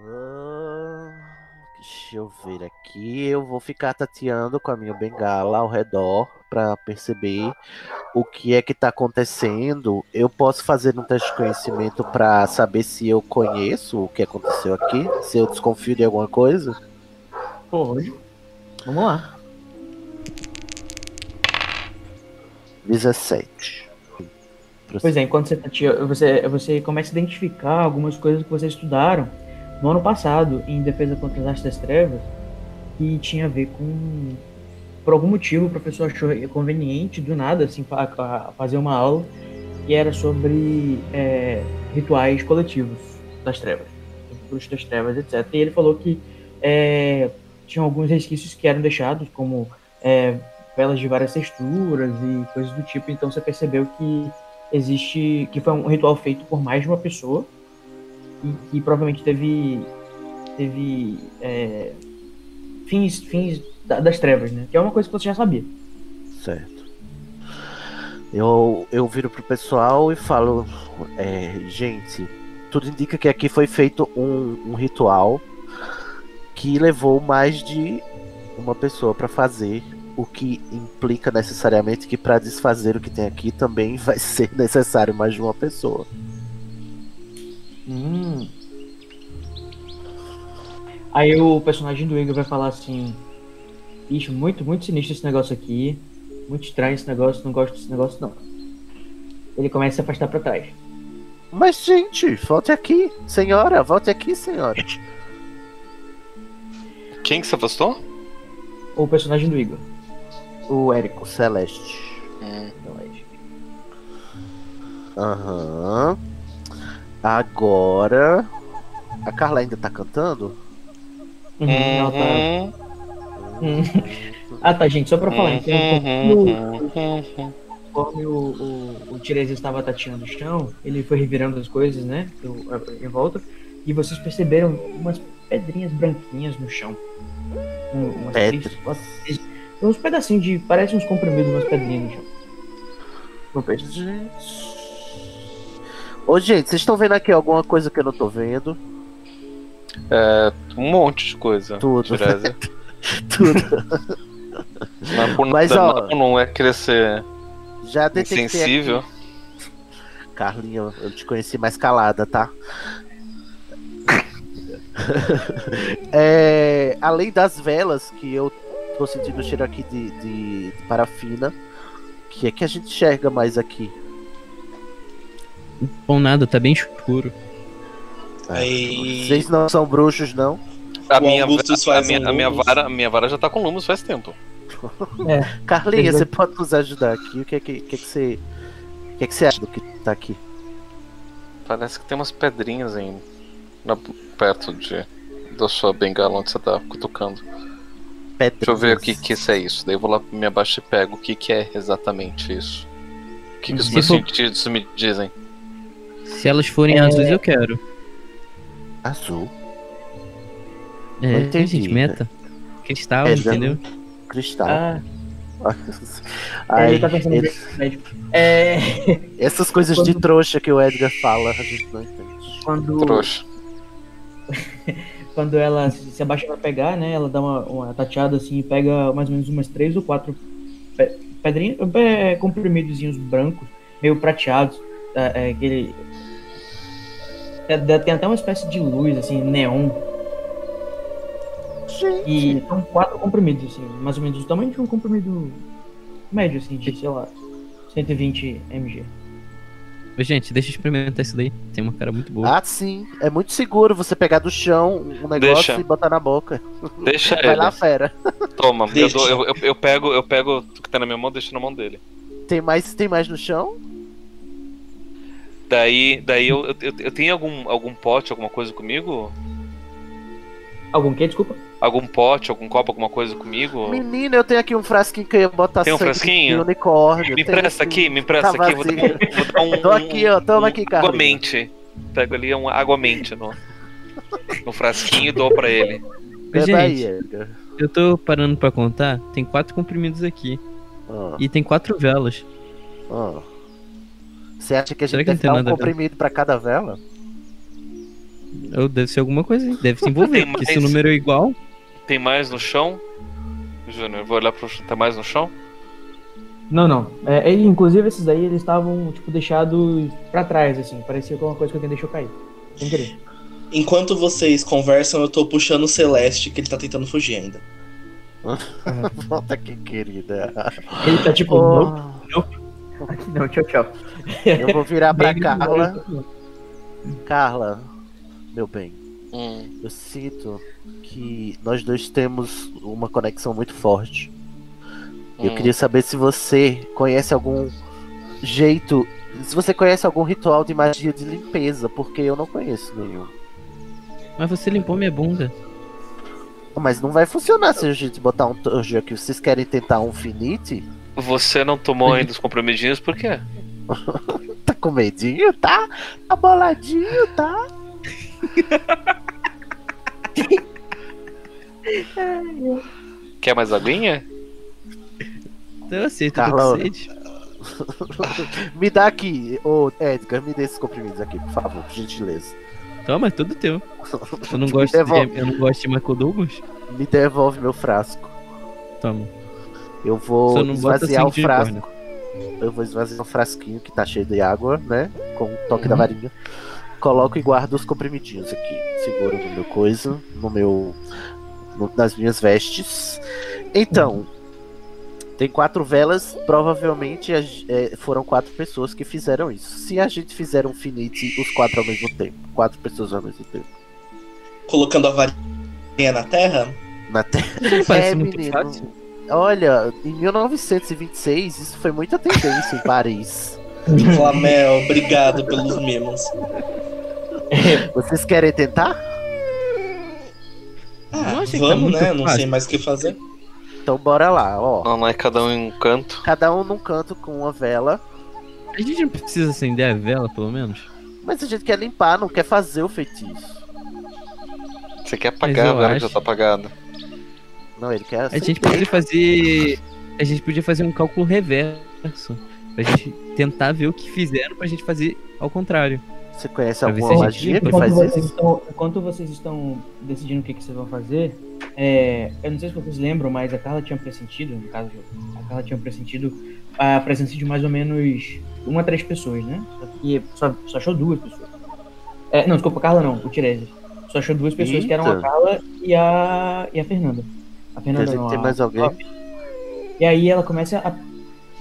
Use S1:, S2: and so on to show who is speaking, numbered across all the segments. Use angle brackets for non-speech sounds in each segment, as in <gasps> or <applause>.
S1: Hum, Deixa eu ver aqui. Eu vou ficar tateando com a minha bengala ao redor para perceber o que é que tá acontecendo. Eu posso fazer um teste de conhecimento para saber se eu conheço o que aconteceu aqui, se eu desconfio de alguma coisa.
S2: Pode. Vamos lá.
S1: 17.
S2: Pois é, enquanto você, tá te- você, você começa a identificar algumas coisas que vocês estudaram no ano passado em Defesa contra as Artes das Trevas, que tinha a ver com. Por algum motivo, o professor achou conveniente, do nada, assim, fa- fa- fazer uma aula que era sobre é, rituais coletivos das trevas, bruxos das trevas, etc. E ele falou que é, tinha alguns resquícios que eram deixados, como é, velas de várias texturas e coisas do tipo, então você percebeu que existe que foi um ritual feito por mais de uma pessoa e que provavelmente teve teve é, fins fins da- das trevas, né? Que é uma coisa que você já sabia.
S1: Certo. Eu, eu viro pro pessoal e falo, é, gente, tudo indica que aqui foi feito um, um ritual que levou mais de uma pessoa para fazer, o que implica necessariamente que para desfazer o que tem aqui também <laughs> vai ser necessário mais de uma pessoa.
S2: Aí o personagem do Igor vai falar assim: Ixi, muito, muito sinistro esse negócio aqui. Muito estranho esse negócio, não gosto desse negócio não. Ele começa a se afastar pra trás.
S1: Mas gente, volte aqui, senhora, volte aqui, senhora.
S3: Quem que se afastou?
S2: O personagem do Igor, o Érico.
S1: O Celeste. Aham. Agora. A Carla ainda tá cantando?
S2: Uhum, ela tá-
S3: é.
S2: Ah tá, gente, só pra
S3: É,
S2: falar,
S3: Uhum.
S2: então, conforme o- conforme o, o, o Tiresias estava tateando o chão, ele foi revirando as coisas, né? eu- eu- Em volta, e vocês perceberam umas pedrinhas branquinhas no chão. Um- umas
S1: Pedra.
S2: tristes- umas- Uns pedacinhos de. Parece uns comprimidos, umas pedrinhas no chão. No peito.
S1: Ô, gente, vocês estão vendo aqui alguma coisa que eu não tô vendo?
S3: Um monte de coisa.
S1: Tudo.
S3: Tiresias.
S1: <laughs> Tudo.
S3: Não é por
S1: Mas,
S3: nada,
S1: ó-
S3: não, não é querer ser
S1: Já detectei. aqui.
S3: insensível.
S1: Carlinha, eu te conheci mais calada, tá? <laughs> É, além das velas que eu tô sentindo o cheiro aqui de, de, de parafina, que é que a gente enxerga mais aqui?
S4: Bom, nada, tá bem escuro.
S5: Aí
S1: Vocês não são bruxos, não?
S3: A
S5: O
S3: minha,
S5: Augustus
S3: a,
S5: faz
S3: minha,
S5: um
S3: a minha
S5: lumos.
S3: vara, a minha vara já tá com lumos faz tempo.
S1: Carlinha,
S2: Verdade.
S1: você pode nos ajudar aqui? O que é que, o que, é que você. O que é que você acha do que tá aqui?
S3: Parece que tem umas pedrinhas em, na- perto de, da sua bengala onde você tá cutucando.
S1: Pedras.
S3: Deixa eu ver o que que isso é isso. Daí eu vou lá pra minha baixa e pego o que que é exatamente isso. O que, que os
S4: Se
S3: meus
S4: for-
S3: sentidos me dizem?
S4: Se elas forem
S1: É,
S4: azuis, eu quero.
S1: Azul,
S4: É,
S1: entendi,
S4: gente, meta. Cristal,
S1: Pedra.
S4: entendeu?
S1: cristal.
S2: Ah,
S1: <laughs> Ai,
S2: ele tá pensando
S1: Tá. ele-
S2: bem. É.
S1: essas coisas de
S2: Quando-
S1: trouxa que o Edgar fala, a gente não entende.
S2: Quando.
S3: Trouxa.
S2: quando ela se se abaixa pra pegar, né? Ela dá uma, uma tateada assim e pega mais ou menos umas três ou quatro pe- pedrinhas, é, comprimidozinhos brancos, meio prateados, é, é, aquele é, dá- tem até uma espécie de luz assim, neon. E são quatro comprimidos, assim, mais ou menos do tamanho de um comprimido médio, assim, de, sei lá, 120 mg.
S4: Ô, Gente, deixa eu experimentar isso daí. Tem uma cara muito boa.
S1: Ah, sim. É muito seguro você pegar do chão um negócio
S3: Deixa. É,
S1: e botar na boca.
S3: Deixa
S1: Vai
S3: ele.
S1: lá, fera.
S3: Toma. Eu,
S5: Deixa.
S3: dou- eu, eu, eu pego, eu pego o que tá na minha mão, deixo na mão dele.
S1: Tem mais, tem mais no chão?
S3: Daí, daí eu, eu, eu- eu tenho algum, algum pote, alguma coisa comigo?
S2: Algum quê? Desculpa.
S3: Algum pote, algum copo, alguma coisa comigo?
S1: Menina, eu tenho aqui um frasquinho que eu ia botar
S3: Tem um
S1: sangue
S3: frasquinho?
S1: de unicórnio.
S3: Me
S1: Tem
S3: empresta
S1: sim.
S3: aqui, me empresta
S1: Tá
S3: aqui. Vou dar um, vou dar um,
S1: Tô aqui, ó, toma aqui, Carlinhos.
S3: Aguamente. Pego ali um aguamente no, no frasquinho e dou pra ele.
S4: Ô,
S1: Pega aí,
S4: gente,
S1: Edgar.
S4: eu tô parando pra contar. Tem quatro comprimidos aqui.
S1: Ah,
S4: E tem quatro velas.
S1: ah. Você acha que a
S4: Será
S1: gente
S4: que não
S1: deve
S4: tem
S1: dar um
S4: nada a ver?
S1: comprimido pra cada vela? <laughs>
S4: Ou deve ser alguma coisa, hein? Deve
S1: <laughs>
S4: se envolver.
S3: Tem
S4: Porque se o
S3: mais.
S4: número é igual,
S3: Tem mais no chão? Júnior, eu vou olhar pro chão. Tem mais no chão?
S2: Não, não. É, e, inclusive esses daí eles estavam, tipo, deixados pra trás, assim. Parecia que alguma coisa que alguém deixou cair. Sem querer.
S5: Enquanto vocês conversam, eu tô puxando o Celeste, que ele tá tentando fugir ainda.
S1: Volta aqui, querida.
S2: Ele tá tipo, não,
S1: Oh,
S2: aqui <laughs> não, tchau, tchau.
S1: eu vou virar pra
S2: Bem,
S1: Carla. Carla, meu bem,
S3: Hum.
S1: eu sinto que nós dois temos uma conexão muito forte. Eu
S3: hum.
S1: queria saber se você conhece algum jeito. Se você conhece algum ritual de magia de limpeza, porque eu não conheço nenhum.
S4: mas você limpou minha bunda.
S1: Mas não vai funcionar se a gente botar um Turge aqui. Vocês querem tentar um finite?
S3: Você não tomou ainda os comprimidinhos, por quê?
S1: Tá com medinho, tá? Tá boladinho, tá?
S3: Quer mais aguinha?
S4: Então eu aceito,
S1: Carlão.
S4: tô com sede.
S1: Me dá aqui, ô Edgar, me dê esses comprimidos aqui, por favor, por gentileza.
S4: Toma, é tudo teu.
S1: <laughs>
S4: Eu não gosto
S1: devolve.
S4: de, eu não gosto de Michael Douglas.
S1: Me devolve meu frasco.
S4: Toma.
S1: Eu
S4: Só
S1: vou
S4: não bota né?
S1: esvaziar o
S4: sangue de unicórnio.
S1: frasco. Eu vou esvaziar o frasquinho que tá cheio de água, né? Com um toque
S4: Uhum.
S1: da varinha. Coloco e guardo os comprimidinhos aqui. Seguro no meu coisa, no meu. no- nas minhas vestes. Então. Tem quatro velas, provavelmente a ge- é, foram quatro pessoas que fizeram isso. Se a gente fizer um finite, os quatro ao mesmo tempo. Quatro pessoas ao mesmo tempo.
S5: Colocando a varinha na terra,
S1: Na Terra.
S4: <laughs> Parece
S1: é,
S4: muito
S1: menino.
S4: fácil.
S1: Olha, em 1926, isso foi muita tendência em Paris.
S5: Flamel, obrigado pelos mimos.
S1: Vocês querem tentar?
S5: Ah,
S4: Eu achei que tá
S5: vamos,
S4: muito
S5: né? Não sei
S4: fácil.
S5: mais o que fazer.
S1: Então bora lá, ó.
S3: Não, não é cada um em um canto.
S1: Cada um num canto com uma vela.
S4: A gente não precisa acender a vela, pelo menos.
S1: Mas a gente quer limpar, não quer fazer o feitiço.
S3: Você quer
S4: Mas
S3: apagar,
S4: eu
S3: velho, que
S4: acho.
S3: já tá apagado.
S1: Não, ele quer
S4: A gente
S1: acender.
S4: podia fazer. A gente podia fazer um cálculo reverso. Pra gente tentar ver o que fizeram pra gente fazer ao contrário.
S1: Você conhece
S4: Pra ver
S1: alguma
S4: se a
S1: magia
S4: gente
S1: que
S4: limpa.
S2: Enquanto
S1: faz
S2: vocês,
S1: isso?
S2: estão, enquanto vocês estão decidindo o que, que vocês vão fazer, é, eu não sei se vocês lembram, mas a Carla tinha pressentido, no caso, a Carla tinha pressentido a presença de mais ou menos uma a três pessoas, né? Só que só, só achou duas pessoas. É, não, desculpa, a Carla não, o Tiresias. Só achou duas pessoas, que eram a
S1: Eita.
S2: Carla e a, e a Fernanda. A
S1: Quer
S2: Fernanda
S4: né,
S1: dizer
S2: não,
S1: que tem
S2: a-
S1: mais alguém?
S2: e aí ela começa a.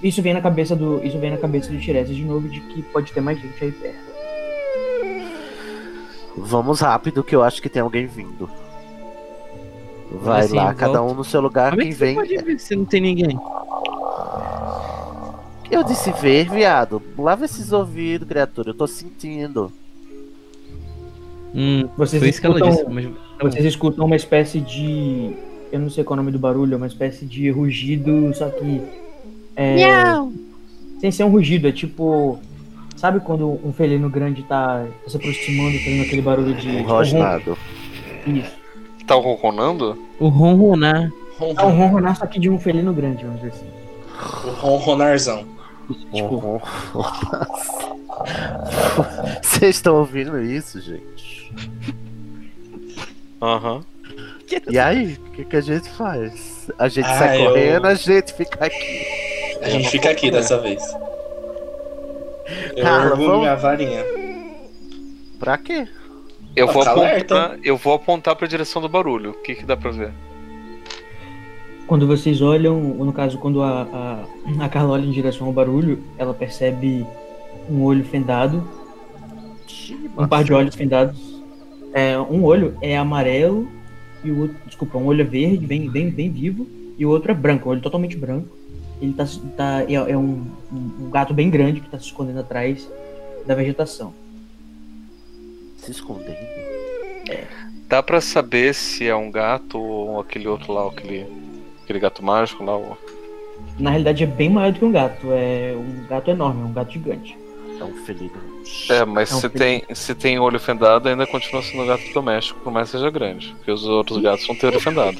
S2: Isso vem na cabeça do. Isso vem na cabeça do Tiresias de novo de que pode ter mais gente aí perto.
S1: Vamos rápido, que eu acho que tem alguém vindo. Vai
S4: Assim,
S1: lá,
S4: eu
S1: cada um no seu lugar.
S4: Como é
S1: Quem
S4: que você
S1: vem.
S4: pode ver se não tem ninguém?
S1: é, Eu disse ver, viado. Lava esses ouvidos, criatura. Eu tô sentindo.
S4: Hum,
S2: Vocês
S4: foi isso que ela
S2: escutam-
S4: disse, mas.
S2: Então, Vocês escutam uma espécie de. Eu não sei qual é o nome do barulho, é uma espécie de rugido, só que. É, sem ser um rugido, é tipo. Sabe quando um felino grande tá se aproximando, fazendo aquele barulho de.
S1: Um
S2: tipo,
S1: rosnado.
S2: ron- Isso.
S3: Tá ronronando?
S4: O ronronar.
S5: Ron,
S2: É um ronronar, só que de um felino grande, vamos dizer assim.
S5: o Ron Ronarzão.
S2: Tipo,
S1: Uhum. <laughs> Vocês estão ouvindo isso, gente?
S3: Aham.
S1: E aí, o que, que a gente faz? A gente
S5: Ah,
S1: sai
S5: eu-
S1: correndo, a gente fica aqui.
S5: A gente fica aqui dessa vez. Eu
S1: Carla,
S5: ergo
S1: vamos?
S5: minha varinha.
S1: Pra quê?
S3: Eu
S5: Ah,
S3: vou,
S5: tá
S3: apontar,
S5: alerta.
S3: eu vou apontar pra direção do barulho. O que, que dá pra ver?
S2: Quando vocês olham, ou no caso, quando a, a, a Carla olha em direção ao barulho, ela percebe um olho fendado, um par de olhos fendados. É, um olho é amarelo e o outro, desculpa, um olho é verde, bem, bem, bem vivo, e o outro é branco, um olho totalmente branco. Ele tá, se- tá é, é um, um- um gato bem grande que tá se escondendo atrás da vegetação.
S1: Se escondendo.
S3: Dá pra saber se é um gato ou aquele outro lá, aquele, aquele gato mágico lá. o-
S2: Na realidade é bem maior do que um gato, é um gato enorme, é um gato gigante.
S1: É um felino.
S3: É, mas
S2: É um
S3: se,
S2: filho.
S3: tem, se tem olho fendado, ainda continua sendo um gato doméstico, por mais que seja grande. Porque os outros gatos não têm olho fendado.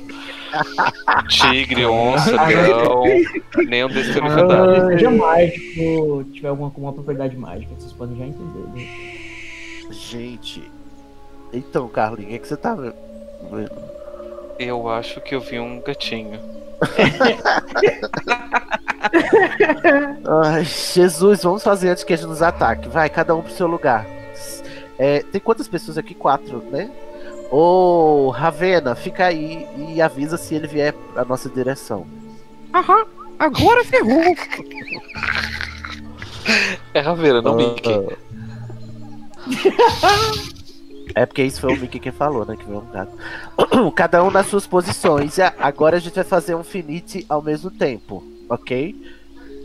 S3: Tigre, onça,
S4: Ah, <laughs>
S3: leão, nenhum desses tem olho fendado.
S2: Quando seja É, mágico, tiver alguma, alguma propriedade mágica, vocês podem já entender. né?
S1: Gente. Então, Carlinhos, o que, que você tá vendo?
S4: Ah.
S3: Eu acho que eu vi um gatinho.
S1: Ai, Jesus, vamos fazer antes que a gente nos ataque. Vai, cada um pro seu lugar. É, tem quantas pessoas aqui? Quatro, né? Ô, Ravena, fica aí e avisa se ele vier pra nossa direção.
S6: Aham, agora ferrou.
S3: É raveira, não
S1: Ah,
S3: Mickey.
S1: ah. <laughs> É porque isso foi o Mickey que falou, né? Que veio um gato. <coughs> Cada um nas suas posições. E a- Agora a gente vai fazer um finite ao mesmo tempo, ok?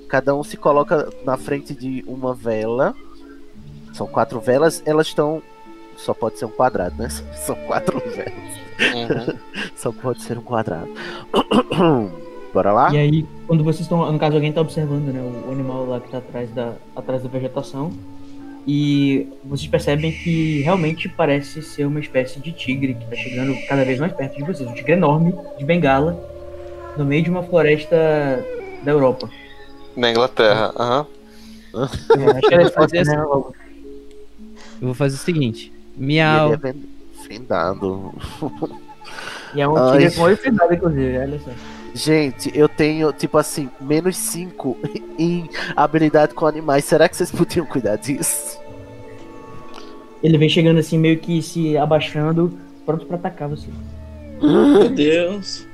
S1: Cada um se coloca na frente de uma vela. São quatro velas, elas estão. Só pode ser um quadrado, né? <laughs> São quatro velas.
S3: Uhum.
S1: Só pode ser um quadrado. <coughs> Bora lá?
S2: E aí, quando vocês estão. No caso, alguém tá observando, né? O animal lá que tá atrás da, atrás da vegetação. E vocês percebem que realmente parece ser uma espécie de tigre que tá chegando cada vez mais perto de vocês. Um tigre enorme, de bengala, no meio de uma floresta da Europa.
S3: Na Inglaterra, aham.
S2: É, acho que era
S4: fazer
S2: Escócia, né?
S4: Eu vou fazer o
S1: E
S4: seguinte.
S1: ele é
S4: Miau.
S1: ven- vendado.
S2: E é um
S1: Ai.
S2: tigre com olho fechado, inclusive, olha só.
S1: Gente, eu tenho, tipo assim, menos 5 <laughs> em habilidade com animais. Será que vocês podiam cuidar disso?
S2: Ele vem chegando assim, meio que se abaixando, pronto pra atacar você.
S5: Meu Deus.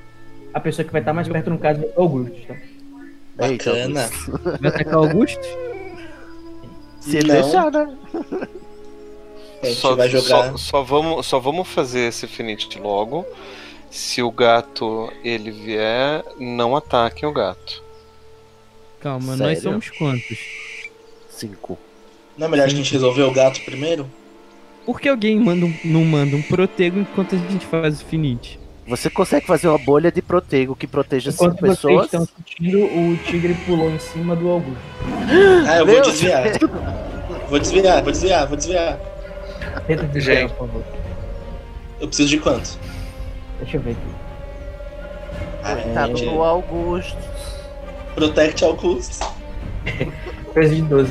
S2: A pessoa que vai estar mais perto, no caso, é o Groot, tá?
S1: Eita,
S5: Bacana.
S1: Augusto.
S4: Vai atacar o Augusto?
S1: se ele
S5: Não.
S1: deixar, né?
S5: A gente
S3: Só,
S5: vai jogar.
S3: só- só vamos, só vamos fazer esse finite logo. Se o gato ele vier, não ataquem o gato.
S4: Calma,
S1: Sério?
S4: nós somos quantos?
S1: 5.
S5: Não é melhor a gente resolver o gato primeiro?
S4: Por que alguém manda um- não manda um protego enquanto a gente faz o finite?
S1: Você consegue fazer uma bolha de protego que proteja cinco
S2: Enquanto vocês
S1: pessoas?
S2: estão discutindo, o tigre pulou em cima do Augusto.
S5: Ah, eu vou
S1: Meu
S5: desviar. Vou desviar, vou desviar, vou desviar.
S2: Tenta desviar, por favor.
S5: Eu preciso de quanto?
S2: Deixa eu ver aqui.
S5: Ah,
S1: Tá
S5: gente.
S1: no Augusto.
S5: Protect ao custo.
S2: Coisa de 12.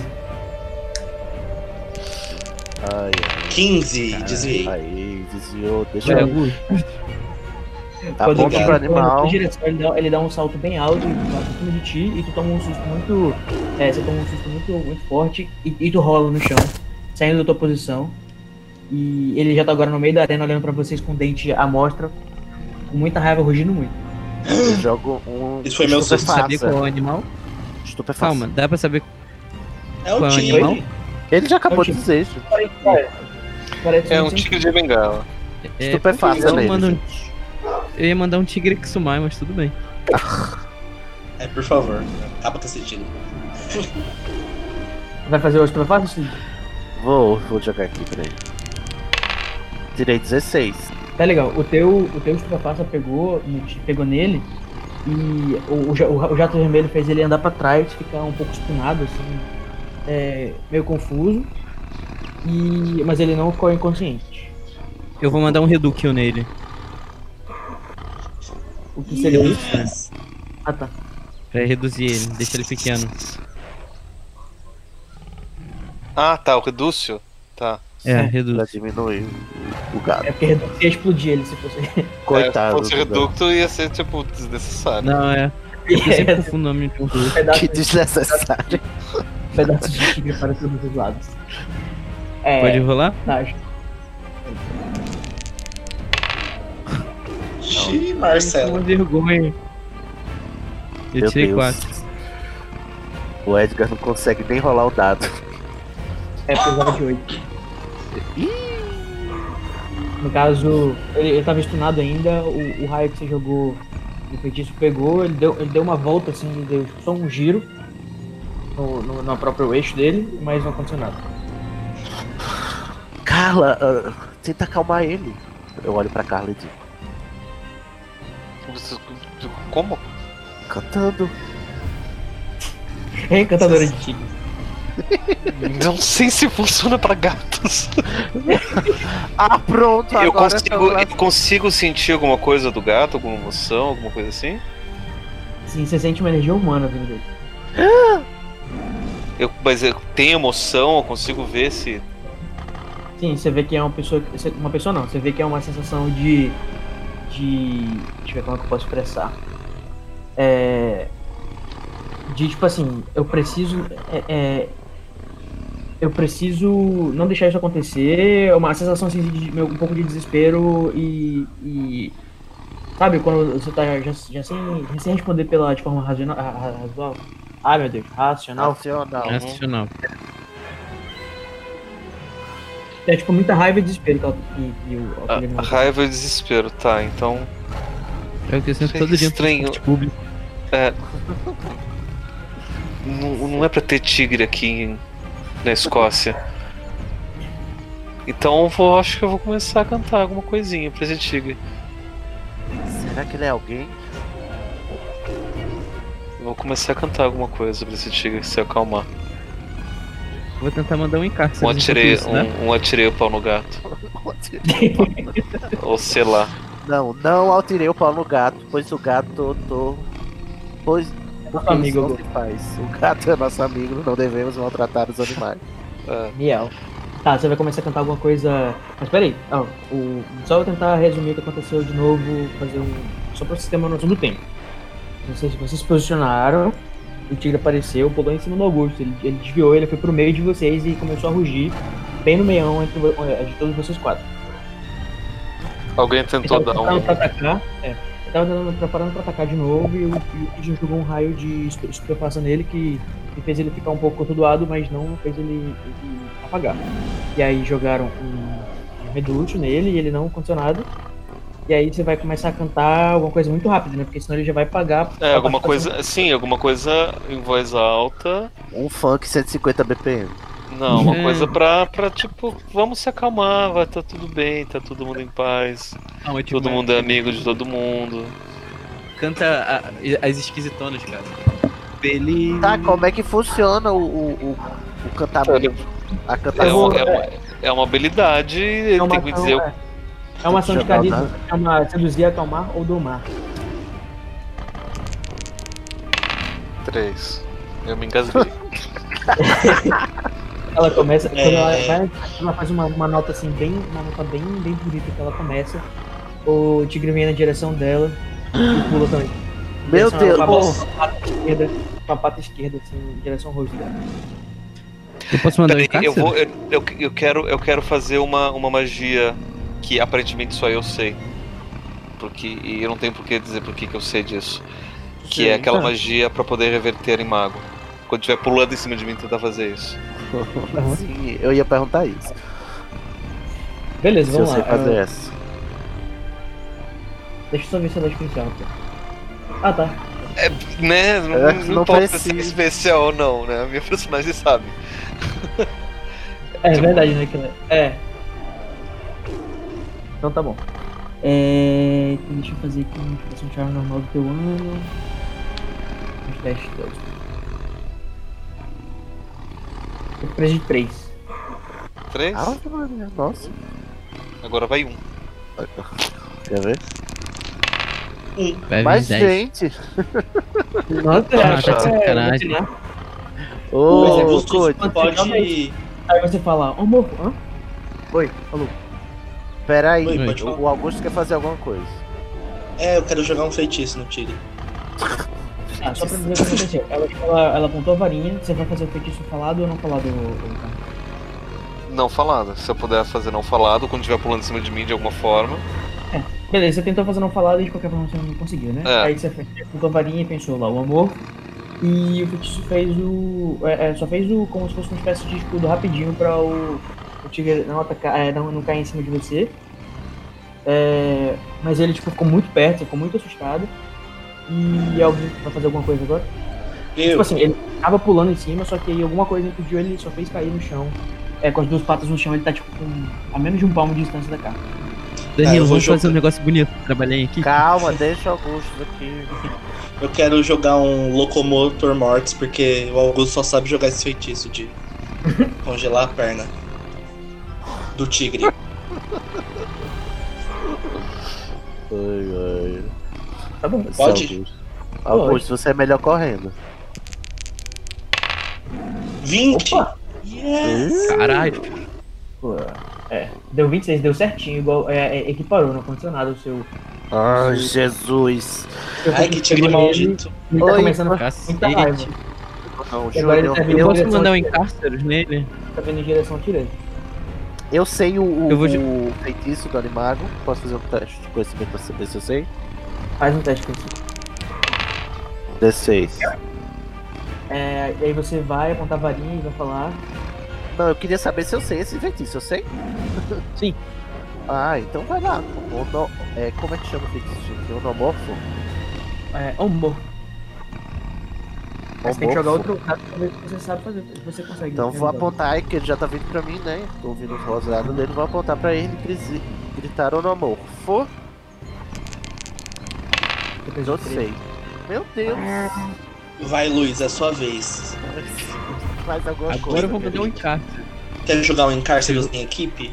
S1: Ai,
S5: 15,
S1: ai,
S5: desviei.
S1: Aí, desviou. Deixa
S4: Vai,
S1: eu.
S4: Augusto.
S1: Tá bom pro
S5: ligar.
S1: animal.
S2: Na tua direção, ele, dá, ele dá um salto bem alto, ele passa em cima de ti e tu toma um susto muito. É, você toma um susto muito, muito forte e, e tu rola no chão, saindo da tua posição. E ele já tá agora no meio da arena olhando pra vocês com o dente à mostra, com muita raiva, rugindo muito.
S1: Eu jogo um.
S5: Isso foi meu susto.
S4: Saber qual é
S1: estupefaça.
S4: o animal?
S1: Estupefaça.
S4: Calma, dá pra saber.
S5: É o
S4: Qual é o
S5: tigre.
S4: animal?
S1: Ele já acabou
S2: Eu
S1: de
S2: te-
S1: dizer. isso.
S2: Parece
S3: É um tigre de bengala.
S4: É,
S1: Estupefaça
S4: eu,
S1: nele.
S4: mando um-
S1: gente.
S4: eu ia mandar um tigre que sumai, mas tudo bem.
S5: É, por favor. Acaba com esse tigre.
S2: Vai fazer o estupefato?
S1: Vou, vou jogar aqui, peraí. Tirei 16.
S2: Tá legal. O teu, o teu estupefaça pegou, no ti- pegou nele e o, o, ja- o jato vermelho fez ele andar pra trás, ficar um pouco espinado, assim, é, meio confuso. E, mas ele não ficou inconsciente.
S4: Eu vou mandar um reduquio nele.
S2: O que seria isso? Ah tá.
S4: Pra reduzir ele, deixar ele pequeno.
S3: Ah, tá, o redúcio. Tá.
S4: É,
S1: Pra
S4: reduz.
S1: diminuir o- o gato.
S2: É porque ia explodir ele se fosse. <laughs>
S3: É, se
S1: Coitado.
S3: fosse
S1: do gato.
S3: reducto, ia ser, tipo, desnecessário.
S4: Não, <laughs> é. Eu sempre
S2: um
S4: confundo o nome de um reducto.
S1: Que
S2: pedaço, de-
S1: desnecessário.
S2: pedaço de tigre para todos os lados. É,
S4: Pode rolar?
S2: tá, acho-
S5: Xiii,
S4: Uma
S5: Marcelo.
S4: vergonha. Eu
S1: Meu
S4: tirei
S1: Deus.
S4: quatro.
S1: O Edgar não consegue nem rolar o dado.
S2: É, precisava de 8. No caso, ele, ele tava estunado ainda, o, o raio que você jogou do feitiço pegou, ele deu, ele deu uma volta assim, ele deu só um giro no, no, no próprio eixo dele, mas não aconteceu nada.
S1: Carla, ah, tenta acalmar ele. Eu olho pra Carla e digo,
S3: Como?
S1: cantando.
S2: É encantadora de tigre.
S3: Não sei se funciona pra gatos.
S1: Ah, pronto,
S3: Eu
S1: agora é
S3: consigo,
S1: estamos
S3: eu consigo sentir alguma coisa do gato, alguma emoção, alguma coisa assim?
S2: Sim, assim, você sente uma energia humana vindo dele.
S3: Eu, mas eu, tem emoção, eu consigo ver se.
S2: Sim, você vê que é uma pessoa. você- Uma pessoa não, você vê que é uma sensação de. De. Deixa eu ver como é que eu posso expressar. É. De tipo assim, eu preciso. é- é, eu preciso não deixar isso acontecer. é Uma sensação assim, de, de- um pouco de desespero e. e sabe, quando você tá já, já sem, já sem responder pela, de forma racional. ra- ra- razoável. Ai meu Deus, racional.
S1: Nacional.
S4: Nacional.
S2: É tipo muita raiva e desespero que, ela- que, que o
S3: A,
S2: aquele
S3: a Ah, raiva e o desespero, tá? Então.
S4: É o que eu sinto
S3: Sei
S4: todo
S3: que
S4: dia. no
S3: estranho.
S4: transporte Público.
S3: Não, não é pra ter tigre aqui em- na Escócia. Então eu vou, acho que eu vou começar a cantar alguma coisinha pra esse tigre.
S1: Será que ele é alguém? <laughs>
S3: Eu vou começar a cantar alguma coisa pra esse tigre se acalmar.
S4: Vou tentar mandar um encarte.
S3: Um atirei,
S4: isso, né?
S3: um, um atirei o pau no gato. Ou sei lá.
S1: Não, não atirei o pau no gato, pois o gato tô. Pois. Porque
S2: amigo,
S1: isso não se faz. O gato é nosso amigo, não devemos maltratar os animais.
S3: É,
S2: Miel. Tá, você vai começar a cantar alguma coisa. Mas peraí, ó, o... só vou tentar resumir o que aconteceu de novo, fazer um. Só pra vocês terem uma noção do tempo. Vocês, vocês se posicionaram, o tigre apareceu, pulou em cima do Augusto. Ele, ele desviou, ele foi pro meio de vocês e começou a rugir, bem no meião entre vo- eh, de todos vocês quatro.
S3: alguém
S2: Ele
S3: tentou
S2: tava
S3: dar
S2: tentando
S3: um.
S2: pra atacar, é. Ele tava tentando, preparando pra atacar de novo e o, e o tigre jogou um raio de espe- estupefação nele que, que fez ele ficar um pouco atordoado, mas não fez ele, ele apagar. E aí jogaram um, um reduto nele e ele não aconteceu nada. E aí você vai começar a cantar alguma coisa muito rápida, né? Porque senão ele já vai pagar.
S3: É,
S2: a
S3: alguma
S2: participação.
S3: coisa. Sim, alguma coisa em voz alta.
S1: Um funk 150 BPM.
S3: Não, uma
S4: É.
S3: coisa pra, pra tipo, vamos se acalmar, vai, tá tudo bem, tá todo mundo em paz,
S4: Não, é tipo,
S3: todo mundo é amigo de todo mundo.
S4: Canta a- as esquisitonas, cara. Feliz.
S1: Tá, como é que funciona o, o, o, o cantamento? A
S3: É
S1: cantamento.
S3: uma, é uma, é uma habilidade, ele
S2: É uma
S3: tem que
S2: ação,
S3: dizer.
S2: é. É uma ação de
S1: Jogar o
S2: carisma,
S3: né?
S2: que se chama seduzir, acalmar ou domar.
S1: é.
S3: Três. Eu me engasguei.
S2: Ela começa, quando
S5: É.
S2: ela, vai- ela faz uma, uma nota assim, bem, uma nota bem, bem bonita que ela começa. O tigre vem na direção dela e pula também.
S1: Meu
S2: Direção
S1: Deus,
S2: ela,
S1: pô,
S2: com, a pata esquerda, com a pata esquerda, assim, em direção ao rosto dela.
S4: Eu posso mandar um
S3: Peraí,
S4: encarte?
S3: eu vou. Eu, eu, eu quero, eu quero fazer uma, uma magia que aparentemente só eu sei. Porque, e eu não tenho por que dizer por que que eu sei disso. Que é aquela magia pra poder reverter em mago. Quando tiver pulando em cima de mim, tentar fazer isso.
S1: sim, eu ia perguntar isso.
S2: Beleza,
S1: Se eu
S2: vamos lá.
S1: sei fazer essa.
S2: Ah, deixa eu só ver se ela é especial. Ah, tá.
S3: Né? Não,
S1: É,
S3: não
S1: não
S3: importa
S1: precisa.
S3: se é especial ou não, né? A minha personagem sabe.
S2: É verdade, né? que ela- É. Então tá bom. É, deixa eu fazer aqui uma ativação de charme normal do teu ano. Os testes todos. Eu preciso de 3.
S3: Três?
S1: Ah, Maria, nossa.
S3: Agora vai um.
S1: Quer ver?
S4: Vai
S1: Mas,
S4: vir dez.
S1: gente.
S2: Nossa,
S4: Ah,
S3: tá de
S4: sacanagem.
S5: Mas é
S1: Ô,
S5: gostoso,
S1: Cody,
S5: você pode.
S2: Realmente. Aí você fala, ô amor, hã?
S1: Oi, alô. Peraí,
S5: Oi,
S4: pode
S5: falar.
S1: o o Augusto quer fazer alguma coisa.
S5: É, eu quero jogar um feitiço no tigre.
S2: Ah, só pra dizer o que aconteceu. Ela, ela, ela apontou a varinha, você vai fazer o feitiço falado ou não falado? ô- ô-
S3: Não falado. Se eu puder fazer não falado, quando tiver pulando em cima de mim de alguma forma.
S2: ô? Beleza, você tentou fazer não falado e de qualquer forma você não conseguiu, né?
S3: É.
S2: Aí você fez- apontou a varinha e pensou lá, o amor. E o feitiço fez o. é, é, só fez o. como se fosse uma espécie de escudo rapidinho pra o. o tigre não atacar. é, não, não cair em cima de você. É, mas ele tipo, ficou muito perto, ficou muito assustado. E alguém vai fazer alguma coisa agora?
S5: Eu.
S2: Tipo assim, ele tava pulando em cima, só que aí alguma coisa impediu ele, só fez cair no chão. É, com as duas patas no chão, ele tá tipo com- a menos de um palmo de distância da cara.
S4: Danilo,
S5: eu vou
S4: vamos fazer
S5: jogar.
S4: um negócio bonito. Trabalhei aqui.
S1: Calma, deixa o Augusto aqui.
S5: Eu quero jogar um Locomotor Mortis, porque o Augusto só sabe jogar esse feitiço de Congelar a perna do tigre.
S1: Ai, ai.
S2: Tá bom.
S1: Esse
S5: Pode?
S1: Augusto. Augusto, você é melhor correndo.
S5: 20!
S2: Opa!
S5: Yes!
S4: É. Caralho.
S1: Ué.
S2: é. Deu 26, deu certinho, igual. É, é, equiparou, não aconteceu nada o seu.
S1: Ai, Jesus.
S5: Ai, que tigre maldito.
S2: Ele tá
S1: Oi.
S2: começando a Muita raiva.
S4: Cacete.
S1: Não,
S2: Agora ele
S1: Júnior,
S2: tá vindo.
S4: um Eu
S1: eu,
S4: posso mandar um encárceros nele?
S2: ficar tá vendo em direção direita.
S1: eu sei o, o-
S4: Eu vou de-
S1: o feitiço do Animago. Posso fazer um teste de conhecimento pra saber se eu sei?
S2: Faz um teste com isso.
S1: D6.
S2: É, e aí você vai apontar a varinha e vai falar.
S1: Não, eu queria saber se eu sei esse feitiço, eu sei?
S4: <laughs> Sim.
S1: Ah, então vai lá. Ono... É, como é que chama o feitiço? Onomorfo?
S2: É, ô amor. Mas tem que jogar
S1: Homorfo?
S2: outro caso pra ver se você sabe fazer, se você consegue.
S1: Então vou
S2: Entendeu?
S1: apontar, que ele já tá vindo pra mim, né? Tô ouvindo o rosado dele, vou apontar pra ele e gris- gritar onomorfo.
S2: Depois de
S1: Eu
S2: três.
S1: sei. Meu Deus.
S4: Ah.
S5: Vai, Luiz, é sua vez.
S1: Faz alguma
S4: Agora
S1: coisa.
S4: eu vou mandar
S1: querido.
S4: um encárcere.
S5: Quer jogar um encárcere em equipe?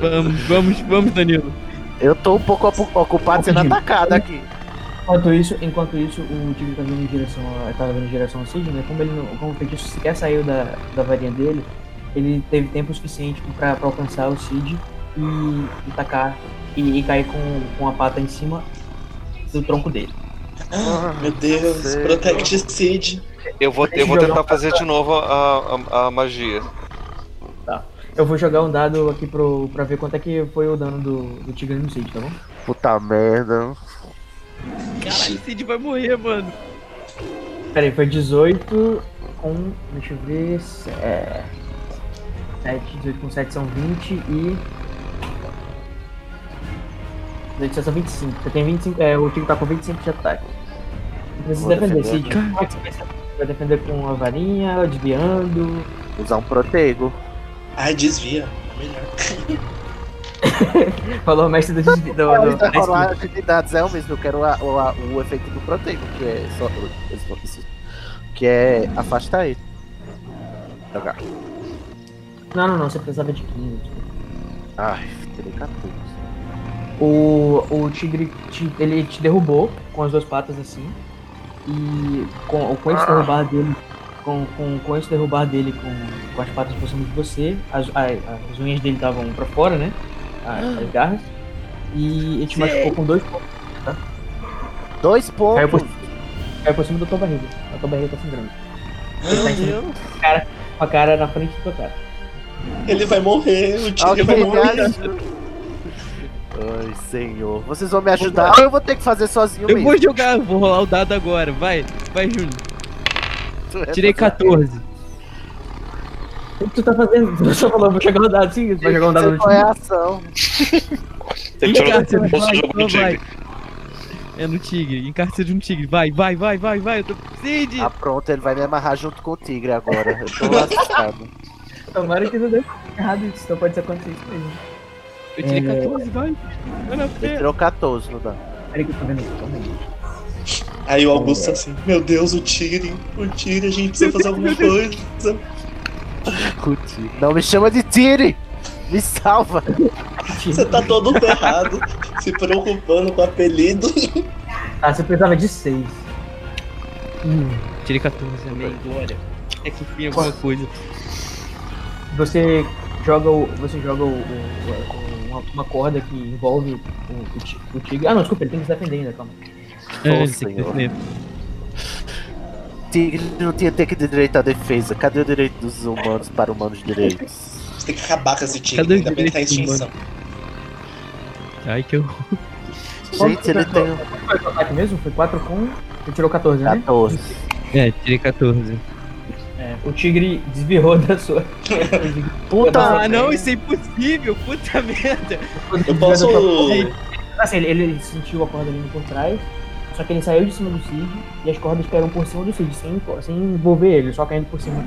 S4: Vamos, vamos, vamos, Danilo.
S1: Eu tô um pouco opu- ocupado sendo
S2: Rapidinho.
S1: atacado aqui.
S2: Enquanto isso, enquanto isso, o Tigre tá vindo em direção a, tá vindo em direção ao Sidney, né? Como ele não, como o feitiço sequer saiu da, da varinha dele, ele teve tempo suficiente pra, pra alcançar o Cid e, e tacar e, e cair com, com a pata em cima do tronco dele.
S5: Meu Deus,
S1: Sei.
S5: Protect Seed.
S3: Eu vou, eu vou
S2: Jogar
S3: tentar fazer de novo a, a, a magia.
S2: Eu vou jogar um dado aqui pro, pra ver quanto é que foi o dano do, do Tigre no Cid, tá bom?
S1: <laughs> Puta merda.
S4: Caralho, o Cid vai morrer, mano.
S2: Pera aí, foi 18 com. Deixa eu ver. se- É. 7, 18 com 7 são 20 e. 18 são 25. Você tem 25. É, o time tá com 25 de ataque. Não Precisa
S1: Vou
S2: defender,
S1: defender.
S2: Cid. Como é que você vai saber? Vai defender com a varinha, desviando.
S1: Usar um proteigo.
S5: Ai, desvia. É melhor.
S2: Falou o mestre do desvio. do-
S1: Ah,
S2: do-
S1: mas tá
S2: da esquiva.
S1: rolando atividades, é o mesmo. Eu quero a- o, a- o efeito do proteigo, que é só. Que é afastar ele. Jogar.
S2: Não, não, não. Você precisava de 15.
S1: Ai, tirei 14.
S2: O, o tigre te, ele te derrubou com as duas patas assim. E com, com esse derrubar dele. Com, com, com esse derrubar dele com, com as patas por cima de você, as, a- as unhas dele estavam pra fora, né? As, as garras. E ele te machucou com dois pontos.
S1: Dois
S2: Caiu por,
S1: pontos.
S2: caiu por cima da tua barriga. A tua barriga tá sangrando. Ele tá
S1: Meu
S2: em cima
S1: Deus.
S2: com a cara na frente da tua cara.
S5: <laughs> Ele vai morrer, o tigre vai morrer.
S1: Atividades. Ai, senhor. Vocês vão me ajudar ou eu vou ter que fazer sozinho
S4: Eu
S1: mesmo?
S4: vou jogar, vou rolar o dado agora. Vai, vai, Júnior. Tirei 14.
S2: O que tu tá fazendo? <laughs> Você falou, vou jogar um dado, sim. Vai jogar um dado no
S1: Qual é
S2: tigre.
S1: a ação?
S3: Ele tirou
S4: Encárcere,
S3: no bolso
S4: vai,
S3: e jogou no
S4: então vai.
S3: tigre.
S4: É no tigre, encárcere de um tigre. Vai, vai, vai, vai, vai. Eu tô... Cid!
S1: Ah, pronto, ele vai me amarrar junto com o tigre agora. Eu <laughs> tô assustado.
S2: <laughs> Tomara que não dê errado isso, então pode acontecer isso mesmo.
S4: Eu tirei
S2: é.
S4: 14, vai. Vai na
S1: Ele
S4: fé.
S1: tirou 14, não dá.
S2: Peraí que eu tô vendo isso, calma aí.
S5: Aí o Augusto tá assim, meu Deus, o tigre, o tigre, a gente precisa fazer alguma coisa.
S1: Curti. Não me chama de Tire! Me salva!
S5: Você tá todo ferrado, se preocupando com o apelido.
S2: Ah, você precisava de 6.
S4: Tirei 14, amém. Glória. É que enfim, alguma coisa.
S2: Você joga o. Você joga o, o- o- uma, uma corda que envolve o, o ti- o tigre. Ah não, desculpa, ele tem que se defender ainda, calma.
S4: É,
S1: Nossa,
S4: tem que defender.
S1: Tigre não tinha ter que direito à defesa. Cadê o direito dos humanos para humanos direitos?
S5: Você tem que acabar com esse
S4: Cadê
S5: tigre,
S4: o
S5: ainda bem que tá em
S4: direito,
S5: extinção.
S4: Ai, que eu...
S1: Gente, ele tem
S2: Qual Foi o seu ataque mesmo? Foi 4 com. Você tirou 14, né?
S1: 14.
S4: É, tirei 14.
S2: É, o tigre desviou da sua.
S1: Puta!
S4: Ah, não, isso é impossível. Puta <laughs> merda.
S5: Eu posso.
S2: Assim, ele, ele sentiu a corda ali por trás. Só que ele saiu de cima do Cid e as cordas caíram por cima do Cid, sem, sem envolver ele, só caindo por cima.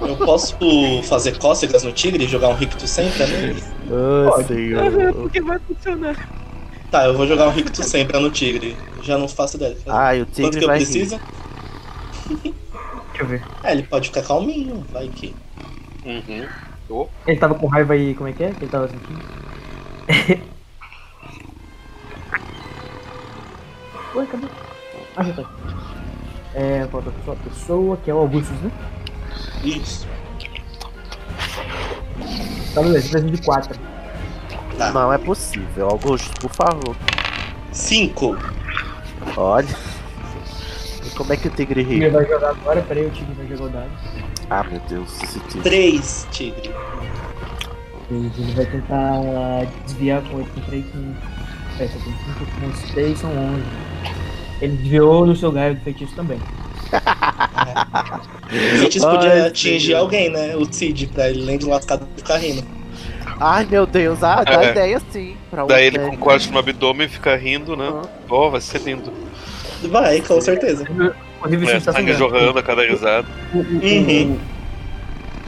S5: Eu posso fazer cócegas no tigre e jogar um Ricto Sempra nele?
S1: Ah, senhor.
S4: Porque vai funcionar.
S5: Tá, eu vou jogar um Ricto Sempra no tigre. Já não faço ideia.
S1: Ai, o
S5: Quanto
S1: Ah, Tigre
S5: que eu
S1: vai rir.
S5: preciso?
S2: Deixa eu ver.
S5: É, ele pode ficar calminho, vai que.
S3: Uhum.
S2: Ele tava com raiva aí, como é que é? Que ele tava sentindo? <laughs> Ué, cadê? Ah, já tá. É, falta só a pessoa, que é o Augustus, né?
S5: Isso.
S2: Tá beleza, precisa de 4.
S1: Não é possível. Augusto, por favor.
S5: Cinco.
S1: Olha. E como é que o tigre
S2: Ele
S1: ri?
S2: vai jogar agora, peraí, o time vai jogar o dado.
S1: Ah, meu Deus, esse tigre.
S5: Três, tigre.
S2: Ele vai tentar desviar com 8 com 3 com. É, só tem 5 com 6, são 11. Ele desviou do seu galho do feitiço também.
S5: A gente
S1: Ai,
S5: podia
S1: Cid.
S5: atingir alguém, né? O Cid, pra ele, além de lascado, ficar rindo.
S1: Ai, meu Deus, ah, dá
S3: É.
S1: ideia sim. Pra um
S3: Daí ele com
S1: velho.
S3: um corte no abdômen fica rindo, né? Ó, vai ser lindo.
S5: Vai, com certeza.
S2: Inclusive, o
S3: É,
S2: time tá
S3: sangue
S2: sangrando.
S3: jorrando a cada risada.
S2: O, o,
S5: Uhum.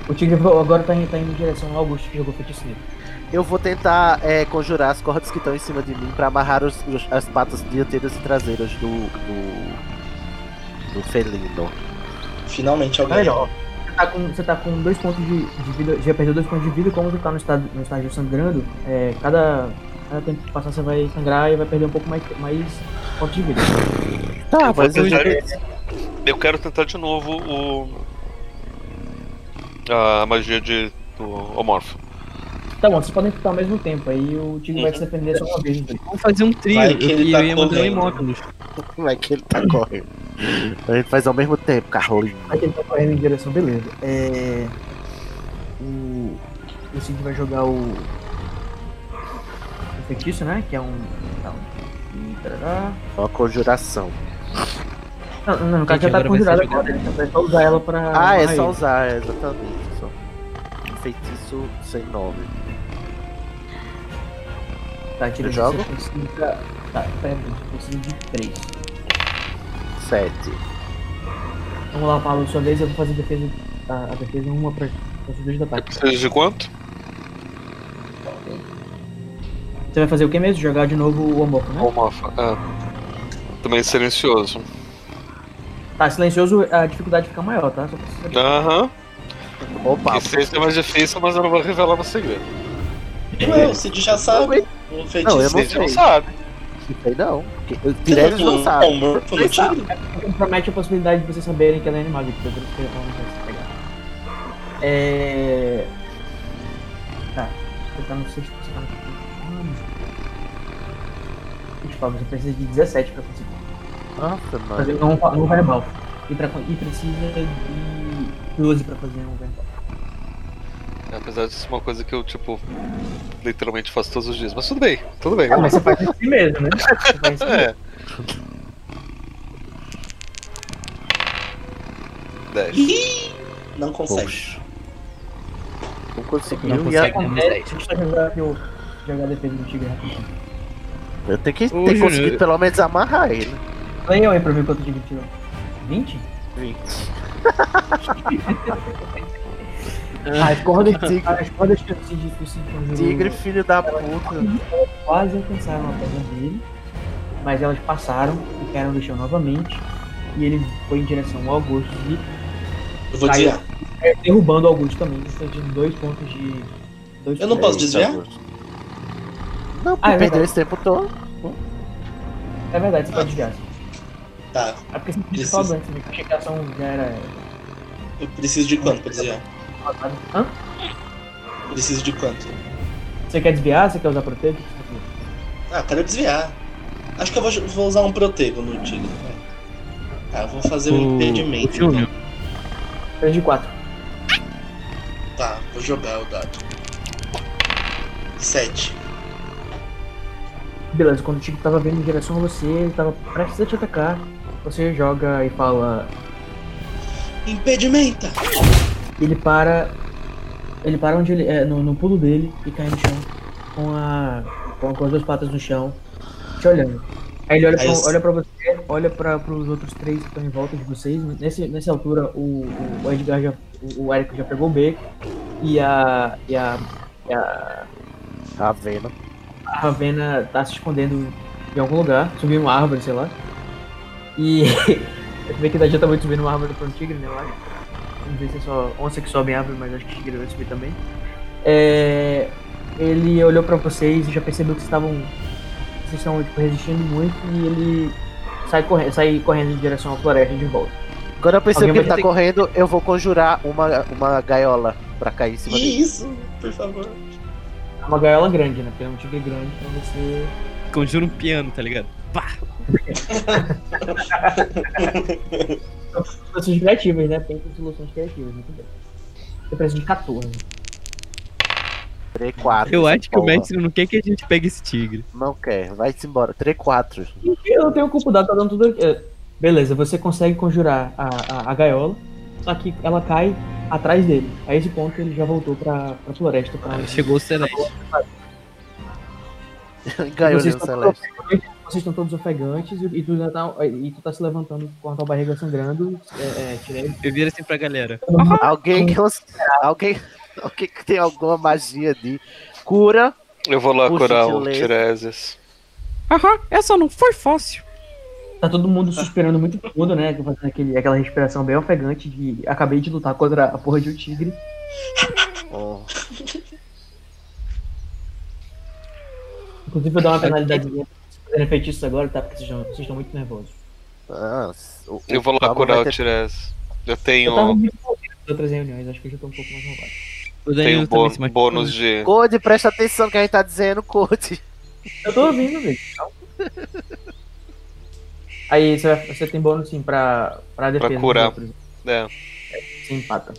S2: o- o Tigre agora tá, indo- tá indo em direção ao Augusto que jogou feitiço nele.
S1: Eu vou tentar é, conjurar as cordas que estão em cima de mim pra amarrar os- os- as patas dianteiras e traseiras do. do. do felino.
S5: Finalmente alguém.
S2: Olha, ó. Você tá com, você tá com dois pontos de, de vida, já perdeu dois pontos de vida, como você tá no estágio, no estágio sangrando, é, cada, cada tempo que passar você vai sangrar e vai perder um pouco mais, mais pontos de vida.
S1: Tá,
S3: vou
S1: mas eu já.
S3: tentar- Eu quero tentar de novo o. A magia de. do homorfo.
S2: Tá bom, vocês podem ficar ao mesmo tempo, aí o Tigre vai
S3: Uhum.
S2: se defender só uma vez. então.
S4: Vamos fazer um trio
S5: Vai
S4: eu,
S5: que ele
S4: e
S5: tá
S4: eu ia mandar um
S5: correndo.
S4: imóvel.
S1: Como é que ele tá correndo? A gente faz ao mesmo tempo, Carlinhos.
S2: Aí ele tá correndo em direção, beleza. É. O. O Cid vai jogar o. O feitiço, né? Que é um. Tá um... Ih, tarará.
S1: Uma conjuração.
S2: Não, não, o cara já
S4: Gente,
S2: tá
S4: agora vai ser
S2: conjurado
S4: jogado.
S2: agora, né? É só usar ela pra.
S1: Ah, é
S2: amarrar
S1: só
S2: ele.
S1: usar, é exatamente. Só. Um feitiço sem nome.
S2: Tá, tira
S1: Eu
S2: de
S1: jogo?
S2: você precisa- Tá, pera, você precisa de 3.
S1: Sete.
S2: Vamos lá, Paulo, sua vez eu vou fazer a defesa. tá, A, a defesa uma pra. pra os dois do ataque.
S3: Precisa de quanto?
S2: Você vai fazer o que mesmo? Jogar de novo o Omoko, né?
S3: Homorfo. É. Também silencioso.
S2: Tá, silencioso, a dificuldade fica maior, tá? Só pra você saber.
S3: Aham.
S1: Opa,
S3: Esse é mais difícil, mas eu não vou revelar meu segredo.
S5: Ué, o Cid já sabe. O feitiço
S1: Não, eu não
S5: dele.
S3: Vocês não
S1: sei.
S3: sabem.
S1: não sei não. Porque o Direto não sabe.
S5: Um morfo no tigre?
S2: Promete a possibilidade de vocês saberem que ela é animada, que eu vou se pegar. É. Tá, você tá no sexto. Você tá no sexto. Deixa eu falar, você precisa de 17 pra conseguir.
S1: Nossa, mano.
S2: fazer um, um verbal. E, pra, e precisa de 12 pra fazer um verbal.
S3: Apesar disso, é uma coisa que eu, tipo, literalmente faço todos os dias. Mas tudo bem, tudo bem.
S2: Ah, mas você faz em si mesmo, né? Você faz em si mesmo.
S3: É. 10.
S5: Ih, Não consegue.
S1: Poxa. Não conseguiu.
S4: Não
S1: e
S2: O que
S4: consegue.
S1: a-
S2: acontece? Deixa eu É, tipo só jogar aqui o- jogar a defesa do Tigre rapidinho.
S1: Eu tenho que
S4: Ô,
S1: ter
S4: Júnior.
S1: conseguido pelo menos amarrar ele.
S2: Ganhou aí pra ver quanto o Tigre tirou. 20?
S1: 20.
S2: As <laughs> cordas, as cordas que o Tigre conseguiu.
S1: Tigre, filho da puta.
S2: quase alcançaram a perna dele, mas elas passaram, ficaram no chão novamente, e ele foi em direção ao Augusto, e,
S5: Eu vou
S2: Aí,
S5: desviar.
S2: é, derrubando o Augusto também, perdendo dois pontos de. Dois
S5: Eu não
S2: pontos.
S5: posso desviar?
S1: Não,
S2: Ah, é
S1: porque perdeu esse tempo todo.
S2: É verdade, você pode desviar.
S5: Tá.
S2: É porque você
S5: Preciso.
S2: descobre antes, né? que A checação já era.
S5: Eu preciso de quanto pra desviar?
S2: Hã?
S5: Preciso de quanto?
S2: Você quer desviar? Você quer usar proteito?
S5: Ah, eu quero desviar. Acho que eu vou, vou usar um protego no tigre. Tá, eu vou fazer um
S4: O-
S5: impedimento.
S4: o Júnior.
S5: então.
S2: 3 de 4.
S5: Tá, vou jogar o dado. Sete.
S2: Beleza, quando o Tigre tava vindo em direção a você, ele tava prestes a te atacar. Você joga e fala.
S5: Impedimenta!
S2: Ele para. Ele para onde ele. É, no, no pulo dele e cai no chão. Com a. Com, com as duas patas no chão. Te olhando. Aí ele olha,
S5: Aí
S2: pra, um,
S5: eu-
S2: olha pra você, olha pra, pros outros três que estão em volta de vocês. Nesse, nessa altura o, o- o Edgar já. O, o Eric já pegou o beco. E a. E a. E a
S1: Tá vendo?
S2: a Ravena tá se escondendo em algum lugar, subiu uma árvore, sei lá. E <laughs> Eu vê que não adianta muito subir numa árvore pra um tigre, né? Eu acho. Não sei se é só onça que sobe em árvore, mas acho que tigre vai subir também. É, ele olhou pra vocês e já percebeu que vocês estavam. Vocês estão tipo, resistindo muito e ele sai correndo, sai correndo em direção à floresta de volta.
S1: Quando eu percebo
S2: Alguém
S1: que
S2: vai
S1: ele tá
S2: ter que-
S1: correndo, eu vou conjurar uma, uma gaiola pra cair em cima dele.
S5: Isso, por favor.
S2: É uma gaiola grande, né? Porque é um tigre grande, então você.
S4: Conjura um piano, tá ligado?
S2: Soluções criativas, né? Tem soluções criativas, muito bem. Eu preciso de 14.
S1: Três, quatro.
S4: Eu
S1: essa
S4: acho que o
S1: porra.
S4: mestre não quer que a gente pegue esse tigre.
S1: Não quer, vai-se embora. 3, 4.
S2: Eu não tenho culpa dela, tá dando tudo aqui. É, Beleza, você consegue conjurar a, a, a gaiola, só que ela cai atrás dele. A esse ponto ele já voltou pra, pra floresta. Pra
S4: Ah, Chegou o Celeste.
S1: <laughs> Ganhou
S2: Vocês
S1: o
S2: estão
S1: Celeste.
S2: Vocês estão todos ofegantes e, e tu já tá, e tu tá se levantando com a tua barriga sangrando. É, é, tirei.
S4: Eu viro assim pra galera.
S1: Alguém que cons- alguém, <laughs> alguém que tem alguma magia de cura.
S3: Eu vou lá
S1: Por
S3: curar o
S1: gentileza.
S3: Tiresias.
S6: Aham, essa não foi fácil.
S2: Tá todo mundo suspirando muito fundo, né? Fazendo aquele, aquela respiração bem ofegante de acabei de lutar contra a porra de um tigre.
S1: Oh,
S2: Inclusive, vou dar uma penalidade pra vocês fazerem feitiços agora, tá? Porque vocês estão- vocês estão muito nervosos.
S1: ah, o-
S3: Eu vou lá
S2: Tá
S1: Pablo
S3: curar
S1: vai
S3: o
S1: ter-
S3: Tiresias. Eu
S2: Eu tava
S3: tenho,
S2: muito envolvido nas outras reuniões, acho que hoje eu tô um pouco mais roubado.
S4: O
S3: tenho
S4: Danilo
S3: um
S4: também
S3: bô-
S4: se machucou.
S3: bônus de.
S1: Code, presta atenção no que a gente tá dizendo, Code. <laughs>
S2: Eu tô ouvindo, velho. Aí você, vai- você tem bônus sim pra, pra defesa. dos
S3: curar.
S2: outros.
S3: É.
S2: Você empata.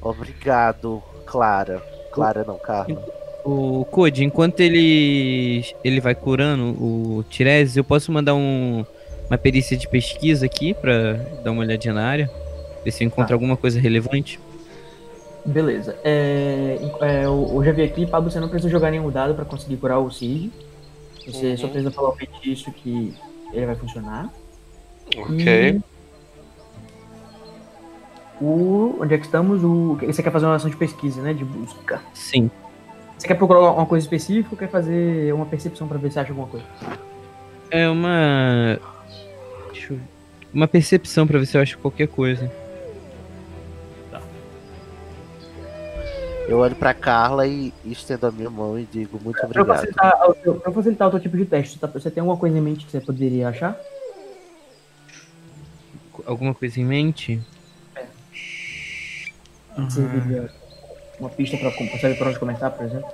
S1: Obrigado, Clara. Clara não, Carla.
S4: O Code, enquanto ele ele vai curando o Tiresias, eu posso mandar um- uma perícia de pesquisa aqui pra dar uma olhadinha na área, ver se eu encontro alguma coisa relevante.
S2: Beleza. É, em- é, eu, eu já vi aqui, Pablo, você não precisa jogar nenhum dado pra conseguir curar o Cid. Você só
S3: Uhum.
S2: precisa falar o feitiço que ele vai funcionar.
S3: Ok.
S2: E O, onde é que estamos? O, você quer fazer uma ação de pesquisa, né? De busca.
S4: Sim.
S2: Você quer procurar uma coisa específica ou quer fazer uma percepção pra ver se acha alguma coisa?
S4: É uma deixa eu- uma percepção pra ver se eu acho qualquer coisa.
S1: Eu olho pra Carla e estendo a minha mão e digo muito
S2: Pra
S1: obrigado.
S2: facilitar, o teu- pra facilitar o teu tipo de teste, você, tá- você tem alguma coisa em mente que você poderia achar?
S4: Alguma coisa em mente?
S2: Que serviria uma pista pra com- saber pra onde começar, por exemplo?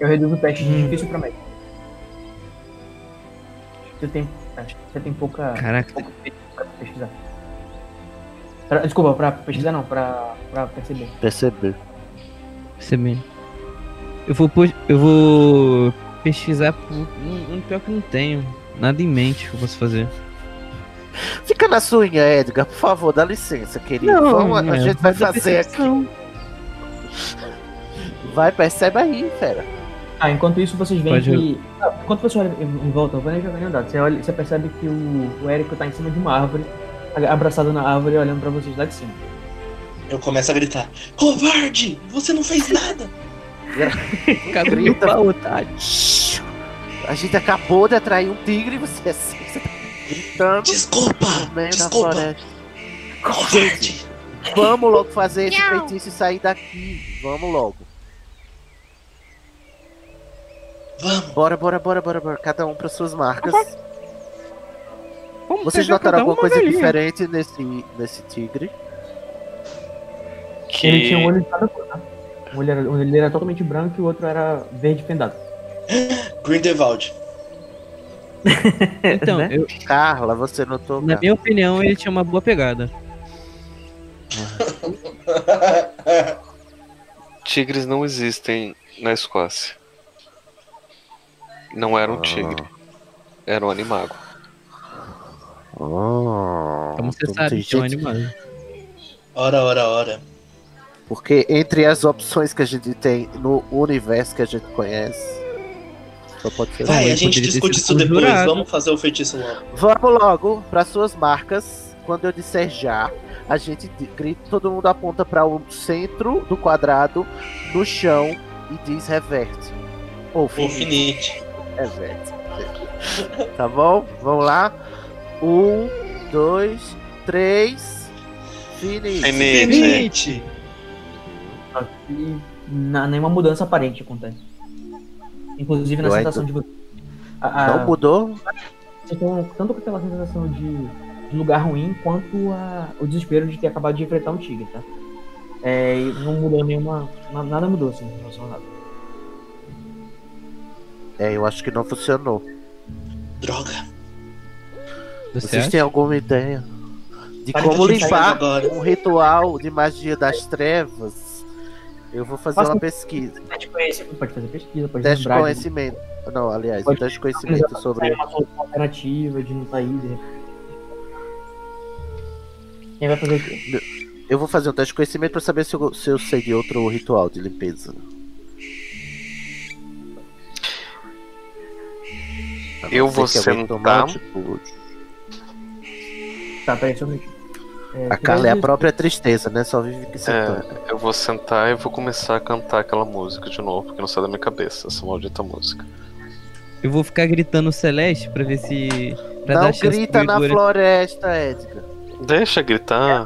S2: Eu reduzo o teste de difícil pra médio. Você tem, você tem pouca,
S4: Caraca, tá
S2: pouco tempo pra pesquisar. Pra- desculpa, pra pesquisar não, pra, pra perceber.
S1: Perceber.
S4: percebendo. Eu vou pos- eu vou pesquisar por... um, um pior que eu não tenho. Nada em mente que eu posso fazer.
S1: Fica na sua unha, Edgar, por favor, dá licença, querido. Vamos, a
S4: é,
S1: gente vai fazer aqui.
S6: Percepção.
S1: Vai, percebe aí, fera.
S2: Ah, enquanto isso vocês veem
S4: Pode-
S2: que. Ah, enquanto você olha em em volta, eu vou nem jogar nenhum dado. Você, olha, você percebe que o, o Érico tá em cima de uma árvore, a- abraçado na árvore, olhando pra vocês lá de cima.
S5: Eu começo a gritar: Covarde! Você não fez nada!
S4: Cagou
S6: um
S4: no pau, otário.
S1: A gente acabou de atrair um tigre e você, você tá gritando.
S5: Desculpa!
S1: no meio da
S5: Ah, Desculpa!
S1: floresta.
S5: Covarde!
S1: Vamos logo fazer esse
S6: Miau.
S1: feitiço e sair daqui. Vamos logo.
S5: Vamos!
S1: Bora, bora, bora, bora, bora. Cada um para suas marcas.
S6: Vamos
S1: Vocês
S6: pegar
S1: notaram
S6: cada um
S1: alguma
S6: uma
S1: coisa
S6: galinha.
S1: diferente nesse, nesse tigre?
S3: Que.
S2: Ele tinha um olho de cada cor, tá? Um olho era, um ele era totalmente branco e o outro era verde fendado.
S5: Grindelwald.
S4: Então,
S2: Né?
S4: eu-
S1: Carla, você notou?
S4: na
S1: Carla?
S4: minha opinião, ele tinha uma boa pegada. tá
S3: Tigres não existem na Escócia. Não era
S2: Ah.
S3: um tigre, era um animago.
S1: Ah,
S4: Como você
S1: então tem
S4: sabe, tinha um
S1: gente-
S4: animal.
S5: Ora, ora, ora.
S1: Porque entre as opções que a gente tem no universo que a gente conhece, só pode ser. um.
S5: Vai,
S4: ele
S5: a gente
S4: poderia ter
S5: discute isso
S4: sido
S5: depois.
S4: conjurado.
S5: Vamos fazer o feitiço logo.
S1: Vamos logo para suas marcas. Quando eu disser já, a gente di- grita, todo mundo aponta para o centro do quadrado, no chão, e diz reverte. Ou finito,
S5: Infinite.
S1: reverte. Tá bom? Vamos lá. Um, dois, três. Finish.
S3: Finite.
S5: Gente!
S2: Só que na- nenhuma mudança aparente acontece. Inclusive na
S1: Ué,
S2: sensação de. A, a,
S1: Não mudou?
S2: vocês estão tanto com aquela sensação de, de lugar ruim quanto a- o desespero de ter acabado de enfrentar um tigre, tá? É, e não mudou nenhuma. na- Nada mudou assim, em relação a nada.
S1: É, eu acho que não funcionou.
S5: Droga!
S4: Você
S1: Vocês
S4: acha?
S1: têm alguma ideia de
S2: Parece
S1: como
S2: que saiu
S1: limpar
S5: agora.
S1: um ritual de magia das trevas? Eu vou fazer
S2: Faça
S1: uma
S2: um-
S1: pesquisa.
S2: Pode fazer pesquisa, pode
S1: Teste de
S2: lembrar de-
S1: conhecimento. Não, aliás, um
S2: Pode-
S1: teste de conhecimento sobre.
S2: uma solução alternativa de não sair. De... repente. Quem vai fazer o quê?
S1: Eu vou fazer um teste de conhecimento pra saber se eu, se eu sei de outro ritual de limpeza. A não
S3: Eu
S1: ser
S3: vou
S1: que alguém tomar tipo,
S3: sentar.
S1: atitude.
S2: Tá, peraí, só um minutinho. É,
S1: A
S2: tu
S1: Carla é a
S2: vai-
S1: própria tristeza, né? Só vive que
S3: É.
S1: sentando.
S3: Eu vou sentar e vou começar a cantar aquela música de novo, porque não sai da minha cabeça, essa maldita música.
S4: Eu vou ficar gritando Celeste pra ver se. Pra
S1: Não
S4: dar chance pro
S1: grita na
S4: Igor-
S1: floresta, Edgar.
S3: Deixa gritar.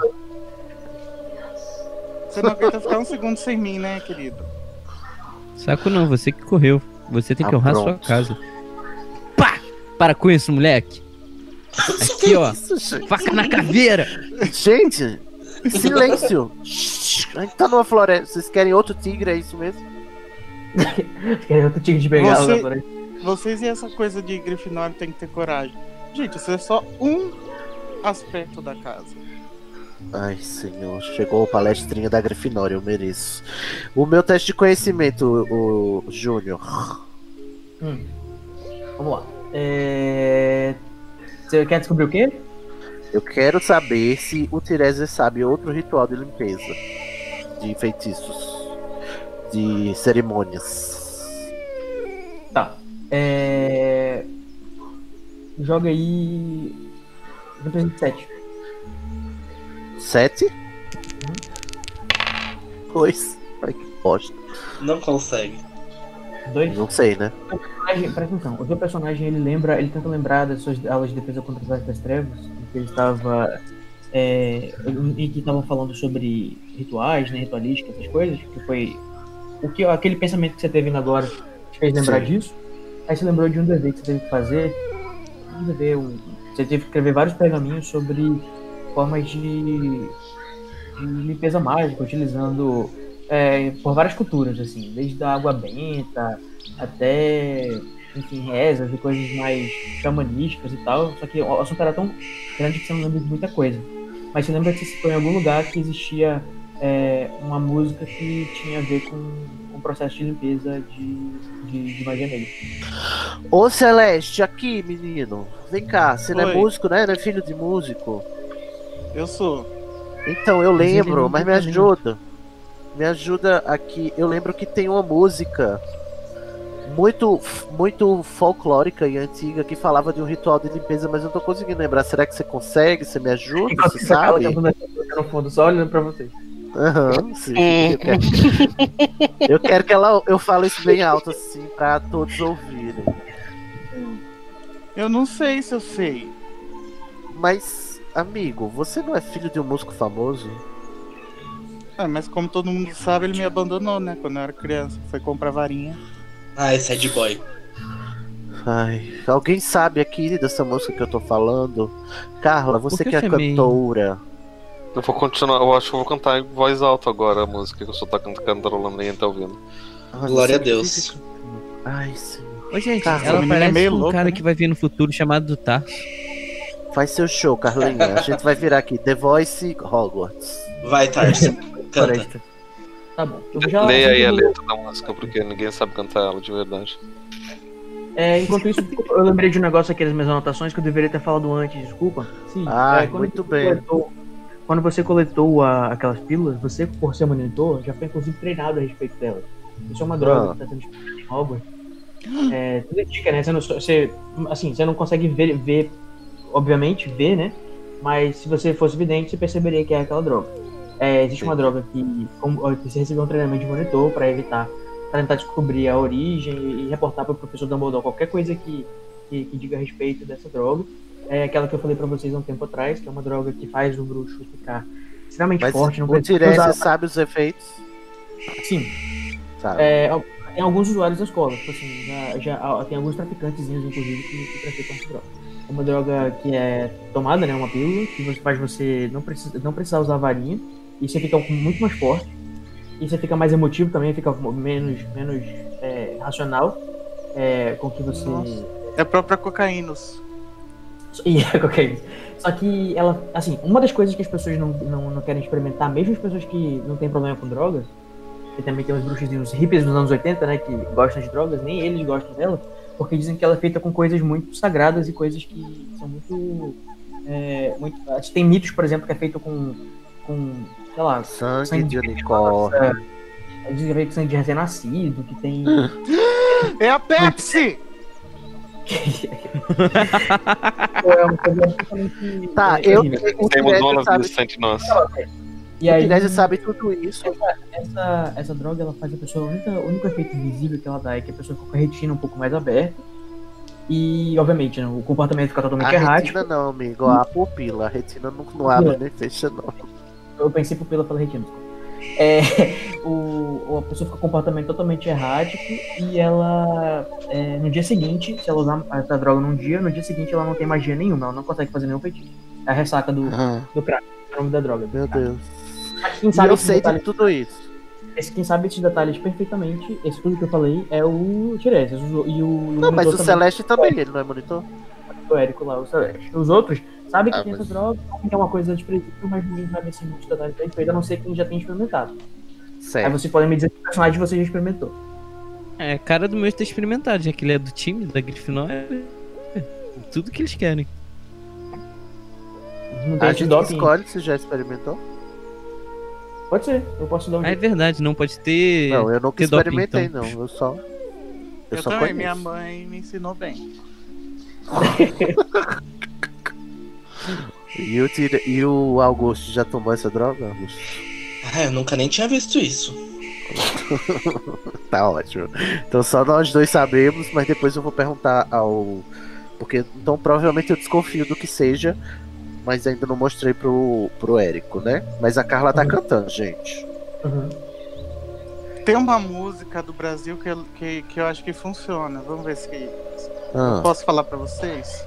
S6: Você não aguenta ficar um segundo sem mim, né, querido?
S4: Saco não, você que correu. Você tem que
S1: Ah,
S4: honrar sua
S1: pronto.
S4: casa. Pá! Para com isso, moleque! Aqui, ó.
S1: Isso, gente.
S4: Faca na caveira!
S1: Gente, silêncio. A gente tá numa floresta. Vocês querem outro tigre, é isso mesmo?
S2: É, outro tigre de bengala
S6: Você-
S2: né, por aí.
S6: Vocês e essa coisa de Grifinória tem que ter coragem. Gente, isso é só um aspecto da casa.
S1: Ai, senhor. Chegou a palestrinha da Grifinória, eu mereço. O meu teste de conhecimento, o, o Júnior.
S2: Vamos lá. É... Você quer descobrir o quê?
S1: Eu quero saber se o Tiresias sabe outro ritual de limpeza. De feitiços. De cerimônias.
S2: Tá. É... Joga aí. Representa 7.
S1: Sete? Dois. Ai, que bosta.
S5: Não consegue.
S2: 2?
S1: Não sei, né?
S2: personagem, presta atenção, o seu personagem ele lembra, ele tenta lembrar das suas aulas de defesa contra as artes das trevas, em que ele estava é, em que estavam falando sobre rituais, né, ritualística, essas coisas, que foi o que aquele pensamento que você teve na Glória te fez lembrar
S1: Sim.
S2: disso. Aí você lembrou de um dever que você teve que fazer, um dever, um- você teve que escrever vários pergaminhos sobre formas de, de limpeza mágica, utilizando é, por várias culturas, assim, desde a água benta até enfim, rezas e coisas mais xamanísticas e tal. Só que o assunto era tão grande que você não lembra de muita coisa. Mas você lembra que você foi em algum lugar que existia é, uma música que tinha a ver com com o processo de limpeza de, de, de magia negra.
S1: Ô Celeste, aqui, menino. Vem cá, você não é
S6: Oi.
S1: músico, né? Não é filho de músico.
S6: Eu sou.
S1: Então, eu
S2: ele
S1: lembro,
S2: não né?
S1: mas me
S2: tem talento.
S1: ajuda. Me ajuda aqui. Eu lembro que tem uma música muito muito folclórica e antiga que falava de um ritual de limpeza, mas eu não tô conseguindo lembrar. Será que você consegue? Você me ajuda?
S2: Tipo,
S1: Você sabe?
S2: no fundo, só olhando pra vocês.
S1: Aham, sim. Eu quero, eu quero que ela eu falo isso bem alto assim pra todos ouvirem.
S6: Eu não sei se eu sei.
S1: Mas amigo, você não é filho de um músico famoso?
S6: Ah, mas como todo mundo sabe, ele me abandonou, né? Quando eu era criança. Foi comprar varinha.
S5: Ai, sad é boy.
S1: Ai, alguém sabe aqui dessa música que eu tô falando? Carla, você
S4: que
S1: que, é
S4: eu chamei?
S1: cantora.
S3: Eu vou continuar, eu acho que eu vou cantar em voz alta agora a música que eu só tô cantando cantarolando e ninguém tá ouvindo.
S1: Ah,
S5: Glória a
S1: você
S5: Deus.
S1: que- Ai, senhor.
S4: Ô, gente,
S1: Tá, essa
S4: ela
S6: menina é
S4: parece
S6: meio
S4: um
S6: louca,
S4: cara
S6: né?
S4: que vai vir no futuro chamado Tá. Tar.
S1: Faz seu show, Carlinha. A gente vai virar aqui. The Voice Hogwarts.
S5: Vai, Tarso. Canta.
S1: Presta.
S2: Tá bom. Eu já-
S3: Leia aí a
S2: eu-
S3: letra da música, porque ninguém sabe cantar ela de verdade.
S2: É, enquanto isso, eu lembrei de um negócio aqui das minhas anotações que eu deveria ter falado antes, desculpa. Sim. é,
S1: Ah,
S2: quando
S1: muito
S2: você
S1: bem.
S2: coletou- quando você coletou a- aquelas pílulas, você, por ser monitor, já foi inclusive treinado a respeito delas. Isso é uma droga
S1: Ah.
S2: que está sendo estudada em Hogwarts. É, tudo é dica, né? Você, não, você, assim, você não consegue ver, ver, obviamente, ver, né? Mas se você fosse vidente, você perceberia que é aquela droga. É, existe uma droga que, como- que você recebeu um treinamento de monitor para evitar, para tentar descobrir a origem e, e reportar para o professor Dumbledore qualquer coisa que que, que diga a respeito dessa droga. É aquela que eu falei pra vocês há um tempo atrás, que é uma droga que faz o bruxo ficar extremamente
S1: Mas
S2: forte. Não
S1: o
S2: precisa
S1: Tiresias
S2: usar-
S1: sabe os efeitos.
S2: Sim,
S1: Sabe?
S2: é, al- tem alguns usuários da escola, tipo assim, já, já- ah, tem alguns traficantezinhos, inclusive, que, que traficam essa droga. É uma droga que é tomada, né, uma pílula, que você faz você não, precisa, não precisar usar varinha, e você fica muito mais forte, e você fica mais emotivo também, fica menos, menos é, racional, é, com que você...
S6: Nossa. É a própria cocaínos.
S2: <laughs> E é cocaína. Só que ela, assim, uma das coisas que as pessoas não, não, não querem experimentar, mesmo as pessoas que não têm problema com drogas, que também tem uns bruxozinhos hippies dos anos 80, né, que gostam de drogas, nem eles gostam dela, porque dizem que ela é feita com coisas muito sagradas e coisas que são muito. É, muito tem mitos, por exemplo, que é feito com. com sei lá.
S1: Sangue,
S2: sangue
S1: de unicórnio.
S2: é, Dizem que é feito com sangue de recém-nascido, que tem.
S1: Hum.
S6: É a Pepsi!
S2: é uma coisa absolutamente
S1: Tá, eu.
S2: terrível.
S1: O
S3: Temos
S1: Tiresias
S3: donas
S1: sabe,
S3: distante nós.
S2: E
S1: o
S2: aí-
S1: Tiresias sabe tudo isso.
S2: essa, essa droga ela faz a pessoa. O único, o único efeito visível que ela dá é que a pessoa fica com a retina um pouco mais aberta. E, obviamente, né, o comportamento fica
S1: A
S2: totalmente errático.
S1: retina não, amigo. A pupila. A retina não, não
S2: É.
S1: abre nem fecha, não.
S2: Eu pensei pupila pela retina. desculpa. É, <laughs> o, a pessoa fica com um comportamento totalmente errático e ela, é, no dia seguinte, se ela usar essa droga num dia, no dia seguinte ela não tem magia nenhuma, ela não consegue fazer nenhum feitiço. É a ressaca do,
S1: Ah,
S2: do crack, é o nome da droga.
S1: meu Deus.
S2: Mas quem
S1: E
S2: sabe
S1: eu
S2: esses
S1: sei
S2: detalhes-
S1: de tudo isso.
S2: Esse, quem sabe esses detalhes perfeitamente, esse tudo que eu falei é o Tiresias o- e o.
S1: Não, mas o
S2: monitor também,
S1: Celeste também, ele não é monitor?
S2: o Érico lá, o Celeste. Os outros sabem que
S1: Ah,
S2: tem
S1: mas-
S2: essa droga, sabem que é uma coisa desprezível, mas ninguém sabe esse muitos detalhes da a não ser quem já tem experimentado. Aí
S1: Certo.
S2: vocês podem me dizer que personagem você já experimentou.
S4: É, cara do meu ter experimentado, já que ele é do time da Grifinória. é Tudo que eles querem.
S2: Não tem
S1: A Ah, gente
S2: antidoping?
S1: escolhe se já experimentou.
S2: Pode ser, eu posso dar um
S4: Ah, é
S2: jeito.
S4: verdade, não pode ter.
S1: Não, eu nunca
S4: ter doping,
S1: experimentei,
S4: então.
S1: não. Eu só. Eu,
S6: Eu,
S1: só
S6: também,
S1: conheço.
S6: minha mãe me ensinou bem.
S1: E o, tira... e o Augusto já tomou essa droga, Augusto?
S5: Ah, eu nunca nem tinha visto isso.
S1: Tá ótimo. Então só nós dois sabemos, mas depois eu vou perguntar ao. Porque então provavelmente eu desconfio do que seja, mas ainda não mostrei pro, pro Érico, né? Mas a Carla tá
S2: Uhum.
S1: cantando, gente.
S2: Uhum.
S6: Tem uma música do Brasil que eu, que, que eu acho que funciona. Vamos ver se
S1: Ah,
S6: posso falar pra vocês.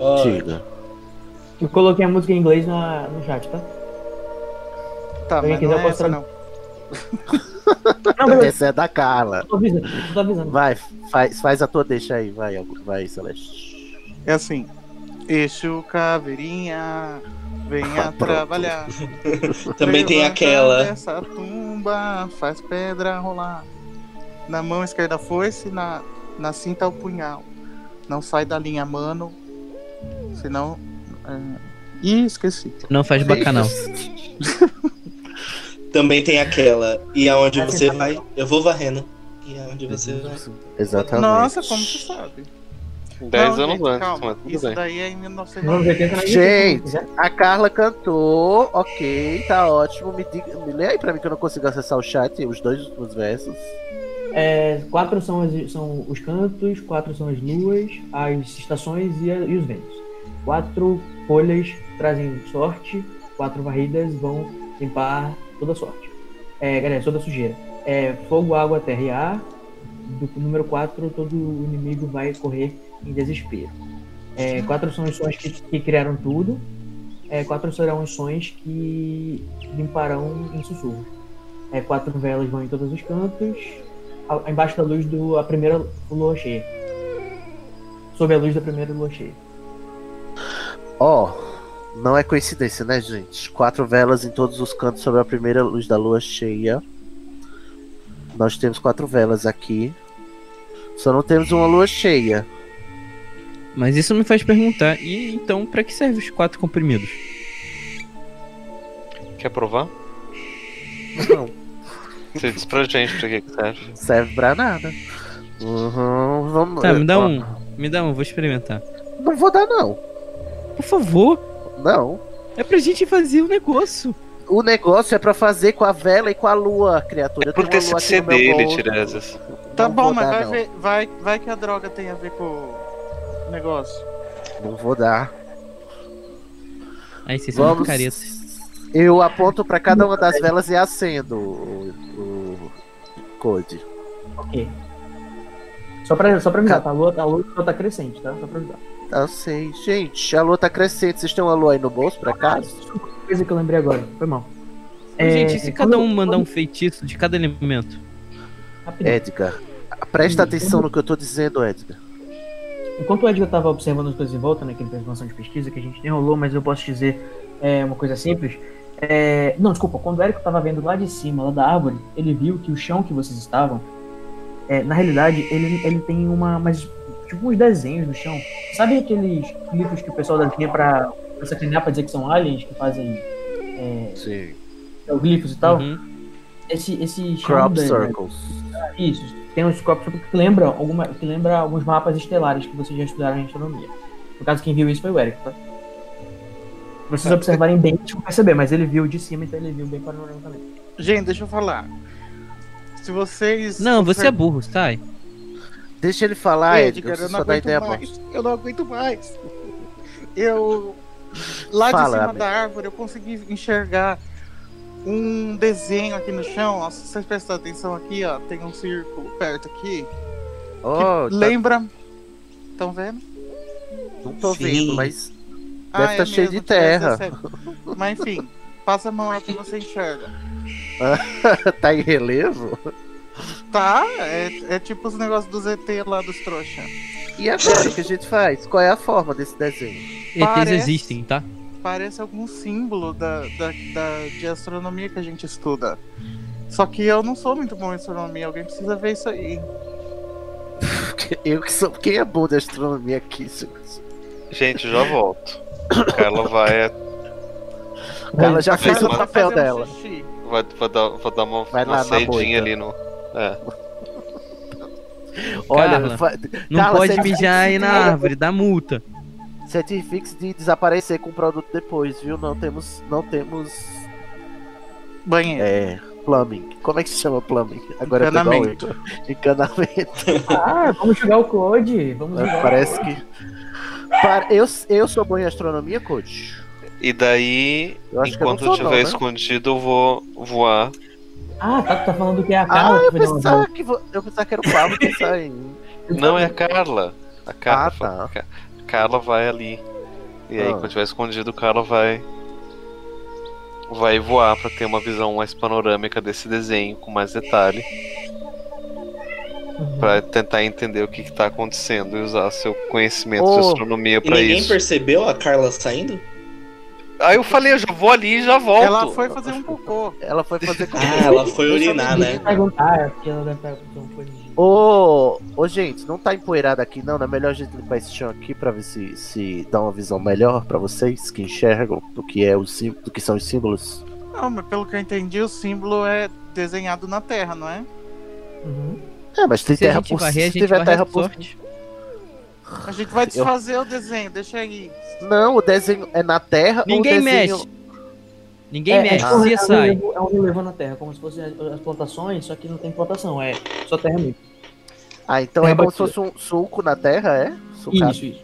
S5: Ó,
S1: diga.
S2: Eu coloquei a música em inglês na, no chat, tá?
S6: Tá,
S2: Alguém
S6: mas
S2: quiser
S6: não é
S2: mostrar-
S6: essa, não.
S2: Não, beleza,
S1: Essa é da Carla.
S2: eu tô avisando, eu tô avisando.
S1: Vai, faz, faz a tua deixa aí, vai, Augu- vai, Celeste.
S6: É assim. Eixo caveirinha, venha
S1: Pronto.
S6: trabalhar.
S5: Também tem
S6: Levanta
S5: aquela.
S6: Dessa tumba faz pedra rolar. Na mão esquerda a foice, na, na cinta o punhal. Não sai da linha, mano. Senão. É... Ih, esqueci.
S4: Não faz bacanal.
S5: Também tem aquela. E aonde
S2: Vai
S5: você
S2: tentar,
S5: vai? Eu vou varrendo. E aonde
S3: é
S5: você vai?
S1: Exatamente.
S6: Nossa, como você sabe?
S3: Dez
S6: Não,
S3: anos
S6: gente,
S3: antes,
S6: calma.
S3: mas tudo
S6: Isso
S3: bem.
S6: daí é em
S2: Vamos
S6: 1990.
S2: ver quem tá na
S1: Gente.
S2: lista.
S1: A Carla cantou, ok, tá ótimo. Me, diga, me lê aí pra mim que eu não consigo acessar o chat, os dois últimos versos.
S2: É, quatro são, as- são os cantos, quatro são as luas, as estações e, a- e os ventos. Quatro folhas trazem sorte, quatro varridas vão limpar toda a sorte. É, galera, toda a sujeira. É, fogo, água, terra e ar. Do número quatro, todo inimigo vai correr em desespero. É, quatro são os sons que, que criaram tudo. É, quatro serão os sons que limparão em sussurro. É, quatro velas vão em todos os cantos a- embaixo da luz do a primeira lua cheia. Sob a luz da primeira lua cheia.
S1: Ó, não é coincidência, né, gente? Quatro velas em todos os cantos sobre a primeira luz da lua cheia. Nós temos quatro velas aqui. Só não temos uma lua cheia.
S4: Mas isso me faz perguntar, e então pra que serve os quatro comprimidos?
S3: Quer provar?
S1: Não,
S3: Você diz pra gente pra que que serve.
S1: serve pra nada. Uhum, vamos.
S4: Tá, me dá
S1: ó,
S4: um. Me dá um, vou experimentar.
S1: Não vou dar, não.
S4: Por favor,
S1: Não.
S4: é pra gente fazer o negócio.
S1: O negócio é pra fazer com a vela e com a lua, criatura. Eu
S3: É Por
S1: tenho uma lua
S3: TCC
S1: aqui no meu
S3: dele,
S1: bolso.
S3: Tiresias.
S6: Tá
S1: Não
S6: bom,
S1: vou
S6: mas
S1: dar,
S6: vai,
S1: não.
S6: ver- vai, vai que a droga tem a ver com, negócio.
S1: Não vou dar.
S4: Aí vocês são muito
S1: Vamos.
S4: careta.
S6: assim.
S1: Eu aponto pra cada uma das velas e acendo o, o Code.
S2: Ok. Só pra, só pra avisar, tá? A lua, a lua tá crescente, tá? Só pra avisar.
S1: Eu sei. assim. Gente, a lua tá crescente. Vocês têm uma lua aí no bolso, por acaso?
S2: é Coisa que eu lembrei agora, foi mal.
S1: é,
S2: É,
S4: Gente, e se cada um mandar
S2: mandar
S4: um feitiço de cada elemento?
S1: É,
S2: Rapidinho.
S1: Edgar. Presta atenção no que eu tô dizendo, Edgar.
S2: Enquanto o Edgar estava observando as coisas em volta, né, que ele fez uma ação de pesquisa que a gente nem rolou, mas eu posso dizer é, uma coisa simples. É, não, desculpa, quando o Érico estava vendo lá de cima, lá da árvore, ele viu que o chão que vocês estavam, é, na realidade, ele, ele tem uma, mas, tipo uns desenhos no chão. Sabe aqueles livros que o pessoal dá tinha pra, pra sacanear, pra dizer que são aliens, que fazem é,
S1: Sim.
S2: glifos e
S1: Tá
S2: tal?
S4: Uhum.
S2: Esse, esse chão né?
S1: Crop
S2: da-
S1: circles.
S2: isso. Tem um uns corpos que lembram alguma, que lembra alguns mapas estelares que vocês já estudaram em astronomia. No caso, quem viu isso foi o Eric, tá? Se Vocês
S1: É.
S2: observarem bem, vocês vão perceber, mas ele viu de cima, então ele viu bem panoramicamente.
S6: Gente, deixa eu falar. Se vocês.
S4: Não, você é
S6: observ-
S4: burro, sai.
S1: Deixa ele falar, Edgar.
S6: Edgar,
S1: Você
S6: eu não
S1: só dá
S6: aguento
S1: ideia boa.
S6: mais. Eu não aguento mais. Eu. Lá
S1: Fala,
S6: de cima
S1: Abel.
S6: da árvore eu consegui enxergar um desenho aqui no chão. ó, Se vocês prestarem atenção aqui, ó, tem um círculo perto aqui. que
S1: Oh, tá-
S6: lembra. Estão vendo?
S1: não tô
S5: Sim.
S1: vendo, mas <laughs>
S6: Ah,
S1: tá cheio de
S6: mesmo, tivesse
S1: terra.
S6: percebe. Mas enfim, passa a mão lá que você enxerga.
S1: tá em relevo?
S6: Tá? É, é tipo os negócios do ZT lá dos trouxas.
S1: E agora, o que a gente faz? Qual é a forma desse desenho?
S4: ETs
S6: Parece.
S4: existem, tá?
S6: parece algum símbolo da, da, da- de astronomia que a gente estuda. Só que eu não sou muito bom em astronomia, alguém precisa ver isso aí.
S1: Eu que sou. Quem é bom de astronomia aqui, gente?
S3: Gente, já volto. Carla vai,
S1: Ela já fez
S3: Fez
S1: o
S3: uma-
S1: papel
S6: fazendo
S1: dela.
S6: xixi.
S3: vai, vai dar, vai dar uma,
S1: Vai
S3: uma
S1: lá então. na
S3: saidinha
S1: moita.
S3: ali no. É.
S1: Olha,
S4: Carla.
S1: fa-
S4: Não
S1: Carla,
S4: pode
S1: você- é
S4: mijar aí na árvore, dá multa.
S1: certifique-se de desaparecer com o produto depois, viu? Não temos. Não temos
S6: Banheiro.
S1: É. Plumbing. Como é que se chama plumbing? É, Agora
S6: Encanamento.
S1: eu tô igual eu. Encanamento. <laughs>
S2: Ah, vamos jogar o Code, vamos jogar.
S1: Parece que. Para- Eu, eu sou bom em astronomia, coach.
S3: E daí,
S1: Eu acho
S3: enquanto
S1: que eu não
S3: eu
S1: sou, não,
S3: estiver
S1: né?
S3: escondido, eu vou voar.
S2: Ah, tá, tu tá falando que é a
S1: Ah,
S2: Carla
S1: eu
S2: que foi dar uma volta.
S1: pensava que, vo- eu pensava que era o Pablo pensar em.
S3: Não,
S1: tá
S3: é a Carla. A Carla,
S1: Ah, tá.
S3: Ca- Carla vai ali. E aí,
S1: Ah.
S3: quando tiver escondido, Carla vai. Vai voar pra ter uma visão mais panorâmica desse desenho, com mais detalhe,
S2: Uhum.
S3: Pra tentar entender o que, que tá acontecendo e usar seu conhecimento
S1: Oh,
S3: de astronomia
S5: E
S3: pra
S5: ninguém
S3: isso.
S5: percebeu a Carla saindo?
S3: Aí eu falei, eu já vou ali e já volto.
S6: Ela foi fazer um cocô.
S1: Ela foi fazer com.
S5: Ah, ela foi urinar,
S2: Deixa
S5: né?
S2: eu perguntar, aqui ela deve estar com um codinho.
S1: Ô, ô, gente, não tá empoeirado aqui não, não é melhor a gente limpar esse chão aqui pra ver se, se dá uma visão melhor pra vocês que enxergam do que, é o, sí- do que são os símbolos.
S6: Não, mas pelo que eu entendi, o símbolo é desenhado na terra, não é?
S2: Uhum.
S1: É, mas tem
S4: Se a
S1: terra
S4: gente
S1: por
S4: varrer, a
S1: se
S4: gente
S1: tiver
S4: varrer
S1: terra
S4: a
S1: por
S4: sorte.
S6: A gente vai desfazer o desenho, deixa aí.
S1: Não, o desenho é na terra. ou o
S4: Ninguém
S1: desenho...
S4: mexe. Ninguém
S2: é,
S4: mexe,
S2: é tipo um-
S4: se
S2: É um,
S4: sai.
S2: relevo, é um relevo na terra, como se fossem as, as plantações, só que não tem plantação, é só terra mesmo.
S1: Ah, então
S2: Terra
S1: é, como se
S2: batida.
S1: fosse um sulco na terra, é? Sulcado.
S2: Isso, isso.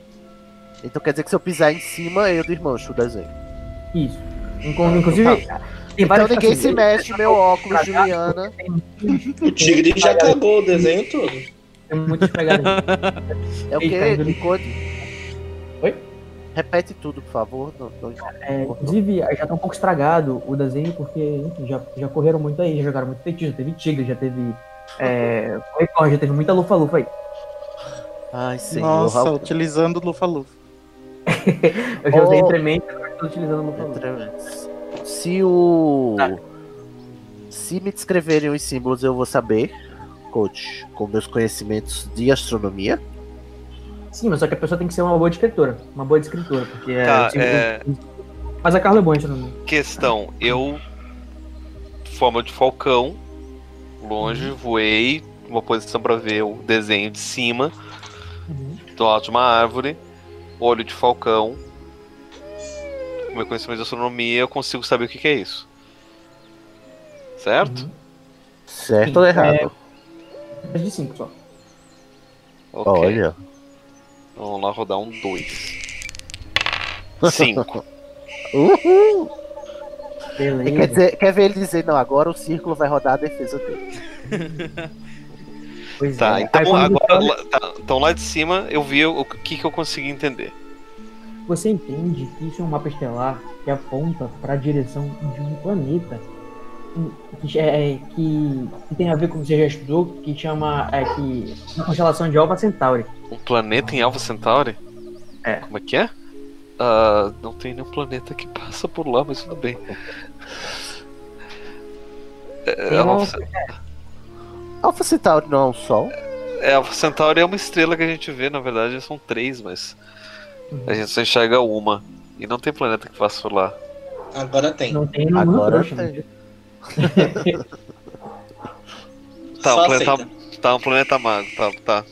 S1: Então quer dizer que se eu pisar em cima, é eu desmancho o desenho.
S2: Isso. Inclu- Inclusive, tem
S1: Então
S2: várias
S1: ninguém
S2: categorias.
S1: se mexe, meu óculos, Juliana.
S5: O Tigre já acabou o desenho todo.
S2: Tem muitas pegadas.
S1: É o
S2: Eita,
S1: quê?
S2: Juli-
S1: Nicode?
S2: Oi?
S1: Repete tudo, por favor. Não, não-
S2: É, inclusive, aí já tá um pouco estragado o desenho, porque enfim, já, já correram muito aí, já jogaram muito feitiço, já teve tigre, já teve. É, corre-corre, já teve muita lufa-lufa aí.
S1: Ai, senhor.
S6: Nossa,
S1: Raul.
S6: utilizando o Lufa-Lufa.
S2: Eu já usei
S1: Oh.
S2: tremendo, agora tô utilizando
S1: É
S2: lufa-lufa.
S3: Hum.
S1: tremendo. Se o.
S2: Tá.
S1: Se me descreverem os símbolos, eu vou saber, coach, com meus conhecimentos de astronomia.
S2: Sim, mas só que a pessoa tem que ser uma boa escritora. Uma boa escritora, porque é,
S3: Tá,
S2: tipo-
S3: é.
S2: Mas a Carla é boa, isso não.
S3: Questão, eu forma de falcão, longe, voei, uma posição pra ver o desenho de cima, do alto de uma árvore, olho de falcão. Com meu conhecimento de astronomia, eu consigo saber o que, que é isso. Certo?
S1: Certo
S2: Sim,
S1: ou
S2: é-
S1: errado?
S2: Mas de cinco só.
S3: Ok.
S1: Olha.
S3: Vamos lá rodar um 2.
S1: <laughs>
S3: 5.
S1: Ele Quer,
S2: Beleza.
S1: dizer- quer ver ele dizer, não, agora o círculo vai rodar a defesa dele.
S2: Pois
S3: Tá,
S2: é.
S3: então
S2: Aí quando
S3: agora. lá- tá, então lá de cima eu vi o, o que, que eu consegui entender.
S2: Você entende que isso é um mapa estelar que aponta para a direção de um planeta que, che- é, que- que tem a ver com o que você já estudou, que chama é, que, a constelação de Alpha Centauri.
S3: Um planeta em Alpha Centauri?
S2: É.
S3: Como é que é? Ah, não tem nenhum planeta que <laughs> passa por lá, mas tudo bem. É,
S2: Tem um-
S3: Alpha
S2: uma-
S3: Centauri-
S1: Alpha Centauri não é um sol?
S3: é, Alpha Centauri é uma estrela que a gente vê, na verdade são três, mas a gente só enxerga uma. E não tem planeta que passa por lá.
S5: Agora tem.
S2: Não tem nenhuma
S1: Agora
S2: trouxa,
S1: tem.
S2: né?
S3: Tá,
S5: Só
S3: um planeta,
S5: aceita.
S3: tá, um planeta mago, tá, tá.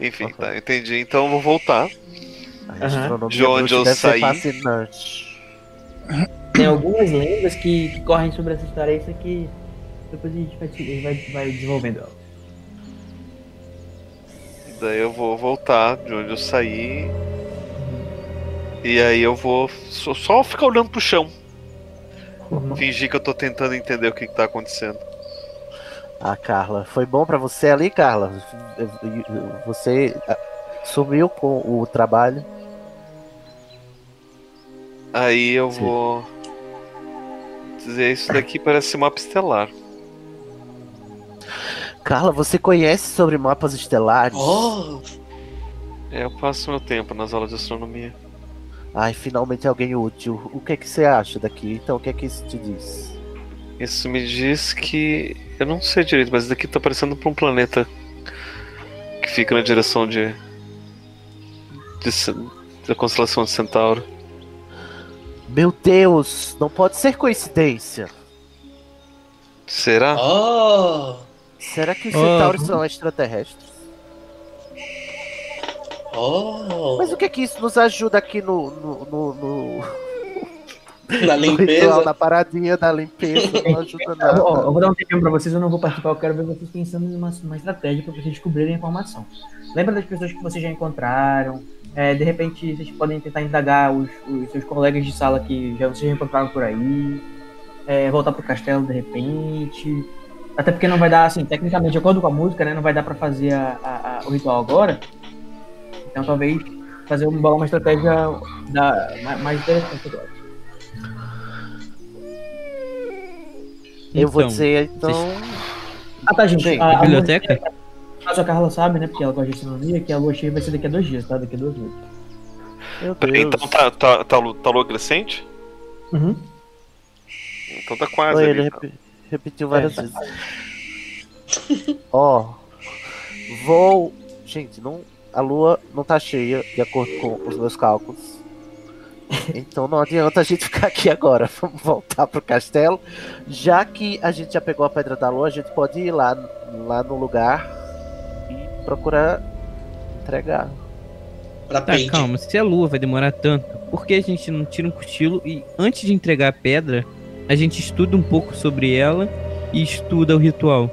S3: Enfim, tá, entendi. Então eu vou voltar.
S1: A astronomia
S3: De
S1: bruxa
S3: onde eu
S1: deve ser
S3: saí.
S1: fascinante.
S2: Tem algumas lendas que, que correm sobre essa história, isso que depois a gente vai, te- vai, vai desenvolvendo ela.
S3: Daí eu vou voltar de onde eu saí. E aí eu vou só, só ficar olhando pro chão. Fingir que eu tô tentando entender o que, que tá acontecendo.
S1: Ah, Carla, foi bom pra você ali, Carla? Você ah, sumiu com o trabalho?
S3: Aí eu
S1: Sim.
S3: vou. Dizer isso daqui parece mapa estelar.
S1: Carla, você conhece sobre mapas estelares?
S5: Oh,
S3: É, Eu passo meu tempo nas aulas de astronomia.
S1: Ai, finalmente alguém útil. O que é que você acha daqui? Então, o que é que isso te diz?
S3: Isso me diz que. Eu não sei direito, mas daqui tá parecendo pra um planeta que fica na direção de. de Ce- da constelação de Centauro.
S1: Meu Deus, não pode ser coincidência.
S3: Será?
S5: oh,
S1: Será que os
S4: Ah,
S1: centauros são extraterrestres?
S5: oh.
S1: Mas o que é que isso nos ajuda aqui no, no, no, no-
S5: Na
S1: no ritual,
S5: limpeza.
S1: na paradinha da limpeza? Não ajuda
S2: <laughs> Eu, ó, eu
S1: nada.
S2: vou dar um tempinho pra vocês, eu não vou participar, eu quero ver vocês pensando numa, numa estratégia pra vocês descobrirem a informação. Lembra das pessoas que vocês já encontraram? É, de repente vocês podem tentar indagar os, os seus colegas de sala que já vocês já encontraram por aí. É, voltar pro castelo de repente. Até porque não vai dar, assim, tecnicamente, de acordo com a música, né? Não vai dar pra fazer a- a- a- o ritual agora. Então talvez fazer um, uma estratégia da- ma- mais interessante agora.
S1: Eu vou
S4: Então,
S1: dizer, então.
S2: Ah, tá, gente.
S1: Gente,
S2: a- a música-
S4: Biblioteca?
S2: Caso a Carla sabe, né? Porque ela gosta de astronomia, que a lua cheia vai ser daqui a dois dias, tá? Daqui a dois dias.
S1: Meu Deus.
S3: Peraí, então tá, tá, tá, lu- tá lua crescente?
S2: Uhum.
S3: Então tá quase
S1: Oi, ele
S3: ali.
S1: repi- repetiu várias vezes. Ó, vou. Gente, não... a lua não tá cheia, de acordo com os meus cálculos. Então não adianta a gente <laughs> ficar aqui agora. Vamos voltar pro castelo. Já que a gente já pegou a pedra da lua, a gente pode ir lá, lá no lugar e procurar entregar.
S5: Pra
S4: Tá,
S5: peito.
S4: calma, se a lua vai demorar tanto, por que a gente não tira um cochilo e antes de entregar a pedra, a gente estuda um pouco sobre ela e estuda o ritual?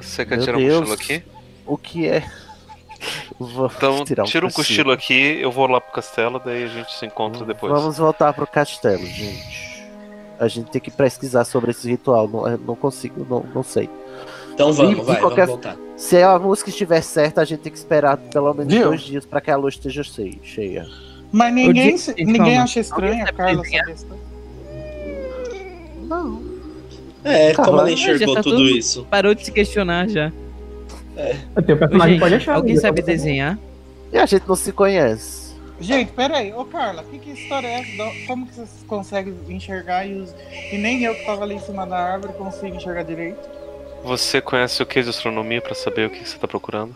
S3: Você quer
S1: Meu
S3: tirar um
S1: Deus.
S3: cochilo aqui?
S1: O que é. <laughs> Vou
S3: Então tira um cochilo aqui, eu vou lá pro castelo, daí a gente se encontra depois.
S1: Vamos voltar pro castelo, gente. A gente tem que pesquisar sobre esse ritual. Não, eu não consigo, não, não sei.
S5: Então
S1: De- de
S5: vamos, vai,
S1: qualquer-
S5: vamos voltar.
S1: Se a música estiver certa, a gente tem que esperar pelo menos
S6: Viu?
S1: dois dias para que a luz esteja sei- cheia.
S6: Mas ninguém,
S4: disse-
S6: se- ninguém
S4: calma.
S6: acha estranho a Carla saber isso.
S1: Não.
S5: É, como
S1: Carla,
S5: ela enxergou
S4: já tá
S5: tudo
S4: tudo-
S5: isso?
S4: Parou de se questionar já.
S2: O teu
S4: Ô,
S2: um personagem
S4: gente,
S2: pode achar.
S4: alguém
S2: né?
S4: sabe desenhar?
S1: E a gente não se conhece.
S6: Gente, peraí, ô Carla, que, que história é essa? Da- Como que vocês conseguem enxergar e, os- e nem eu que tava ali em cima da árvore consigo enxergar direito?
S3: Você conhece o que de astronomia pra saber o que você tá procurando?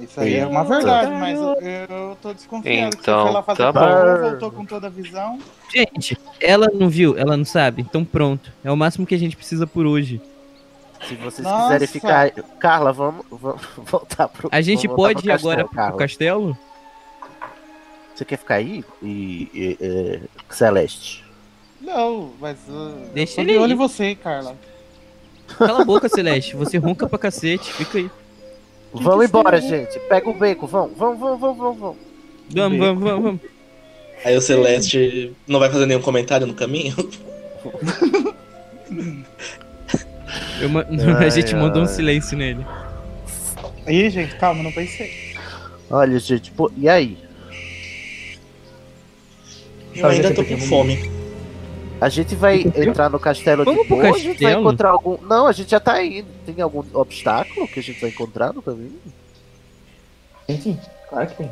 S6: Isso aí é uma
S4: Eita.
S6: verdade, mas eu, eu tô desconfiado que você
S3: Então,
S6: foi lá fazer
S3: tá
S6: prova,
S1: bom.
S6: voltou com toda a visão.
S4: Gente, ela não viu, ela não sabe, então pronto. É o máximo que a gente precisa por hoje.
S1: Se vocês
S6: Nossa.
S1: quiserem ficar. Carla, vamos, vamos <laughs> voltar pro.
S4: A gente
S1: vamos voltar
S4: pode
S1: pro
S4: ir agora
S1: castelo,
S4: pro
S1: Carla.
S4: castelo?
S1: Você quer ficar aí? E, e- e- Celeste.
S6: Não, mas uh,
S4: Deixa
S6: tô
S4: ele
S6: de
S4: ir.
S6: olho em você, Carla.
S4: Cala a boca, Celeste. Você ronca pra cacete. Fica aí.
S1: Vamos embora, gente. Pega o beco, vão, vão, vão, vão, vão, vão.
S4: Vamos, vamos, vamos, vamos.
S5: Aí o Celeste não vai fazer nenhum comentário no caminho? <laughs>
S4: Eu
S2: <laughs>
S4: ma-
S1: Ai,
S4: <laughs> a gente
S1: ai.
S4: mandou um silêncio nele.
S6: Ih, gente, calma, não pensei.
S1: Olha, gente, pô, e aí?
S5: Eu ainda tô com fome.
S1: A gente vai entrar no castelo
S4: Vamos
S1: de
S4: pro
S1: boa, a gente vai
S4: castelo?
S1: encontrar algum. Não, a gente já tá indo. Tem algum obstáculo que a gente vai encontrar no caminho?
S2: Tem sim, claro que tem.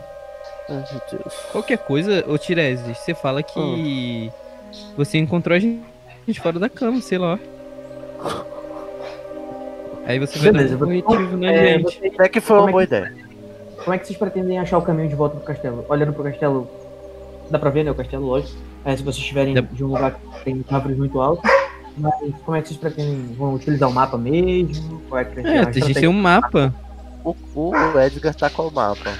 S1: Ai, meu Deus.
S4: Qualquer coisa, ô Tiresias, você fala que você encontrou a gente fora da cama, sei lá. Aí você vai
S2: Beleza,
S4: dar um
S2: você-
S4: corretivo na
S2: É,
S4: gente.
S2: vocês-
S1: Até que foi
S2: Como
S1: uma
S2: é
S1: boa
S2: que-
S1: ideia.
S2: como é que vocês pretendem achar o caminho de volta pro castelo? Olhando pro castelo, dá pra ver, né? O castelo, lógico. É, se vocês estiverem
S4: Dá-
S2: de um lugar que tem árvores muito altas. Mas como é que vocês pretendem? Vão utilizar o mapa mesmo? Qual é que vai ser a
S4: É, a gente tem
S2: estratégia?
S4: um mapa.
S1: O, o Edgar tá com o mapa.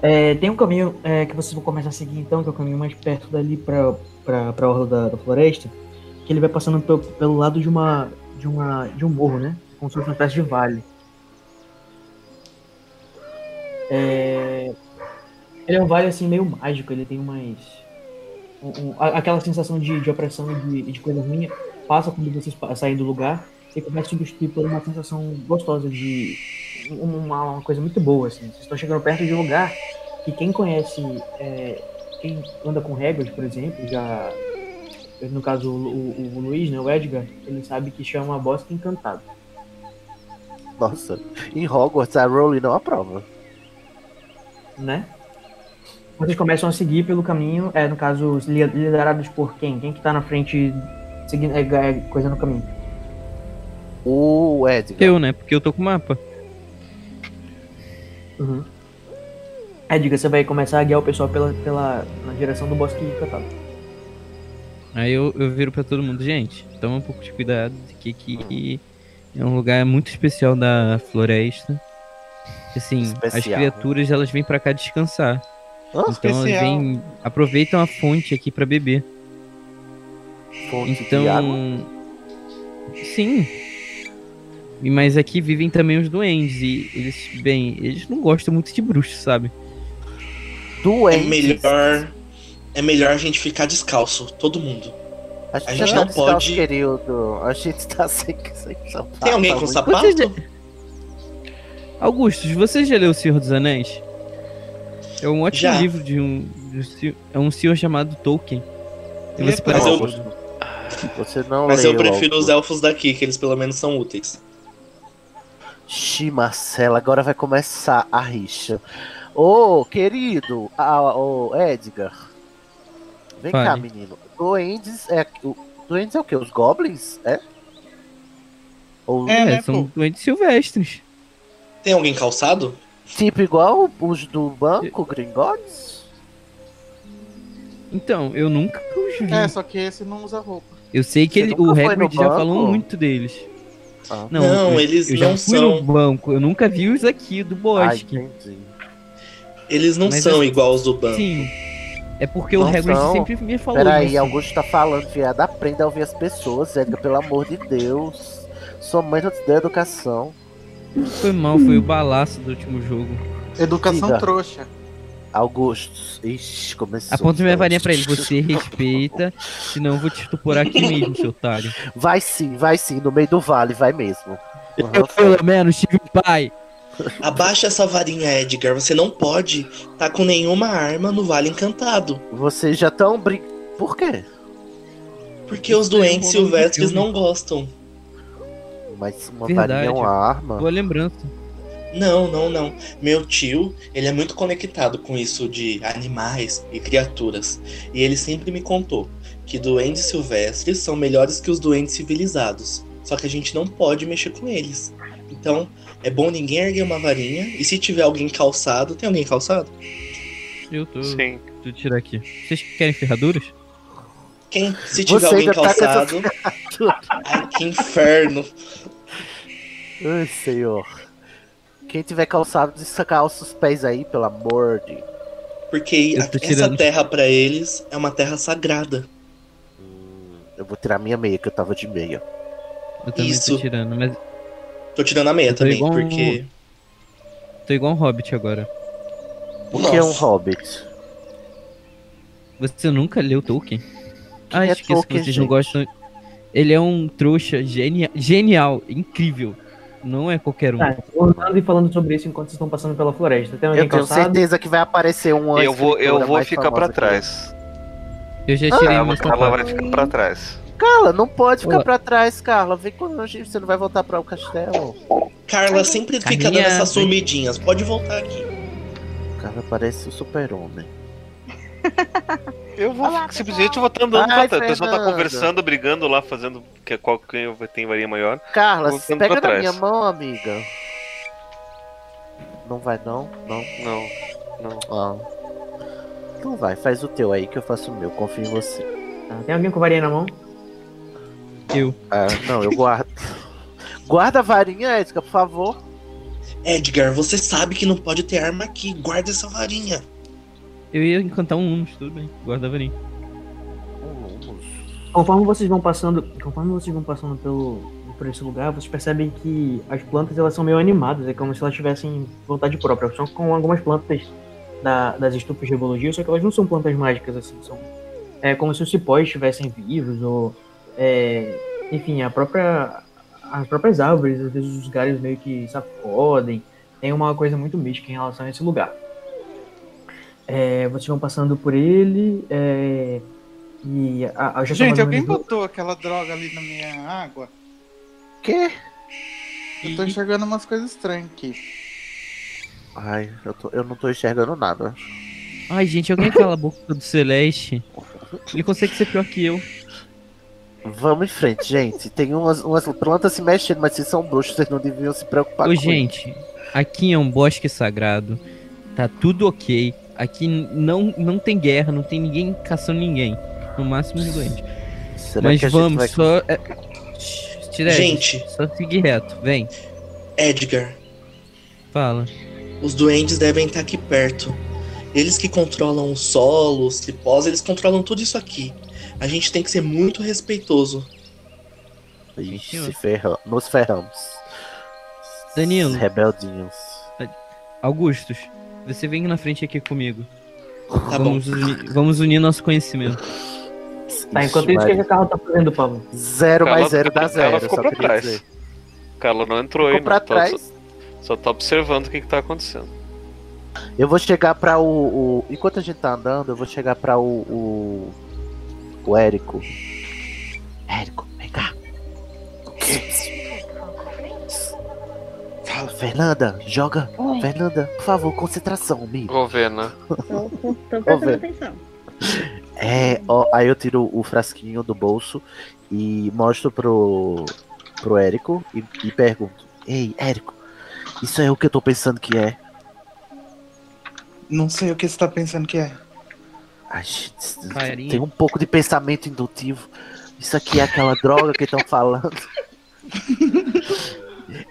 S2: É, tem um caminho é, que vocês vão começar a seguir então, que é o caminho mais perto dali pra, pra, pra orla da, da floresta, que ele vai passando pe- pelo lado de uma, de uma de um morro, né? Como se fosse uma espécie de vale. É, ele é um vale assim meio mágico, ele tem umas. um- um- a- aquela sensação de, de opressão e de, e de coisa ruim passa quando vocês pa- saem do lugar e começa a substituir por uma sensação gostosa de. um, Uma, uma coisa muito boa, assim. Vocês estão chegando perto de um lugar que quem conhece, é, quem anda com réguas, por exemplo, já. No caso, o, o- o Luiz, né, o Edgar, ele sabe que chama a Bosque Encantado.
S1: Nossa, em Hogwarts a Rowling não aprova.
S2: né? Vocês começam a seguir pelo caminho, é, no caso, os li- liderados por quem? Quem que tá na frente seguindo é, é, coisa no caminho?
S1: O Edgar.
S4: Eu, né? Porque eu tô com o mapa.
S2: Uhum. Edgar, você vai começar a guiar o pessoal pela, pela, na direção do bosque encantado.
S4: Aí eu, eu viro pra todo mundo, gente, toma um pouco de cuidado aqui que é um lugar muito especial da floresta. Assim, as
S1: Especial. né? Ah,
S4: criaturas elas vêm pra cá descansar.
S1: Hã?
S4: então elas
S6: especial.
S4: vêm, aproveitam a fonte aqui pra beber.
S1: Fonte de água.
S4: Então. Sim. E- Mas aqui vivem também os duendes. E eles, bem, eles não gostam muito de bruxos, sabe?
S5: É
S1: Doente.
S5: melhor. É melhor a gente ficar descalso, todo mundo.
S1: A gente,
S5: a gente
S1: tá
S5: não
S1: no descalço,
S5: pode-
S1: Querido. A gente tá sem, sem sapato. tá
S5: Tem alguém com
S1: Muito-
S5: sapato?
S4: Augustus, você já leu O Senhor dos Anéis? É um ótimo
S5: Já.
S4: livro de um. de um senhor- é um senhor chamado Tolkien. E
S6: Ele é
S4: você
S6: tão-
S1: um
S5: Mas
S4: parece-
S5: eu-
S1: Você não
S5: Mas eu
S1: leu
S5: prefiro os
S1: algo.
S5: elfos daqui, que eles pelo menos são úteis.
S1: Xi, Marcela, agora vai começar a rixa. Ô, querido, a- ô, Edgar. Vem
S4: Fale.
S1: cá, menino. Doentes é. o- Doentes é o quê? Os goblins? É? Ou
S6: É,
S4: é,
S6: né,
S4: são
S6: pô?
S4: duendes silvestres.
S5: Tem alguém calçado?
S1: tipo igual os do banco, Gringotes?
S4: Então, eu nunca os vi.
S6: É, só que esse não usa roupa.
S4: Eu sei que
S1: Você
S4: ele,
S1: nunca
S4: o
S1: foi no
S4: Hagrid já
S1: banco?
S4: falou muito deles.
S1: Ah.
S4: Não,
S5: Não,
S4: eu-
S5: eles
S4: eu já
S5: não
S4: fui
S5: são.
S4: no banco. Eu nunca vi os aqui do
S1: Ah,
S4: bosque.
S1: entendi.
S5: Eles não
S4: Mas
S5: são
S4: eu-
S5: igual os do banco.
S4: Sim. É porque o
S1: Não
S4: Hagrid
S1: são.
S4: sempre me falou.
S1: Peraí,
S4: isso.
S1: Augusto tá falando, viado. Aprenda a ouvir as pessoas, Edgar, pelo amor de Deus. Sua mãe não te deu educação.
S4: Foi mal, foi o balaço do último jogo.
S6: Educação
S1: Diga.
S6: trouxa.
S1: Augusto, ixi, começou.
S4: Aponta minha varinha pra ele.
S1: Você.
S4: Você respeita, senão eu vou te estuporar aqui mesmo, seu otário.
S1: Vai sim, vai sim, no meio do vale, vai mesmo.
S4: Eu pelo menos tive um pai.
S5: Abaixa essa varinha, Edgar. Você não pode estar com nenhuma arma no Vale Encantado.
S1: Vocês já estão brin... Por quê?
S5: Porque os
S4: Isso é
S5: doentes
S4: um bom nome de
S5: silvestres
S4: filme.
S5: não gostam.
S1: Mas uma
S4: Verdade.
S1: varinha é uma arma.
S4: Boa lembrança.
S5: Não, não, não. Meu tio, ele é muito conectado com isso de animais e criaturas. E ele sempre me contou que doentes silvestres são melhores que os doentes civilizados. Só que a gente não pode mexer com eles. Então, é bom ninguém erguer uma varinha. E se tiver alguém calçado, tem alguém calçado?
S4: Eu tô.
S3: Sim.
S4: Deixa eu tirar aqui. Vocês querem ferraduras?
S5: Quem? Se tiver
S1: Você
S5: alguém
S1: ainda tá com essas <laughs>
S5: calçado. Ai, que inferno.
S1: Ai, senhor. Quem tiver calçado, descalça os pés aí, pelo amor de...
S5: Porque
S4: Eu
S5: essa
S4: tô tirando.
S5: terra pra eles é uma terra sagrada.
S1: Hum, Eu vou tirar minha meia, que eu tava de meia.
S4: Eu também
S5: Isso.
S4: tô tirando, mas
S5: Tô tirando a meia
S4: Eu tô
S5: também,
S4: igual um-
S5: porque
S4: Tô igual um hobbit agora.
S1: O que é um hobbit?
S4: Você nunca leu Tolkien? Ah,
S1: é
S4: esqueci que
S1: Tolkien,
S4: vocês não
S1: gente?
S4: gostam. Ele é um trouxa genia... genial, incrível. Não é qualquer um.
S1: Ah.
S2: Tá, andando e falando sobre isso enquanto vocês estão passando pela floresta. Tem alguém
S1: Eu tenho
S2: calçado?
S1: certeza que vai aparecer um
S3: Eu vou, eu
S1: escritora
S3: vou
S1: mais
S3: ficar pra
S1: famosa que
S3: trás.
S4: Eu já tirei
S3: Ela,
S4: uma
S3: ela vai ficar pra trás.
S1: eu. Carla, não pode ficar
S4: Ué.
S1: pra trás, Carla. Vem com a gente, você não vai voltar para o castelo.
S5: Carla sempre fica dando
S4: Carlinha,
S5: essas
S4: vem.
S5: sumidinhas. Pode voltar aqui.
S1: Carla parece o super-homem.
S3: Eu vou
S7: Olá,
S3: simplesmente eu
S7: pessoal.
S3: vou tá andando
S1: Ai,
S3: pra trás. O pessoal tá
S1: Fernanda.
S3: conversando, brigando lá, fazendo que- qual quem tem varia maior.
S1: Carla,
S3: Vou ficando
S1: pega
S3: pra
S1: na
S3: trás.
S1: minha mão, amiga. Não vai não? Não.
S3: Não, não.
S1: Ah. Então vai, faz o teu aí que eu faço o meu, confio em você.
S2: Tá, Tem alguém com varinha na mão?
S1: Ah, não, eu guardo. <laughs> Guarda a varinha, Edgar, por favor.
S5: Edgar, você sabe que não pode ter arma aqui. Guarda essa varinha.
S4: Eu ia encantar um Humus, tudo bem. Guarda a varinha.
S1: Um
S2: Conforme vocês vão passando, conforme vocês vão passando pelo por esse lugar, vocês percebem que as plantas elas são meio animadas, é como se elas tivessem vontade própria. São com algumas plantas da- das estufas de ecologia, só que elas não são plantas mágicas assim, são é como se os cipós estivessem vivos ou é, enfim, a própria as próprias árvores, às vezes os galhos meio que sacodem. Tem uma coisa muito mística em relação a esse lugar. É, vocês vão passando por ele, é, e a, a, já são mais
S6: Gente,
S2: ou
S6: alguém
S2: menos-
S6: botou aquela droga ali na minha água?
S1: Quê?
S6: Eu tô enxergando umas coisas estranhas aqui.
S1: Ai, eu, tô- eu não tô enxergando nada.
S4: Ai, gente, alguém cala a boca do Celeste. Ele consegue ser pior que eu.
S1: Vamos em frente, gente. Tem umas, umas plantas se mexendo, mas vocês são bruxos, vocês não deviam se preocupar
S4: Ô,
S1: com isso.
S4: gente, aqui é um bosque sagrado. Tá tudo ok. Aqui n- não, não tem guerra, não tem ninguém caçando ninguém. No máximo os doentes.
S1: Será
S4: Mas
S1: que a gente
S4: vamos,
S1: vai-
S4: só. é, Shh, Tiresias,
S5: Gente.
S4: Só seguir reto. Vem,
S5: Edgar,
S4: fala.
S5: os duendes devem estar aqui perto. Eles que controlam o solo, os cipós, eles controlam tudo isso aqui. A gente tem que ser muito respeitoso.
S1: Ixi, se ferra- Nos ferramos.
S4: Danilo.
S1: Rebeldinhos.
S4: Augustus, você vem na frente aqui comigo.
S5: Tá bom.
S4: vamos, uni- vamos unir nosso conhecimento.
S2: Tá,
S1: Ixi,
S2: enquanto isso, o que, que
S1: Maria.
S2: a Carla tá fazendo, Pablo?
S1: Zero
S3: Carla-
S1: mais zero dá
S3: Carla
S1: zero.
S3: ficou
S1: só
S3: pra
S1: queria
S3: trás.
S1: dizer.
S3: Carla não entrou
S1: Ficou pra
S3: ainda. tá, só,
S1: trás.
S3: só tá observando o que, que tá acontecendo.
S1: Eu vou chegar pra o, o- Enquanto a gente tá andando, eu vou chegar pra o. O, o Érico. Érico, vem cá. Fala, Fernanda, joga.
S7: Oi,
S1: Fernanda, por favor, concentração, amigo.
S3: Vou ver, né?
S7: tô, tô, tô
S1: Ô,
S7: prestando
S1: velho.
S7: atenção.
S1: É, ó, aí eu tiro o frasquinho do bolso e mostro pro. pro Érico e, e pergunto. Ei, Érico, isso é o que eu tô pensando que é.
S6: Não sei o que você tá pensando que é.
S1: Ai, gente,
S4: Farinha.
S1: tem um pouco de pensamento indutivo. Isso aqui é aquela droga que estão falando.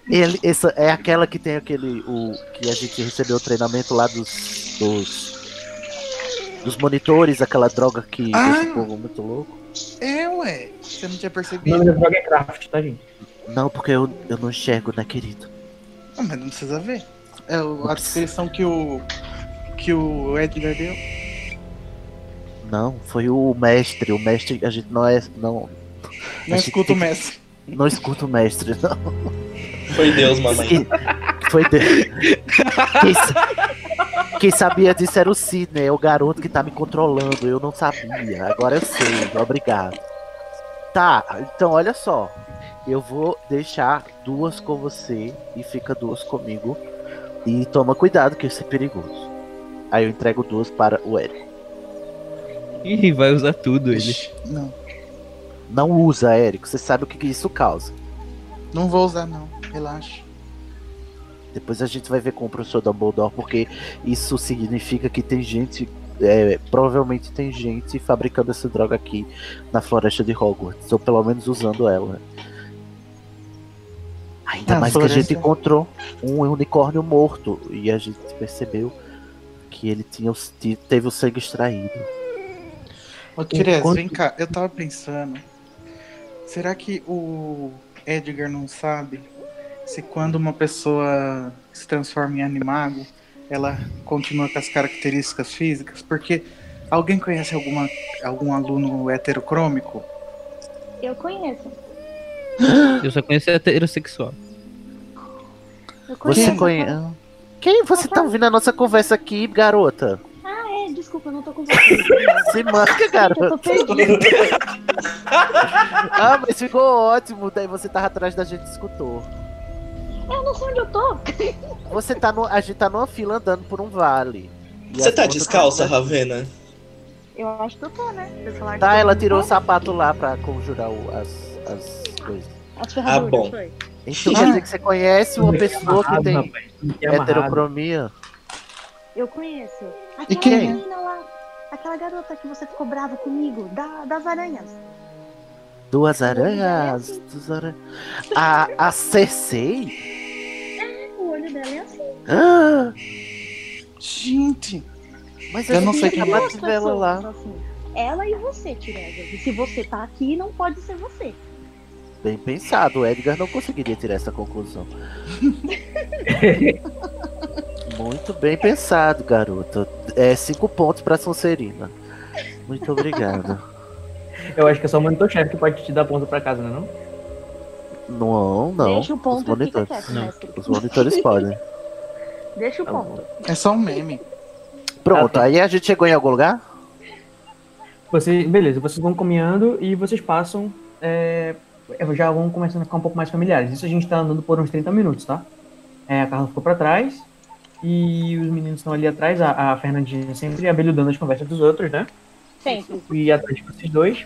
S1: Ele, essa é aquela que tem aquele o que a gente recebeu o treinamento lá dos dos, dos monitores, aquela droga que
S6: Ah!
S1: deixa o povo muito louco.
S6: É, ué. Você não tinha
S2: O
S6: percebido.
S2: nome da droga é Craft, tá, gente?
S1: Não, porque eu, eu não enxergo, né, querido?
S6: Ah, mas não precisa ver. É o- a descrição que o. que o Edgar deu.
S1: Não, foi o mestre. O mestre, a gente não é. Não,
S6: Não
S1: Acho que
S6: escuta o mestre.
S1: não escuta o mestre, não.
S5: Foi Deus, mamãe.
S1: Que- Foi dele. Quem, sa- quem sabia disso era o Sidney, é o garoto que tá me controlando. Eu não sabia. Agora eu sei. Obrigado. Tá, então olha só. Eu vou deixar duas com você e fica duas comigo. E toma cuidado que isso é perigoso. Aí eu entrego duas para o Érico.
S4: Ih, vai usar tudo ele.
S6: Não.
S1: Não usa, Érico. Você sabe o que, que isso causa.
S6: Não vou usar, não. Relaxa.
S1: Depois a gente vai ver com o professor Dumbledore, porque isso significa que tem gente. é, provavelmente tem gente fabricando essa droga aqui na floresta de Hogwarts, ou pelo menos usando ela. Ainda
S6: Na
S1: mais que a
S6: floresta.
S1: gente encontrou um unicórnio morto e a gente percebeu que ele tinha o- te- teve o sangue extraído.
S6: Ô, Tires,
S1: Enquanto-
S6: vem cá. Eu tava pensando. Será que o Edgar não sabe se quando uma pessoa se transforma em animago, ela continua com as características físicas, porque alguém conhece alguma, algum aluno heterocrômico?
S7: Eu conheço.
S4: Eu só conheço heterossexual.
S7: Eu conheço.
S1: Você conhece. Quem você tá ouvindo a nossa conversa aqui, garota?
S7: É, desculpa, eu não tô com você.
S1: Se
S6: <laughs>
S1: manca, <laughs>
S7: Eu
S1: garota.
S7: tô perdida.
S1: Ah, mas ficou ótimo. Daí você tava atrás da gente e escutou.
S7: Eu não sei onde eu tô.
S1: Você tá no. A gente tá numa fila andando por um vale. E
S5: Você
S1: as
S5: tá
S1: outras-
S5: descalça, Ravena?
S7: Eu acho que eu tô, né? Meu celular
S1: Tá,
S7: tá-
S1: ela tirou o sapato lá pra conjurar o- as, as coisas.
S7: As ferraduras,
S5: Ah, bom.
S7: foi.
S1: Então quer dizer que você conhece uma pessoa que tem
S2: é heterocrômico.
S1: heterocromia?
S7: Eu conheço. Aquela
S1: quem?
S7: menina lá. Aquela garota que você ficou brava comigo, da- das aranhas.
S1: Duas aranhas. Duas aranhas. A, a Cersei?
S7: O olho dela é assim.
S1: Ah,
S6: Gente,
S1: mas
S6: Eu
S1: a gente
S6: não sei quem é.
S1: acabou de ver ela lá.
S7: assim. Ela e você, Tiresias. E se você tá aqui, não pode ser você.
S1: Bem pensado, o Edgar não conseguiria tirar essa conclusão. Muito bem pensado, garoto. É cinco pontos pra Sonserina. Muito obrigado.
S2: <laughs> Eu acho que é só o monitor-chefe que pode te dar ponto pra casa, né? Não?
S1: Não, não.
S7: Deixa o
S1: os
S7: ponto e fica
S1: monitores.
S7: quieto,
S4: Não.
S7: mestre.
S1: Os
S4: <laughs>
S1: monitores podem.
S7: Deixa o
S1: Tá
S7: ponto.
S6: é só um meme.
S1: Pronto, aí a gente chegou em algum lugar?
S2: Vocês, beleza, vocês vão caminhando e vocês passam. é, já vão começando a ficar um pouco mais familiares. Isso a gente tá andando por uns 30 minutos, tá? É, a Carla ficou pra trás e os meninos estão ali atrás, a, a Fernandinha sempre abeludando as conversas dos outros, né?
S7: Sempre.
S2: E atrás de vocês dois.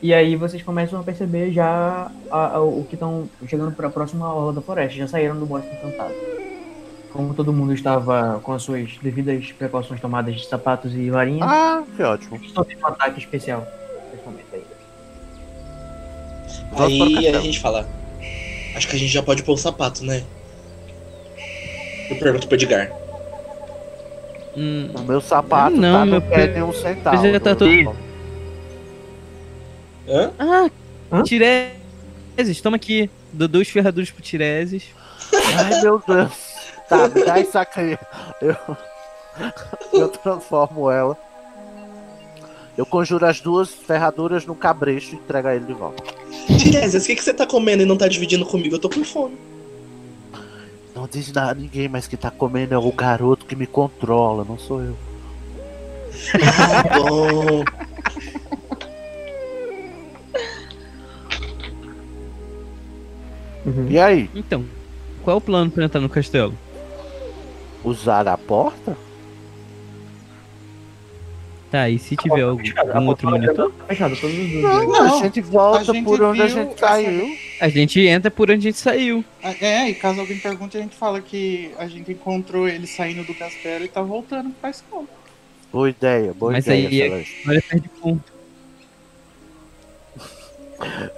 S2: E aí vocês começam a perceber já a- a- o que estão chegando para a próxima orla da floresta. Já saíram do bosque encantado. Como todo mundo estava com as suas devidas precauções tomadas de sapatos e varinhas.
S1: Ah, que ótimo.
S2: Só tem um ataque especial. nesse momento aí.
S1: Volta pro
S5: Aí a
S1: castelo.
S5: gente fala. Acho que a gente já pode pôr o sapato, né? Eu pergunto pro Edgar.
S4: Hum,
S1: O meu sapato
S4: Não,
S1: tá
S4: meu
S1: no pé de um centavo.
S4: já tá todo-
S5: Hã?
S4: Ah,
S2: Hã?
S4: Tireses, toma aqui. Dou dois ferraduras pro Tireses.
S1: Ai, meu Deus. Tá, me dá isso aqui. Eu, eu transformo ela. Eu conjuro as duas ferraduras no cabresto e entrego a ele de volta.
S5: Tiresias, o que, que você tá comendo e não tá dividindo comigo? Eu tô com fome.
S1: Não diz nada a ninguém, mas que tá comendo é o garoto que me controla, não sou eu.
S5: Ah, bom.
S1: E aí,
S4: Então, qual é o plano pra entrar no castelo?
S1: usar a porta?
S4: Tá, e se tiver algum, algum outro monitor?
S2: Tá fechado, todos os
S1: Não,
S2: dois.
S6: Não,
S1: a gente volta
S6: a gente
S1: por onde a
S6: viu
S1: gente
S6: essa-
S1: saiu.
S4: A gente entra por onde a gente saiu.
S6: É, e caso alguém pergunte, a gente fala que a gente encontrou ele saindo do castelo e tá voltando pra escola.
S1: Boa ideia, boa
S4: Mas
S1: ideia.
S4: aí é-
S1: Celeste.
S4: Olha, perde ponto.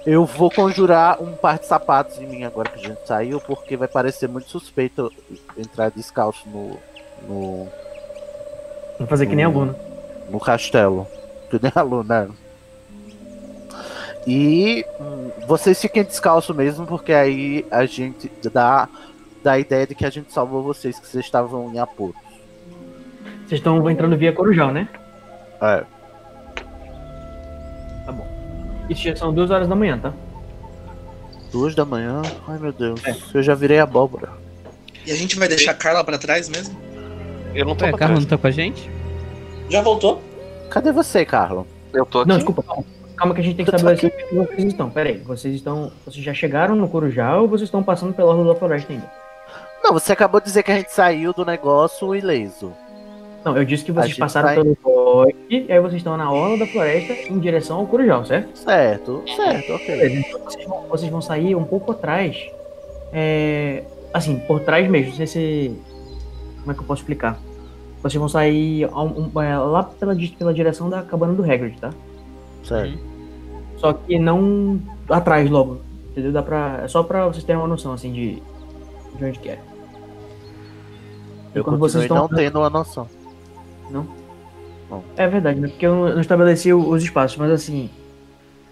S1: Eu vou conjurar um par de sapatos em mim agora que a gente saiu, porque vai parecer muito suspeito entrar descalço no- no
S2: Vou fazer que nem
S1: Hum.
S2: aluno.
S1: no castelo. Que nem aluna. E hum, vocês fiquem descalço mesmo, porque aí a gente dá, dá a ideia de que a gente salvou vocês, que vocês estavam em apuro.
S2: Vocês estão entrando via Corujão, né?
S1: É.
S2: Tá Isso já são duas horas da manhã, tá?
S1: Duas da manhã. Ai meu Deus, eu já virei abóbora.
S5: E a gente vai deixar a Carla pra trás mesmo?
S3: Eu não tô
S4: Ué, a
S3: pra
S4: Carla
S3: trás.
S4: não tá com a gente?
S5: Já voltou?
S1: Cadê você, Carla?
S3: Eu tô aqui.
S2: Não, desculpa, calma. Calma que a gente
S1: Tá
S2: tem que estabelecer onde vocês estão. Pera aí, vocês estão. Vocês já chegaram no Corujão ou vocês estão passando pela Orla da Floresta ainda?
S1: Não, você acabou de dizer que a gente saiu do negócio ileso.
S2: Não, eu disse que
S1: A
S2: vocês
S1: gente
S2: passaram
S1: tá
S2: pelo bosque, e aí vocês estão na Orla da Floresta em direção ao Corujão, certo?
S1: Certo, certo, ok.
S2: Beleza, então vocês vão, vocês vão sair um pouco atrás. É, assim, por trás mesmo, não sei se. Como é que eu posso explicar? Vocês vão sair a um- um- é, lá pela, di- pela direção da cabana do Hagrid, tá?
S1: Certo.
S2: Só que não atrás logo, entendeu? Dá pra, é só pra vocês terem uma noção, assim, de, de onde que é.
S1: Eu então?
S2: Enquanto
S1: continuei
S2: tão-
S1: não tendo uma noção.
S2: É verdade, né? Porque eu não estabeleci o- os espaços, mas assim.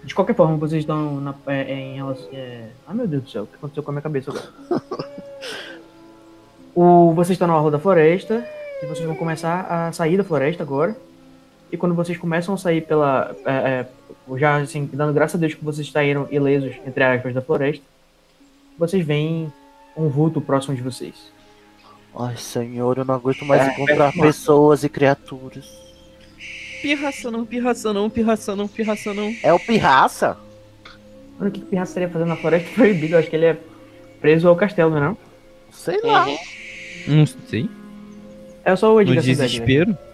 S2: De qualquer forma, vocês estão na, é, é, em relação. É... Ah, meu Deus do céu, o que aconteceu com a minha cabeça <laughs> agora? o, vocês estão na orla da floresta e vocês vão começar a sair da floresta agora. E quando vocês começam a sair pela. é, é, já assim, dando graças a Deus que vocês saíram ilesos, entre aspas, da floresta, vocês veem um vulto próximo de vocês.
S1: Ai, senhor, eu não aguento mais encontrar pessoas e criaturas.
S4: Pirraça não, pirraça não, pirraça não, pirraça não.
S1: É o pirraça?
S2: Mano, o que, que o Pirraça estaria fazendo na floresta <laughs> proibido? Eu acho que ele é preso ao castelo, não é? não?
S1: Sei lá.
S4: Não sei.
S2: É só o
S4: Hum, No
S2: Edgar Suzette, velho.
S4: desespero.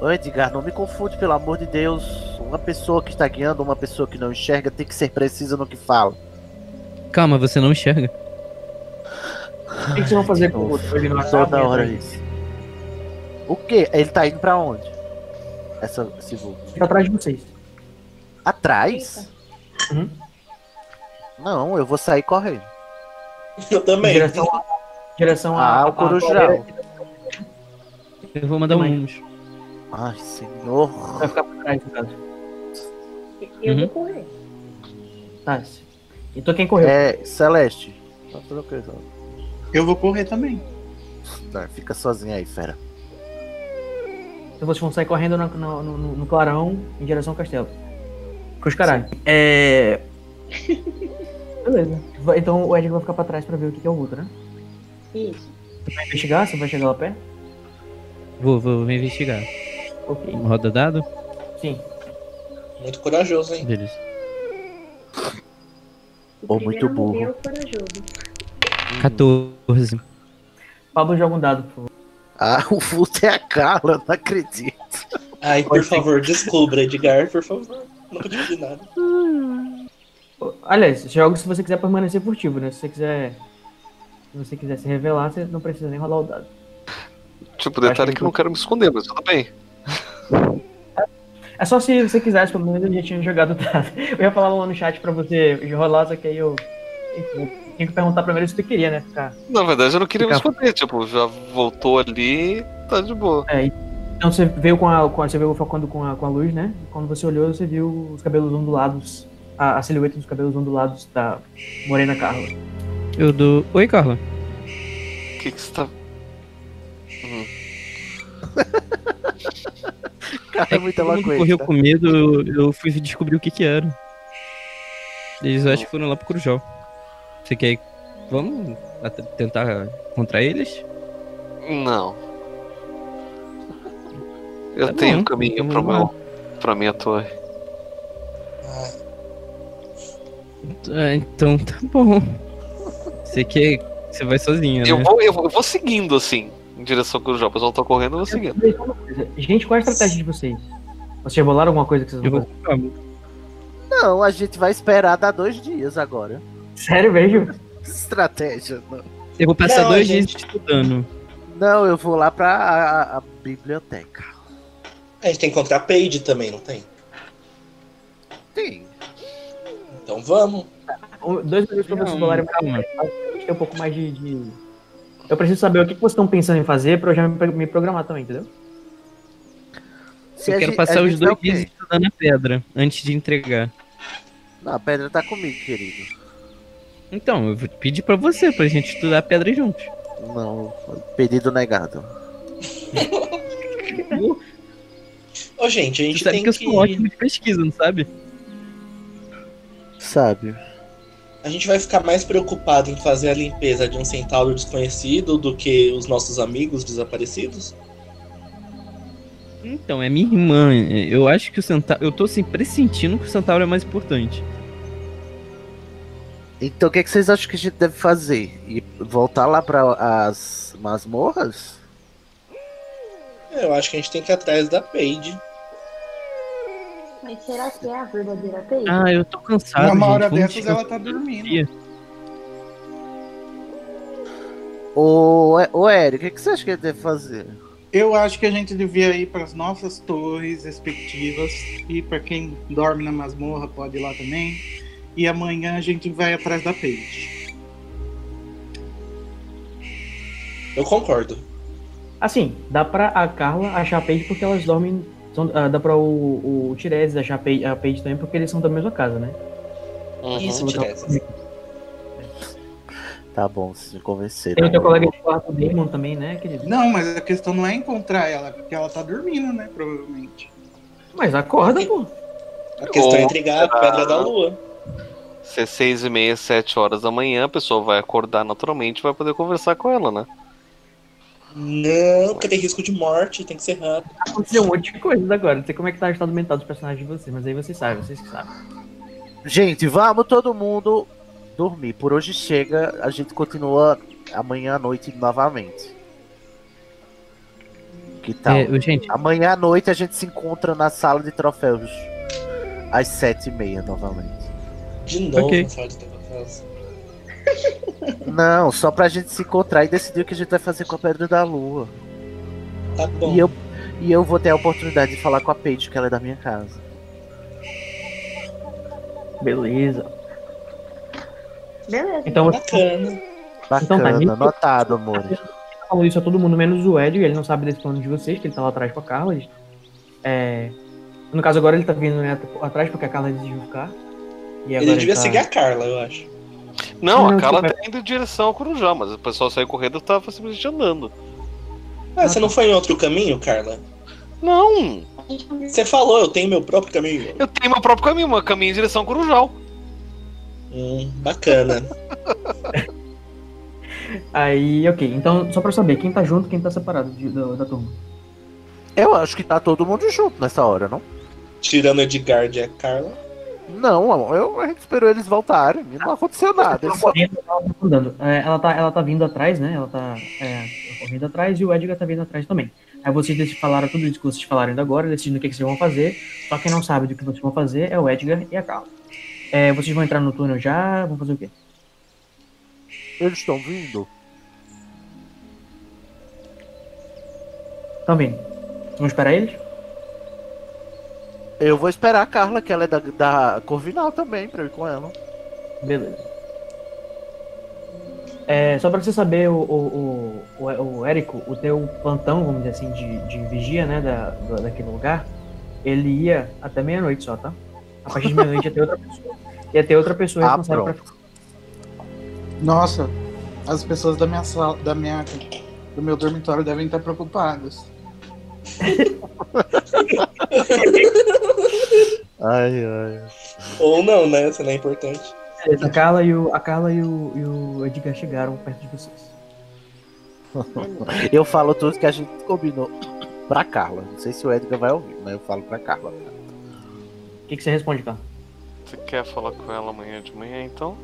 S1: Ô, Edgar, não me confunde, pelo amor de Deus. Uma pessoa que está guiando, uma pessoa que não enxerga, tem que ser precisa no que fala.
S4: Calma, você não enxerga.
S2: O que que vocês vão fazer com o outro? Vou ignorar
S1: Toda
S2: a
S1: hora
S2: minha-
S1: isso. O quê? Ele tá indo pra onde? Essa, esse voo.
S2: Fica atrás de vocês.
S1: Atrás?
S2: Uhum.
S1: Não, eu vou sair correndo.
S5: Eu
S2: Em
S5: também.
S2: direção a. Direção a-
S1: Ah, o
S2: a-
S1: Corujão.
S4: Eu vou mandar um
S2: Mas-
S4: humus.
S1: Ai, senhor.
S2: Vai ficar pra trás, no caso.
S7: Eu
S4: Uhum.
S7: vou correr.
S2: Tá. Então quem correu?
S1: É, Celeste. Tá tudo ok, tá.
S6: Eu vou correr também.
S1: Tá, Fica sozinha aí, fera.
S2: Então vocês vão sair correndo na- no, no- no- no clarão em direção ao castelo. Com os caralho.
S1: <laughs>
S2: É. Beleza. Vai- Então o Edgar vai ficar pra trás pra ver o que que é o vulto, né?
S7: Isso.
S2: Vai investigar? Você vai chegar lá a pé?
S4: Vou, vou, vou investigar.
S2: Ok.
S4: Roda dado?
S2: Sim.
S5: Muito corajoso, hein?
S4: Beleza.
S7: O
S1: Ou muito
S7: primeiro a morrer
S1: burro.
S7: é o corajoso.
S4: 14.
S2: Pablo joga um dado, por favor.
S1: Ah, <laughs> o vulto é a Carla, não acredito.
S5: Ai, por
S2: Pode ser.
S5: favor, descubra, Edgar, por favor. Nunca te pedi nada.
S2: Aliás, joga se você quiser permanecer furtivo, né? Se você quiser. Se você quiser se revelar, você não precisa nem rolar o dado.
S3: Tipo,
S2: Acho
S3: detalhe
S2: que
S3: que eu não quero me esconder, mas tudo bem.
S2: É só se você quisesse, pelo menos eu já tinha jogado <laughs> o dado. Eu ia falar lá no chat pra você rolar, só que aí eu. Enfim, eu tinha que perguntar primeiro se tu queria, né? Ficar.
S3: Na verdade, eu não queria me
S2: Fica-
S3: esconder. Tipo, já voltou ali, tá de boa.
S2: Então você veio com a, com a- você veio focando com a, com a luz, né? Quando você olhou, você viu os cabelos ondulados, a, a silhueta dos cabelos ondulados da Morena Carla.
S4: Eu dou. Oi, Carla.
S3: O que que você tá.
S1: Cara, é
S4: <laughs>
S1: muita
S4: Todo mundo
S1: maconha.
S4: correu
S1: tá?
S4: com medo, eu- eu fui descobrir o que que era. Eles acho que foram lá pro Corujol. Você quer ir- Vamos at- tentar contra eles?
S3: Não. Eu
S4: Tá
S3: tenho
S4: bom,
S3: um caminho
S4: então
S3: pro
S4: vamos
S3: meu, pra minha torre.
S5: Ai,
S4: Ah, então tá bom. Você quer. Você vai sozinha,
S3: Eu
S4: né?
S3: vou, eu, vou- eu vou seguindo assim, em direção ao jogo. O pessoal tá correndo, eu vou seguindo.
S2: Gente, qual é a estratégia de vocês? Vocês bolaram alguma coisa que vocês
S4: Eu
S2: vão
S4: vou
S2: fazer?
S4: com calma.
S1: Não, a gente vai esperar dar dois dias agora.
S2: <laughs> Sério mesmo?
S1: Estratégia. Não,
S4: Eu vou passar
S5: Não,
S4: dois
S5: gente.
S4: dias estudando.
S1: Não, eu vou lá pra a, a- a biblioteca.
S5: A gente tem que encontrar a Paige também, não tem?
S1: Tem.
S5: Então vamos.
S2: Um- Dois minutos pra vocês
S4: Não,
S2: bolarem pra
S4: calma.
S2: ter um pouco mais de, de- Eu preciso saber o que que vocês estão pensando em fazer pra eu já me, pro- me programar também, entendeu?
S1: Se
S4: Eu
S1: a
S4: quero
S1: gente-
S4: passar
S1: a
S4: os
S1: gente tá dá
S4: dois
S1: o quê?
S4: dias estudando a pedra antes de entregar.
S1: Não, a pedra tá comigo, querido.
S4: Então, eu vou pedir pra você, pra gente estudar a pedra juntos.
S1: Não, pedido negado.
S5: Ô, gente, a
S4: Você
S5: gente
S4: sabe
S5: tem
S4: que eu
S5: que.
S4: sou ótimo de pesquisa, não sabe?
S1: Sabe?
S5: A gente vai ficar mais preocupado em fazer a limpeza de um centauro desconhecido do que os nossos amigos desaparecidos?
S4: Então, é minha irmã. Eu acho que o centauro. Eu tô assim, pressentindo que o centauro é mais importante.
S1: Então o que, é que vocês acham que a gente deve fazer? E voltar lá pra as masmorras?
S5: Eu acho que a gente tem que ir atrás da Paige.
S7: Mas será que é a verdadeira Paige?
S4: Ah, eu tô cansado.
S6: Uma
S4: gente.
S6: hora
S4: Vamos
S6: dessas ela
S4: descansar.
S6: tá dormindo.
S1: Ô, ô Eric, o que, é que você acha que a gente deve fazer?
S6: Eu acho que a gente devia ir para as nossas torres respectivas e para quem dorme na masmorra pode ir lá também. E amanhã a gente vai atrás da Paige.
S5: Eu concordo.
S2: Assim, dá pra a Carla achar a Paige porque elas dormem Então, ah, dá pra o, o Tiresias achar a Paige, a Paige também, porque eles são da mesma casa, né?
S3: Uhum.
S5: Isso,
S2: Vou botar-
S5: Tiresias.
S1: Tá bom, vocês me convenceram.
S2: Tem o teu colega de quarto, Damon, também, né, querido?
S6: Não, mas a questão não é encontrar ela, porque ela tá dormindo, né? Provavelmente.
S2: Mas acorda, pô.
S5: A questão é
S3: Ou-
S5: entregar a pedra da lua.
S3: Se é seis e meia, sete horas da manhã, a pessoa vai acordar naturalmente e vai poder conversar com ela, né?
S5: Não, porque tem risco de morte, tem que ser rápido.
S2: Aconteceu um monte de coisa agora. Não sei como é que tá o estado mental dos personagens de vocês, mas aí vocês sabem, vocês que sabem.
S1: Gente, vamos todo mundo dormir. Por hoje chega, a gente continua amanhã à noite novamente. Que
S6: tá.
S1: tal?
S4: É, gente,
S1: Amanhã à noite a gente se encontra na sala de troféus. Às sete e meia novamente.
S5: De novo,
S4: Ok.
S5: na sala de troféus.
S1: Não, só pra gente se encontrar e decidir o que a gente vai fazer com a Pedra da Lua.
S5: Tá bom.
S1: E eu, e eu vou ter a oportunidade de falar com a Paige, que ela é da minha casa.
S2: Beleza.
S7: Beleza.
S2: Então você
S5: Bacana.
S2: Então tá
S1: Bacana,
S2: nítido.
S1: anotado, amores.
S2: falou isso a todo mundo, menos o Hélio, e ele não sabe desse plano de vocês, que ele tá lá atrás com a Carla. ele- É... No caso, agora ele tá vindo né, at- atrás porque a Carla decidiu ficar. E agora
S5: Ele devia
S2: tá...
S5: seguir a Carla, eu acho.
S3: Não,
S2: Não,
S3: a Carla
S2: tipo,
S3: tá indo em direção ao Corujá, mas o pessoal saiu correndo e tava simplesmente andando.
S5: Ah, você não foi em outro caminho, Carla?
S3: Não!
S5: Você falou, eu tenho meu próprio caminho.
S3: Eu tenho meu próprio caminho, meu caminho é em direção ao Corujal.
S5: Hum, bacana.
S2: Aí, ok. Então, só pra eu saber, quem tá junto, quem tá separado de- da, da turma.
S1: Eu acho que tá todo mundo junto nessa hora, não?
S5: Tirando Edgard e a Carla.
S1: Não, amor, eu, a gente esperou eles voltarem. e Não aconteceu nada.
S2: Ela
S1: eles Ah,
S2: tá
S1: <laughs> só-
S2: correndo, ela tá andando. É, ela, tá, ela tá vindo atrás, né? Ela tá é, correndo atrás e o Edgar tá vindo atrás também. Aí vocês dec- falaram tudo isso que vocês falaram ainda agora, decidindo o que, que vocês vão fazer. Só quem não sabe do que vocês vão fazer é o Edgar e a Carla. É, vocês vão entrar no túnel já? Vão fazer o quê?
S1: Eles estão vindo.
S2: Estão vindo. Vão esperar eles?
S1: Eu vou esperar a Carla, que ela é da, da Corvinal também, pra eu ir com ela.
S2: Beleza. É, só pra você saber, o, o, o, o- o Érico, o teu plantão, vamos dizer assim, de, de vigia, né, da, da- daquele lugar, ele ia até meia-noite só, tá? A partir de meia-noite ia ter outra pessoa. Ia ter outra pessoa
S1: Ah,
S2: responsável pra
S1: pronto.
S2: ficar.
S6: Nossa, as pessoas da minha sala, da minha, do meu dormitório devem estar preocupadas.
S1: Ai, ai.
S5: Ou não, né? Isso não é importante.
S2: A Carla, e o, a Carla e, o, e o Edgar chegaram perto de vocês.
S1: Eu falo tudo que a gente combinou pra Carla. Não sei se o Edgar vai ouvir, mas eu falo pra Carla.
S2: O que, que você responde, Carla?
S3: Você quer falar com ela amanhã de manhã, então?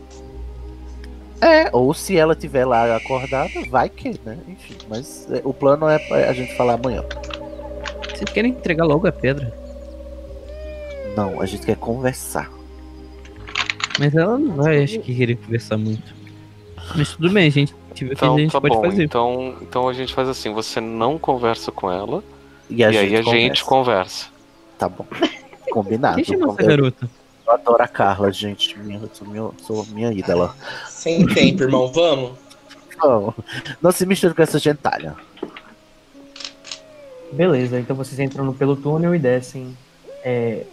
S1: É, ou se ela tiver lá acordada, vai que, né? Enfim, mas é, o plano é pra a gente falar amanhã.
S4: vocês querem entregar logo a pedra?
S1: Não, a gente quer conversar.
S4: Mas ela não vai, acho que querer conversar muito. Mas tudo bem, a gente vê o que a
S3: Então
S4: gente
S3: tá
S4: pode
S3: bom.
S4: fazer.
S3: Então, então a gente faz assim: você não conversa com ela,
S1: E, a
S3: e aí a
S1: conversa.
S3: gente conversa.
S1: Tá <laughs> bom. Combinado.
S4: Quem chamou essa
S1: Eu,
S4: garota?
S1: eu adoro a Carla, gente. Minha, sou, minha, sou minha ídola.
S5: Sem tempo, irmão. Vamos?
S1: Não, não se misture com essa gentalha.
S2: Beleza, então vocês entram no- pelo túnel e descem é,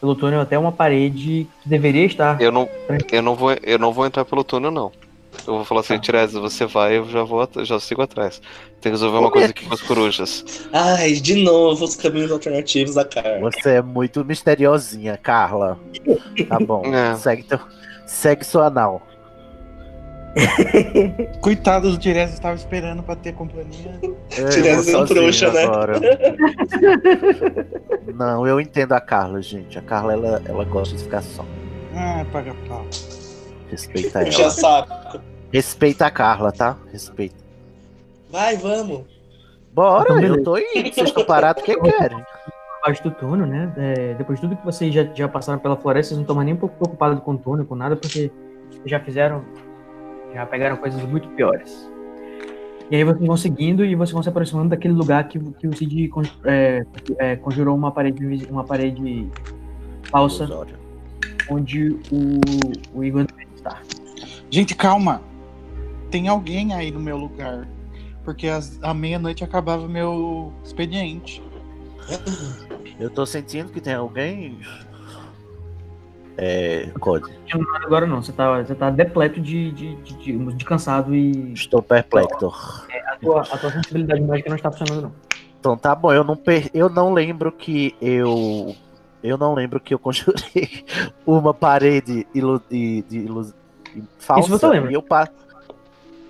S2: pelo túnel até uma parede que deveria estar
S3: Eu não,
S1: É.
S3: eu não vou, eu não vou entrar pelo túnel não. Eu vou falar
S4: Tá.
S3: assim, Tiresias, você vai, eu já vou, at- já sigo atrás. Tem que resolver
S1: Como
S3: uma
S1: é
S3: coisa
S1: que-
S3: aqui com as corujas.
S5: Ai, de novo os caminhos alternativos da Carla.
S1: Você é muito misteriosinha, Carla. Tá bom.
S3: É.
S1: Segue, teu, segue sua anal.
S6: Coitado do Direz, estava esperando pra ter companhia.
S1: Eu
S5: Tiresias
S1: vou
S5: é um trouxa,
S1: sozinho
S5: né? <laughs>
S1: agora. Não, eu entendo a Carla, gente. A Carla, ela, ela gosta de ficar só.
S6: Ah, paga pau.
S1: Respeita
S5: Puxa
S1: ela.
S5: saco.
S1: Respeita a Carla, tá? Respeita.
S5: Vai, vamos.
S1: Bora,
S2: Então, beleza.
S1: eu tô indo. Vocês estão parados o que querem.
S2: parte do túnel, né? É, depois de tudo que vocês já, já passaram pela floresta, vocês não estão mais nem um pouco preocupados com o túnel, com nada, porque já fizeram, já pegaram coisas muito piores. E aí vocês vão seguindo e vocês vão se aproximando daquele lugar que, que o Cid con- é, é, conjurou uma parede, invis- uma parede falsa
S1: Ilusório.
S2: onde o, o Igor está.
S6: Gente, calma. Tem alguém aí no meu lugar. Porque às- à meia-noite acabava meu expediente.
S1: Eu tô sentindo que tem alguém. É. Code.
S2: sentindo nada agora não. Você tá, você tá depleto de, de, de, de- de cansado e
S1: Estou perplexo.
S2: a tua, a tua sensibilidade mágica não está funcionando, não.
S1: Então tá bom, eu não, per... eu não lembro que eu. Eu não lembro que eu conjurei <laughs> uma parede ilu... de, de ilu- de- falsa.
S2: Isso você lembra.
S1: E eu pa...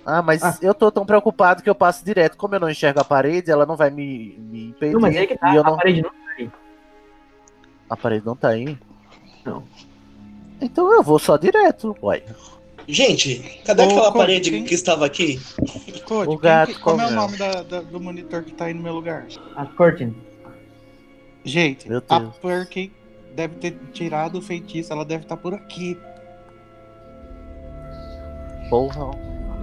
S1: Ah, mas
S2: Ah.
S1: eu tô tão preocupado que eu passo direto. Como eu não enxergo a parede, ela não vai me, me impedir.
S2: Não, mas é que tá,
S1: e eu
S2: a
S1: não...
S2: parede não.
S1: A parede não tá aí?
S2: Não.
S1: Então eu vou só direto. Ué.
S5: Gente, cadê
S6: Ô,
S5: aquela
S6: Conde,
S5: parede
S6: quem-
S5: que estava aqui?
S6: Code,
S1: O
S6: quem que-
S1: gato
S6: como é o
S1: comeu.
S6: nome da- da- do monitor que tá aí no meu lugar?
S2: A curtain.
S6: Gente,
S1: Meu
S6: a
S1: Deus.
S6: Perky deve ter tirado o feitiço, ela deve estar por aqui.
S1: Porra.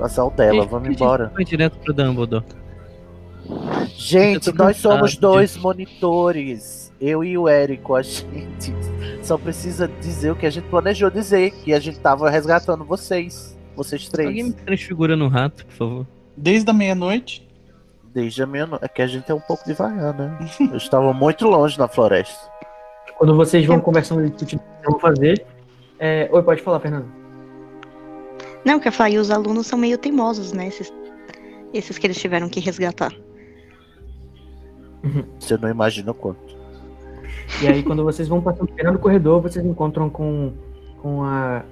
S1: Azar dela, vamos embora.
S4: Vai direto pro Dumbledore.
S1: Gente,
S4: Eu tô
S1: nós somos
S4: cansado
S1: dois monitores. Eu e o Érico, a <laughs> gente só precisa dizer o que a gente planejou dizer, que a gente tava resgatando vocês, vocês
S4: Alguém
S1: três.
S4: me transfigura no rato, por favor.
S6: Desde a meia-noite,
S1: Desde a minha... no- É que a gente é um pouco devagar, né? Eu estava muito longe na floresta.
S2: Quando vocês vão conversando e discutindo o que vão fazer. é, Oi, pode falar, Fernando.
S8: Não, que eu falei, os alunos são meio teimosos, né? Esses, esses que eles tiveram que resgatar.
S1: Você não imagina o quanto.
S2: E aí, quando vocês vão passando esperando o corredor, vocês encontram com, com a.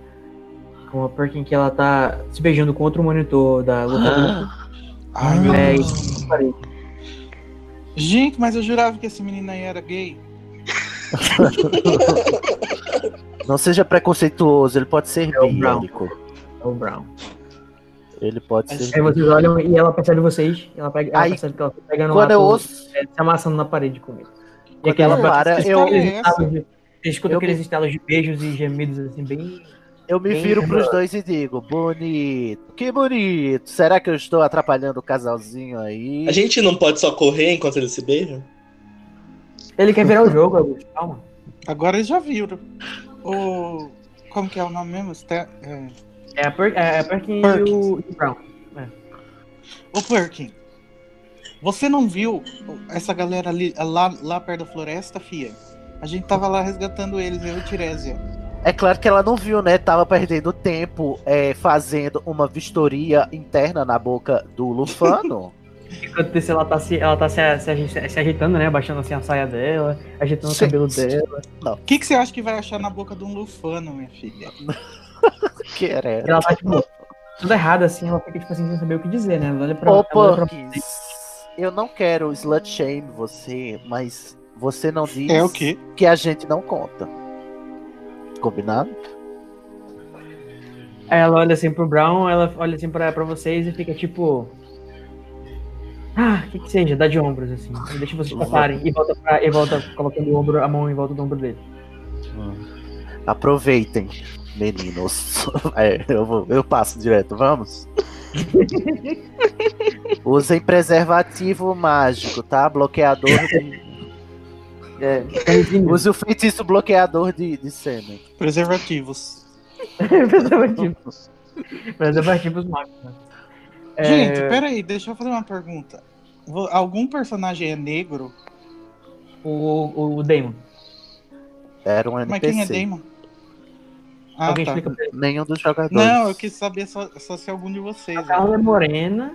S2: Com a Perkin que ela tá se beijando com outro monitor da
S1: Ah.
S2: luta.
S6: Ai, meu
S2: é,
S6: Deus.
S2: isso, parei.
S6: Gente, mas eu jurava que esse menino aí era gay.
S1: Não seja preconceituoso, ele pode ser
S2: É o
S1: bi,
S2: Brown.
S1: Érico.
S2: É o Brown.
S1: Ele pode
S5: Mas-
S1: ser
S2: Aí vocês olham e ela percebe vocês. Ela, pega, ela
S1: Aí,
S2: percebe que ela tá pegando
S1: Quando
S2: lá
S1: eu
S2: com-
S1: ouço,
S2: é, se amassando na parede com ele.
S1: Quando ela para, eu-
S2: aqueles estalos de- Você escuta
S1: Eu
S2: aqueles
S1: me-
S2: estalos de beijos e gemidos assim, bem.
S1: eu me
S2: Quem
S1: viro
S2: lembra?
S1: pros dois e digo, bonito, que bonito. Será que eu estou atrapalhando o casalzinho aí?
S5: A gente não pode só correr enquanto eles se beijam?
S2: Ele quer virar o jogo, Augusto. Calma.
S6: Agora eles já viram. O. Como que é o nome mesmo? Ste- é,
S2: É a, per... é a Perkin
S6: Perkins.
S2: e o e o Brown.
S6: Ô Perkin, você não viu essa galera ali é lá, lá perto da floresta, fia? A gente tava lá resgatando eles, eu e Tirésia.
S1: É claro que ela não viu, né? Tava perdendo tempo é, fazendo uma vistoria interna na boca do
S6: <laughs>
S1: Lufano.
S2: Enquanto isso, ela tá, se, ela tá se, se aje- se ajeitando, né? Abaixando assim a saia dela, ajeitando
S1: Sim.
S2: o cabelo dela.
S6: O que, que você acha que vai achar na boca de um lufano, minha filha?
S1: que era.
S2: E ela tá, tipo, tudo errado, assim, ela fica, tipo assim, sem saber o que dizer, né? Ela olha pra
S1: Ô,
S2: ela olha pra-
S1: Perkins, eu não quero slut shame você, mas você não diz
S6: É o quê?
S1: que a gente não conta. Combinado?
S2: Aí ela olha assim pro Brown, ela olha assim pra, pra vocês e fica tipo. Ah, o que que seja, dá de ombros, assim. E deixa vocês passarem e volta, pra, e volta colocando o ombro, a mão em volta do ombro dele.
S6: Hum.
S1: Aproveitem, meninos. <laughs> É, eu, vou- eu passo direto, vamos?
S6: <laughs>
S1: Usem preservativo mágico, tá? Bloqueador de...
S2: É, camisinha. <laughs>
S1: Use o feitiço bloqueador de, de sêmen.
S6: Preservativos.
S2: Preservativos. Preservativos mágicos. né? É,
S6: Gente, peraí, deixa eu fazer uma pergunta. Vo- Algum personagem é negro?
S2: o, o, o Damon.
S1: Era um
S6: Mas quem é
S1: NPC.
S6: Damon? Ah,
S2: Alguém
S6: tá.
S2: explica pra ele.
S1: Nenhum dos jogadores.
S6: Não, eu quis saber só, só se algum de vocês. né?
S2: A Carla é morena.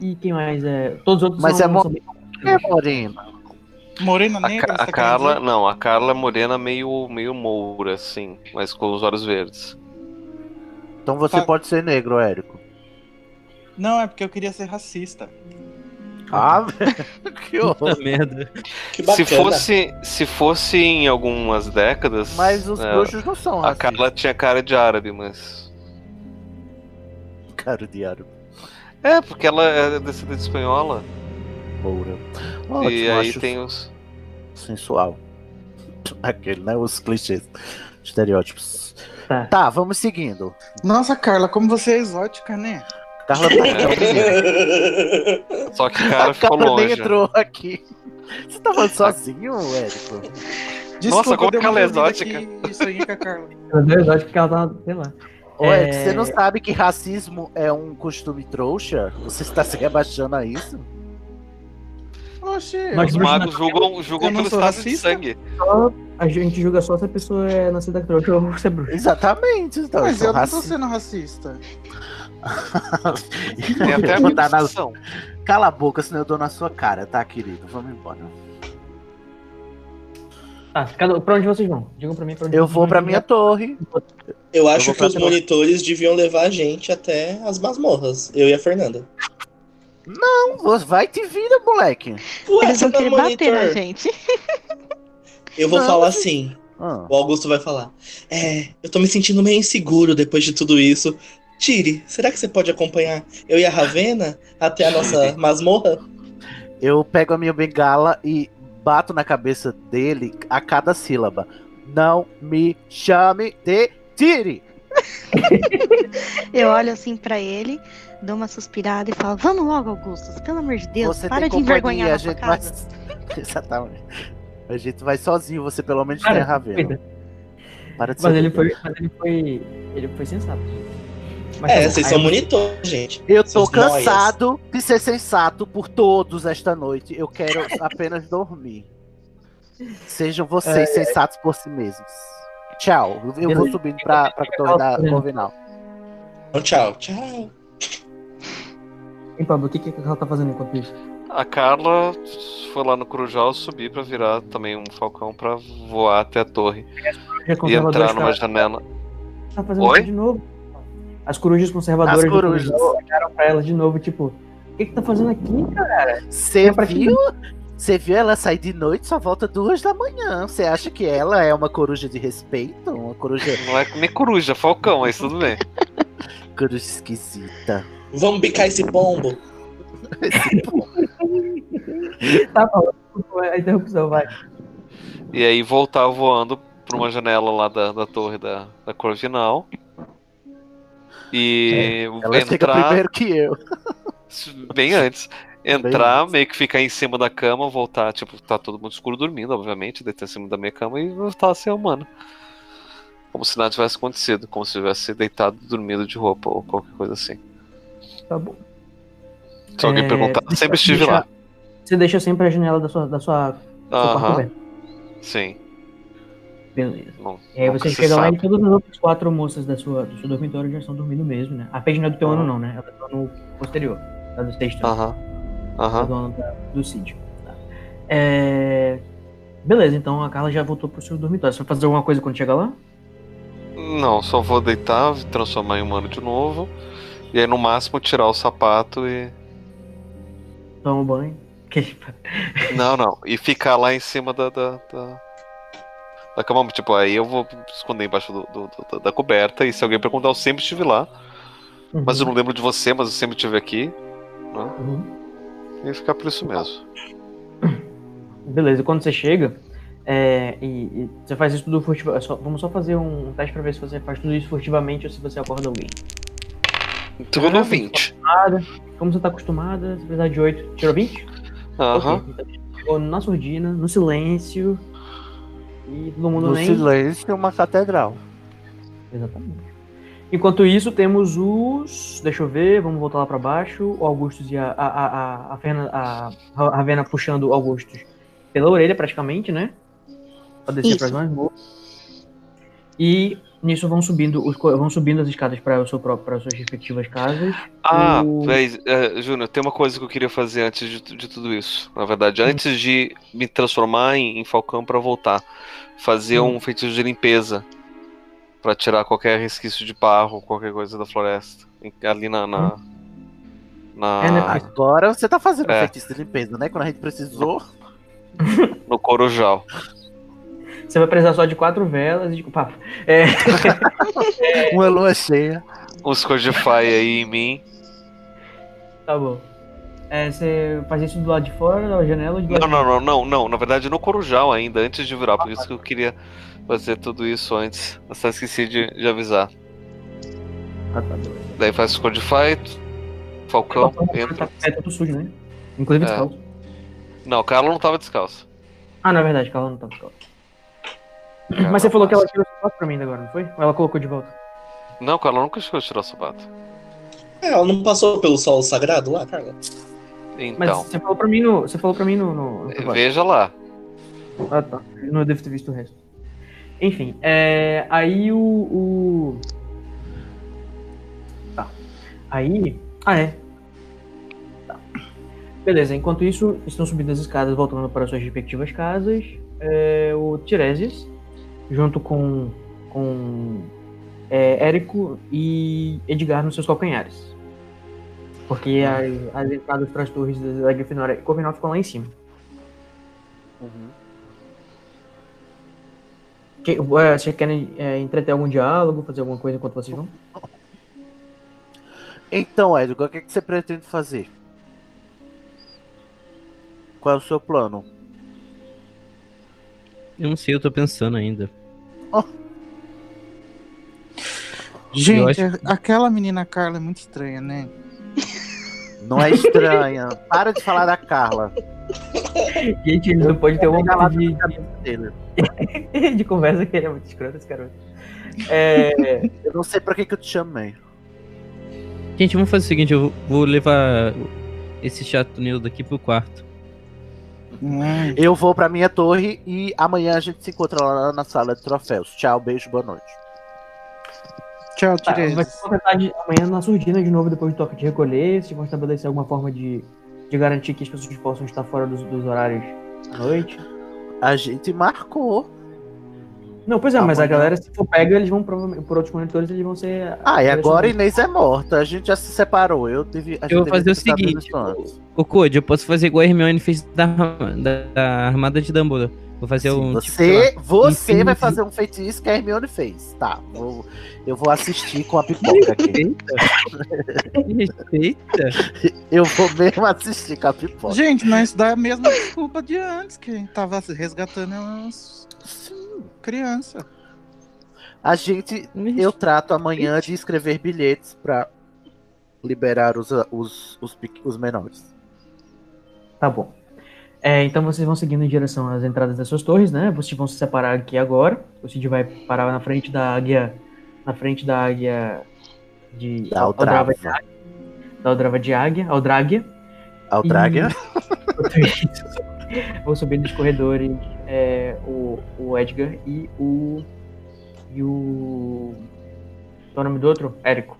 S2: E quem mais é? Todos os outros
S1: Mas
S2: são,
S1: é mo-
S2: são bem-
S1: É, Morena.
S6: Morena
S3: A,
S6: negra?
S3: Ca- a
S6: você tá
S3: Carla,
S6: querendo
S3: não, a Carla é morena meio, meio moura, assim, mas com os olhos verdes.
S1: Então você
S6: Tá.
S1: pode ser negro, Érico.
S6: dizer? Não, é porque eu queria ser racista.
S1: Ah, velho,
S3: <laughs>
S1: que horror.
S4: Puta merda.
S5: Que bacana.
S3: Se fosse, se fosse em algumas décadas,
S1: Mas os
S3: é,
S1: bruxos não são assim,
S3: a
S1: racistas.
S3: Carla tinha cara de árabe, mas
S1: Cara de árabe.
S3: é porque ela é descendente espanhola
S1: Moura. Ótimo,
S3: e aí
S1: acho
S3: tem os
S1: sensual. <laughs> Aquele, né? Os clichês. Estereótipos.
S2: Tá.
S1: Tá, vamos seguindo.
S6: Nossa, Carla, como você é exótica, né?
S1: Carla tá
S3: <laughs>
S1: aqui, ó, menino.
S5: <laughs>
S3: só que a
S1: A
S3: cara ficou
S1: Carla nem
S3: longe.
S1: Tá entrou aqui. Você tá falando sozinho, Érico?
S3: Nossa, como
S6: eu dei
S3: que ela é
S6: uma dormida
S3: exótica.
S6: aqui e sonhei com a Carla.
S2: Meu Deus, eu acho que ela tá, sei lá.
S1: Ô,
S2: É.
S1: Érico, você não sabe que racismo é um costume trouxa? Você está se rebaixando a isso?
S6: Oxi,
S2: Nós bruxos
S3: Os magos julgam, julgam
S6: Eu não
S3: pelo
S6: sou
S3: estado de
S6: racista.
S3: sangue.
S2: Só- a gente julga só se a pessoa é nascida trouxa ou se é bruxa.
S1: Exatamente. Então,
S6: mas
S1: sou
S6: eu não tô
S1: racista.
S6: sendo racista.
S3: Tem até a
S1: Vou dar na-
S3: condição.
S1: Cala a boca, senão eu dou na sua cara, tá, querido? Vamos embora.
S2: Ah, cada, pra onde vocês vão? Digam pra mim pra onde
S1: Eu
S2: vocês
S1: vou
S2: vão.
S1: pra minha torre.
S5: Eu
S1: vou
S5: acho que
S1: pra
S5: os
S1: cima.
S5: monitores deviam levar a gente até as masmorras, eu e a Fernanda.
S1: Você Então, Vai te vira, moleque.
S5: Ué,
S8: Eles vão
S5: você tá
S8: querer
S5: no
S8: bater na
S5: monitor?
S8: gente. <laughs>
S5: Eu vou
S1: Não,
S5: falar
S1: mas-
S5: assim,
S1: Ah.
S5: o Augusto vai falar. É, eu tô me sentindo meio inseguro depois de tudo isso. Tire, será que você pode acompanhar eu e a Ravena até a nossa masmorra?
S1: Eu pego a minha bengala e bato na cabeça dele a cada sílaba. Não me chame de Tire!
S8: Eu olho assim pra ele, dou uma suspirada e falo: Vamos logo, Augustus, pelo amor de Deus,
S1: Você tem
S8: para de
S1: companhia,
S8: envergonhar
S1: a
S8: a
S1: gente vai.
S8: casa.
S1: <laughs> Exatamente. A gente vai sozinho, você pelo menos
S2: Cara,
S1: tem a Ravena.
S2: cuida.
S1: Para de
S2: Mas
S1: ser
S2: ele
S1: doido.
S2: foi. Mas ele foi. Ele foi sensato. Mas tá
S5: É,
S2: bom.
S5: vocês
S2: Aí
S5: são
S2: eu-
S5: monitor, gente.
S1: Eu tô
S5: Seus noias.
S1: cansado de ser sensato por todos esta noite. Eu <laughs> quero apenas <laughs> dormir. Sejam vocês sensatos por si mesmos. Tchau. Eu- Eu vou
S2: Beleza.
S1: subindo pra, pra torre da Corvinal.
S5: Então, tchau, tchau.
S2: Hein, Pablo, o que, que ela tá fazendo enquanto isso?
S3: A Carla foi lá no Corujal subir pra virar também um falcão pra voar até a torre
S2: Já
S3: e
S2: conservadora
S3: entrar
S2: está-
S3: numa janela.
S2: tá fazendo
S3: Oi?
S2: isso de novo. As corujas conservadoras
S1: As
S2: do
S1: corujas.
S2: Corujão olharam pra ela de novo, tipo, o que que tá fazendo aqui, cara?
S1: Você
S2: É pra
S1: viu? Você viu ela sair de noite só volta duas da manhã. Você acha que ela é uma coruja de respeito? Uma coruja,
S3: Não é nem coruja, falcão, mas tudo bem.
S1: coruja esquisita.
S5: Vamos bicar esse pombo.
S2: Tá bom, desculpa a interrupção, vai.
S3: E aí voltar voando pra uma janela lá da, da torre da, da Corvinal. E
S1: Ela chega
S3: entrar
S1: primeiro que eu.
S3: bem antes. Entrar,
S1: antes.
S3: meio que ficar em cima da cama, voltar, tipo, tá todo mundo escuro dormindo, obviamente, deitar em cima da minha cama e voltar a ser humano. Como se nada tivesse acontecido, como se eu tivesse deitado dormindo de roupa ou qualquer coisa assim.
S2: Tá bom.
S3: Se alguém
S2: É,
S3: perguntar,
S2: deixa-
S3: sempre estive
S2: deixa-
S3: lá.
S2: Você deixa sempre a janela da sua, da sua, do seu quarto
S3: Aham,
S2: aberta.
S3: sim.
S2: Beleza.
S3: Não,
S2: E aí
S3: nunca
S2: vocês
S3: se
S2: chegam lá e
S3: sabe.
S2: todas as outras quatro moças da sua, do seu dormitório já estão dormindo mesmo, né? A Paige não é do teu
S3: Ah.
S2: ano, não, né? Ela tá no posterior, tá do sexto ano.
S3: Aham. Aham.
S2: do ano da- do sítio. Tá. É... Beleza, então a Carla já voltou pro seu dormitório. Você vai fazer alguma coisa quando chegar lá?
S3: Não, só vou deitar, transformar em humano de novo. E aí no máximo tirar o sapato e.
S2: Toma um banho. <laughs> Que-
S3: Não, não. E ficar lá em cima da. da, da... da cama, tipo, aí eu vou esconder embaixo do- do- do- da- da coberta e se alguém perguntar, eu sempre estive lá. Mas eu não lembro de você, mas eu sempre estive aqui. né?
S2: Uhum.
S3: E ficar por isso mesmo.
S2: Beleza, quando você chega é, e, e você faz isso tudo furtivamente. vamos só fazer um teste pra ver se você faz tudo isso furtivamente ou se você acorda alguém.
S3: Tudo
S2: Caraca,
S3: no 20.
S2: Nada. Como você tá acostumada, se precisar de 8, tirou 20?
S3: Aham.
S2: Ok, então, chegou na surdina, no silêncio. E todo mundo
S1: No
S2: nem.
S1: silêncio, uma catedral.
S2: Exatamente. Enquanto isso, temos os. Deixa eu ver, vamos voltar lá pra baixo. O Augustus e a, a, a, a, a, Ferna, a a Ravena puxando o Augustus pela orelha, praticamente, né? Pra descer
S8: Isso.
S2: pras mais E nisso vão subindo, os, co- vão subindo as escadas para as suas respectivas casas.
S3: Ah,
S2: O-
S3: mas, é, Júnior, tem uma coisa que eu queria fazer antes de, tu- de tudo isso. Na
S2: Hum.
S3: verdade, antes de me transformar em, em falcão pra voltar, fazer
S2: Hum.
S3: um feitiço de limpeza Pra tirar qualquer resquício de barro, qualquer coisa da floresta, em- ali na na, na-
S2: Hum. É, né, porque-
S1: Agora você tá fazendo
S3: É.
S1: feitiço de limpeza, né? Quando a gente precisou. <laughs>
S3: no corujal.
S2: Você vai precisar só de quatro velas e de é, papo.
S1: Uma lua cheia.
S3: Uns Codify aí em mim.
S2: Tá bom. É, você faz isso do lado de fora da janela ou de
S3: Não,
S2: lado
S3: não, não, não, não. Na verdade, no corujal ainda, antes de virar. Por isso que eu queria fazer tudo isso antes. Eu só esqueci de, de avisar.
S2: Ah, tá, beleza.
S3: Daí faz o Codify, falcão, entra.
S2: Tá- É tudo sujo, né? Inclusive
S3: É.
S2: descalço.
S3: Não, o Carla não tava descalço.
S2: Ah, não é verdade, que ela não tá descalço.
S3: Carla
S2: Mas você falou que ela
S3: tava-
S2: tirou essa foto pra mim ainda agora, não foi? Ou ela colocou de volta?
S3: Não, o Carla nunca chegou a tirar o sapato.
S5: É, Ela não passou pelo sol sagrado lá, Carla?
S2: Mas
S3: Então,
S2: você falou pra mim no. Você falou pra mim no. no, no privado.
S3: veja lá.
S2: Ah, tá. Eu Não devo ter visto o resto. Enfim, é, aí o, o- Tá. Aí. Ah, é. Tá. Beleza, enquanto isso, estão subindo as escadas, voltando para suas respectivas casas. é, o Tiresias, junto com. com. É, Érico e Edgar nos seus calcanhares. Porque as, as entradas para as torres da Grifinória e Corvinal ficam lá em cima.
S3: Uhum.
S2: Que- é, Vocês querem é, entreter algum diálogo, fazer alguma coisa enquanto vocês vão?
S1: Então, Edgar, o que, é que você pretende fazer? Qual é o seu plano?
S4: Eu não sei, eu tô pensando ainda.
S6: Gente,
S4: acho-
S6: aquela menina Carla é muito estranha, né?
S1: Não é
S3: <laughs>
S1: estranha. Para de falar da Carla.
S2: <laughs> Gente, ele não pode ter uma
S1: Fica
S2: galada
S1: lá
S2: de,
S1: na cabeça dele.
S2: Tá <laughs> de- de conversa que ele é muito escroto, esse garoto. É,
S1: Eu não sei pra que, que eu te chamei.
S4: Gente, vamos fazer o seguinte, eu vou- vou levar esse chato Nildo aqui pro quarto.
S6: Ai,
S1: Eu vou pra minha torre e amanhã a gente se encontra lá na sala de troféus. Tchau, beijo, boa noite.
S6: Tchau,
S1: Ah,
S2: tá, vai
S6: Tiresias.
S2: se contentar de, amanhã na surdina de novo, depois do toque de recolher, se vão estabelecer alguma forma de, de garantir que as pessoas possam estar fora dos, dos horários à noite.
S1: A gente marcou.
S2: Não, pois é, mas a
S1: Amanhã.
S2: galera, se for pega, eles vão provavelmente, por outros monitores, eles vão ser...
S1: Ah, e agora
S2: direcionados.
S1: Inês é morta. A gente já se separou. Eu devia. a gente
S4: Eu vou
S1: devia
S4: fazer o
S1: ter sabido
S4: seguinte,
S1: isso antes.
S4: Ô, Code, eu posso fazer igual a Hermione fez da, da, da armada de Dumbledore. Vou fazer
S1: Sim,
S4: um... tipo, sei
S1: você
S4: lá,
S1: você vai
S4: Infinity.
S1: fazer um feitiço que a Hermione fez. Tá, vou- eu vou assistir com a pipoca aqui.
S4: Eita!
S1: <laughs> Eu vou mesmo assistir com a pipoca.
S6: Gente, nós dá a mesma desculpa de antes, que tava resgatando umas crianças.
S1: A gente, eu trato amanhã de escrever bilhetes pra liberar os, os, os, pe- os menores.
S2: Tá bom. É, então vocês vão seguindo em direção às entradas das suas torres, né? Vocês vão se separar aqui agora. O Cid vai parar na frente da águia. Na frente da águia. De.
S1: Da Aldrava.
S2: de águia. Da Aldrava de águia. Aldráguia.
S1: Aldraga?
S2: Enquanto isso, <laughs> Vão subindo os corredores é, o, o Edgar e o. E o. Qual é o nome do outro? Érico.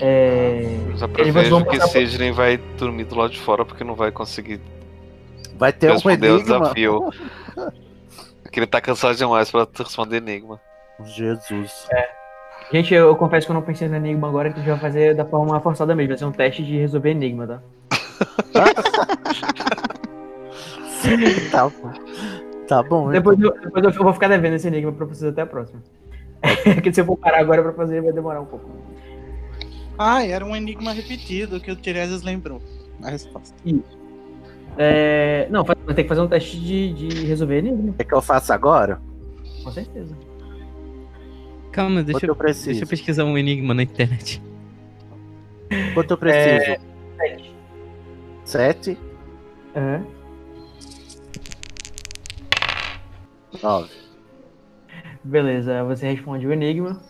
S2: É,
S3: Já
S2: vai
S3: prevejo
S2: tomar
S3: que
S2: pra-
S3: Sidney vai dormir do lado de fora porque não vai conseguir
S1: Vai ter um
S3: responder o
S1: enigma.
S2: <laughs>
S3: desafio. Porque ele tá cansado demais pra responder enigma.
S1: Jesus.
S2: Gente, eu, eu confesso que eu não pensei no enigma agora, que a gente vai fazer da forma forçada mesmo. Vai ser um teste de resolver enigma, tá?
S1: Sim, <laughs> tá bom. Tá bom, hein?
S2: Depois, eu, depois eu vou ficar devendo esse enigma pra vocês até a próxima. <laughs> Porque se eu for parar agora pra fazer, vai demorar um pouco.
S6: Ah, era um enigma repetido que o Tiresias lembrou. A resposta.
S2: É, não, faz- vai ter que fazer um teste de, de resolver enigma,
S1: O que, que eu faço agora?
S2: com certeza.
S4: Calma, deixa
S1: Quanto eu
S4: eu,
S1: preciso?
S4: deixa eu pesquisar um enigma na internet.
S1: Quanto eu preciso? Sete?
S2: É.
S1: Nove.
S2: Beleza, você responde o enigma.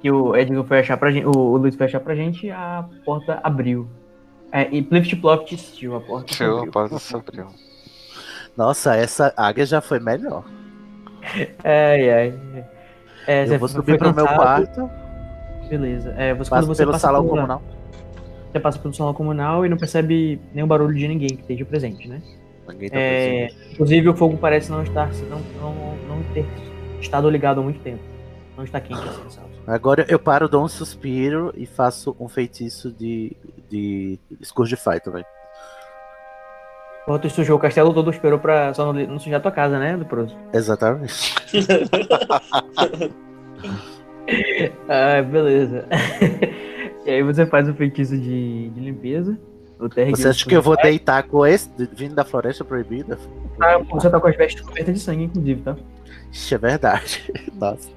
S2: Que o Edgar foi achar pra gente. O, o Luiz foi achar pra gente, a porta abriu. É, e Plift Ploft assistiu a porta. se
S3: Tio,
S2: abriu.
S3: rapaz, isso abriu.
S1: Nossa, essa águia já foi melhor.
S2: Ai, ai. É, você
S1: eu vou
S2: foi
S1: subir pro meu
S2: cansado,
S1: quarto,
S2: Beleza. É, você, quando
S1: passo
S2: você
S1: pelo
S2: passa
S1: salão
S2: pela-
S1: comunal.
S2: Você passa pelo salão comunal e não percebe nenhum barulho de ninguém que esteja presente, né?
S1: Ninguém tá
S2: É, inclusive o fogo parece não estar não, não, não ter estado ligado há muito tempo. Não está quente assim, sabe?
S1: Agora eu paro, dou um suspiro e faço um feitiço de, de Scourgify também.
S2: Quando tu sujou o castelo todo, esperou pra só não, não sujar tua casa, né, do Proso?
S1: Exatamente.
S2: Ah, beleza. <laughs> e aí você faz o feitiço de, de limpeza. O TR
S1: Você acha que eu vou deitar com esse de- vindo da Floresta Proibida?
S2: Tá, você tá com as vestes cobertas de sangue, inclusive, tá?
S1: Ixi, é verdade. <laughs> Nossa.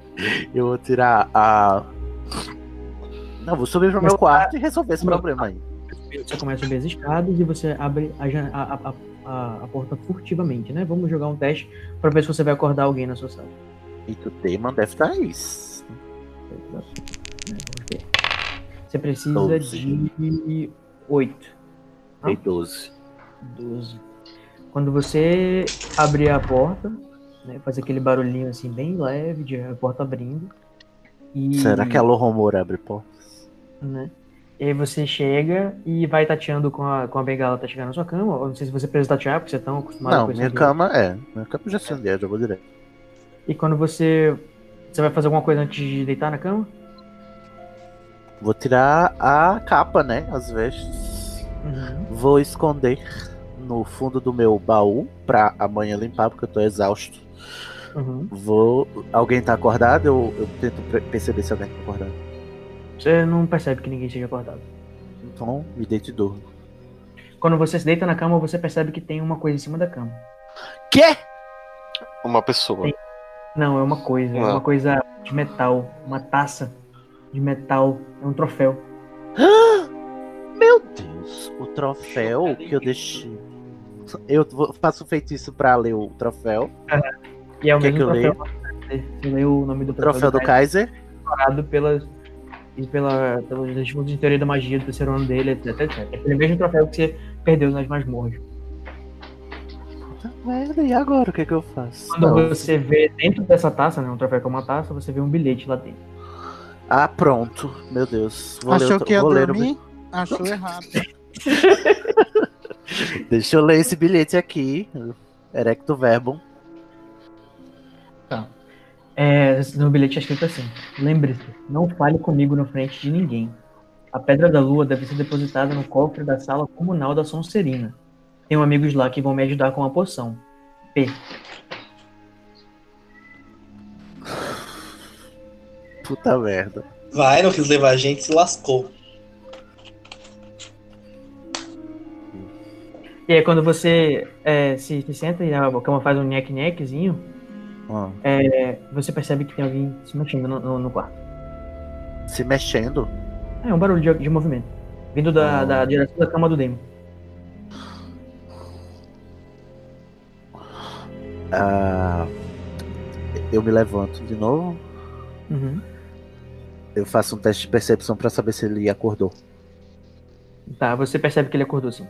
S1: Eu vou tirar a. Não, vou subir pro meu quarto e resolver esse problema aí.
S2: Você começa a subir as escadas e você abre a, jan- a, a- a- a porta furtivamente, né? Vamos jogar um teste pra ver se você vai acordar alguém na sua sala.
S1: E que o Damon deve tá estar isso.
S2: Você precisa
S1: Doze.
S2: de 8.
S1: Dei 12.
S2: 12. Quando você abrir a porta, né, faz aquele barulhinho assim bem leve de a porta abrindo. E,
S1: Será que é a Lohomora abre porta?
S2: né? E aí você chega e vai tateando com a, com a bengala até chegar na sua cama. Ou não sei se você precisa tatear, porque você é tão acostumado
S1: Não,
S2: com isso
S1: minha
S2: aqui.
S1: cama é. Minha cama já acendeu, eu já vou direto.
S2: E quando você. Você vai fazer alguma coisa antes de deitar na cama?
S1: Vou tirar a capa, né? As vestes.
S2: Uhum.
S1: Vou esconder no fundo do meu baú pra amanhã limpar, porque eu tô exausto.
S2: Uhum.
S1: Vou. Alguém tá acordado? Eu, eu tento pre- perceber se alguém tá acordado.
S2: Você não percebe que ninguém esteja acordado.
S1: Então, me deito e durmo.
S2: Quando você se deita na cama, você percebe que tem uma coisa em cima da cama.
S1: Quê?
S3: Uma pessoa.
S2: Não, é uma coisa. É
S3: Ah.
S2: uma coisa de metal. Uma taça de metal. É um troféu.
S1: Meu Deus, o troféu que eu deixei. Eu vou- faço um feitiço pra ler o troféu.
S2: E é o
S1: Quer
S2: mesmo
S1: que eu
S2: troféu. Você lê o nome do
S1: O troféu do
S2: Kaiser.
S1: Kaiser.
S2: preparado pelas, e pela, pelos estudos de teoria da magia do terceiro ano dele, etc, etc. É Aquele mesmo troféu que você perdeu nas masmorras.
S1: Puta merda, e agora o que, que eu faço?
S2: Quando
S1: Não.
S2: você vê dentro dessa taça, né, um troféu que é uma taça, você vê um bilhete lá dentro.
S1: Ah, pronto. Meu Deus. Vou ler, o
S6: Achou
S1: tro-
S6: que ia
S1: vou ler o
S6: dormir? Achou errado.
S1: Deixa eu ler esse bilhete aqui. Erecto Verbum.
S2: É, no bilhete é escrito assim: Lembre-se, não fale comigo na frente de ninguém. A pedra da lua deve ser depositada no cofre da sala comunal da Sonserina. Tenho amigos lá que vão me ajudar com a poção.
S1: Puta merda.
S5: Vai, não quis levar a gente, se lascou.
S2: E aí, quando você é, se, se senta e a cama faz um nheque-nhequezinho, é,
S1: Ah,
S2: Você percebe que tem alguém se mexendo no, no- no quarto.
S1: Se mexendo.
S2: É um barulho de, de movimento. Vindo da,
S1: Ah.
S2: da direção da cama do Demo.
S1: Ah, eu me levanto de novo. Eu faço um teste de percepção pra saber se ele acordou.
S2: Tá, você percebe que ele acordou sim.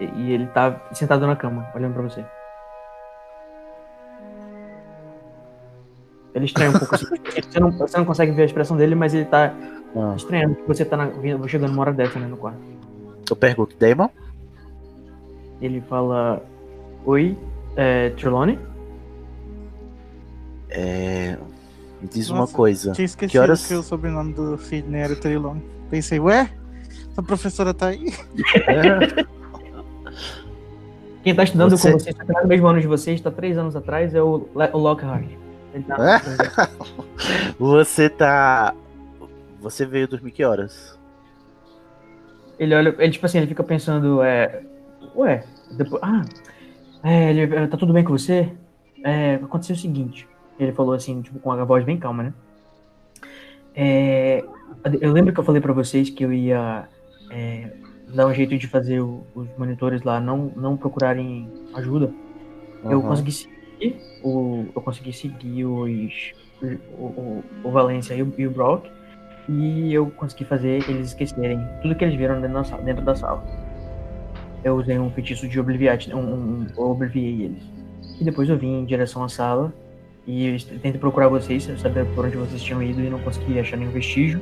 S2: E, e ele tá sentado na cama, olhando pra você. Ele estranha um pouco assim. Você não, você não consegue ver a expressão dele, mas ele tá
S1: Ah,
S2: estranhando que você tá na- vindo- chegando uma hora dessa né, no quarto.
S1: eu pergunto, Damon?
S2: Ele fala: Oi, é, Trelawney?
S1: É, me diz uma
S2: <laughs>
S6: Nossa,
S1: coisa.
S6: Tinha esquecido
S1: Que
S6: que,
S1: horas-
S6: o sobrenome do Sidney era Trilone. Pensei, ué? A professora tá aí?
S2: Quem tá estudando
S1: Você-
S2: com vocês, tá no mesmo ano de vocês, tá três anos atrás, é o, Le- o Lockhart. Ele tá-
S1: Você tá. Você veio dormir que horas?
S2: Ele olha, ele tipo assim, ele fica pensando, é. Ué, depois. Ah, é, ele, é, tá tudo bem com você? É, aconteceu o seguinte. Ele falou assim, tipo, com a voz bem calma, né? É, eu lembro que eu falei pra vocês que eu ia é, dar um jeito de fazer o- os monitores lá não, não procurarem ajuda. Eu
S1: Aham.
S2: consegui seguir o. Eu consegui seguir os. O, o, o Valencia e o, e o Brock. E eu consegui fazer eles esquecerem tudo que eles viram dentro da sala. Dentro da sala. Eu usei um feitiço de obliviate, um, um, um- eu obliviei eles. E depois eu vim em direção à sala e eu est- tentei procurar vocês, saber por onde vocês tinham ido e não consegui achar nenhum vestígio.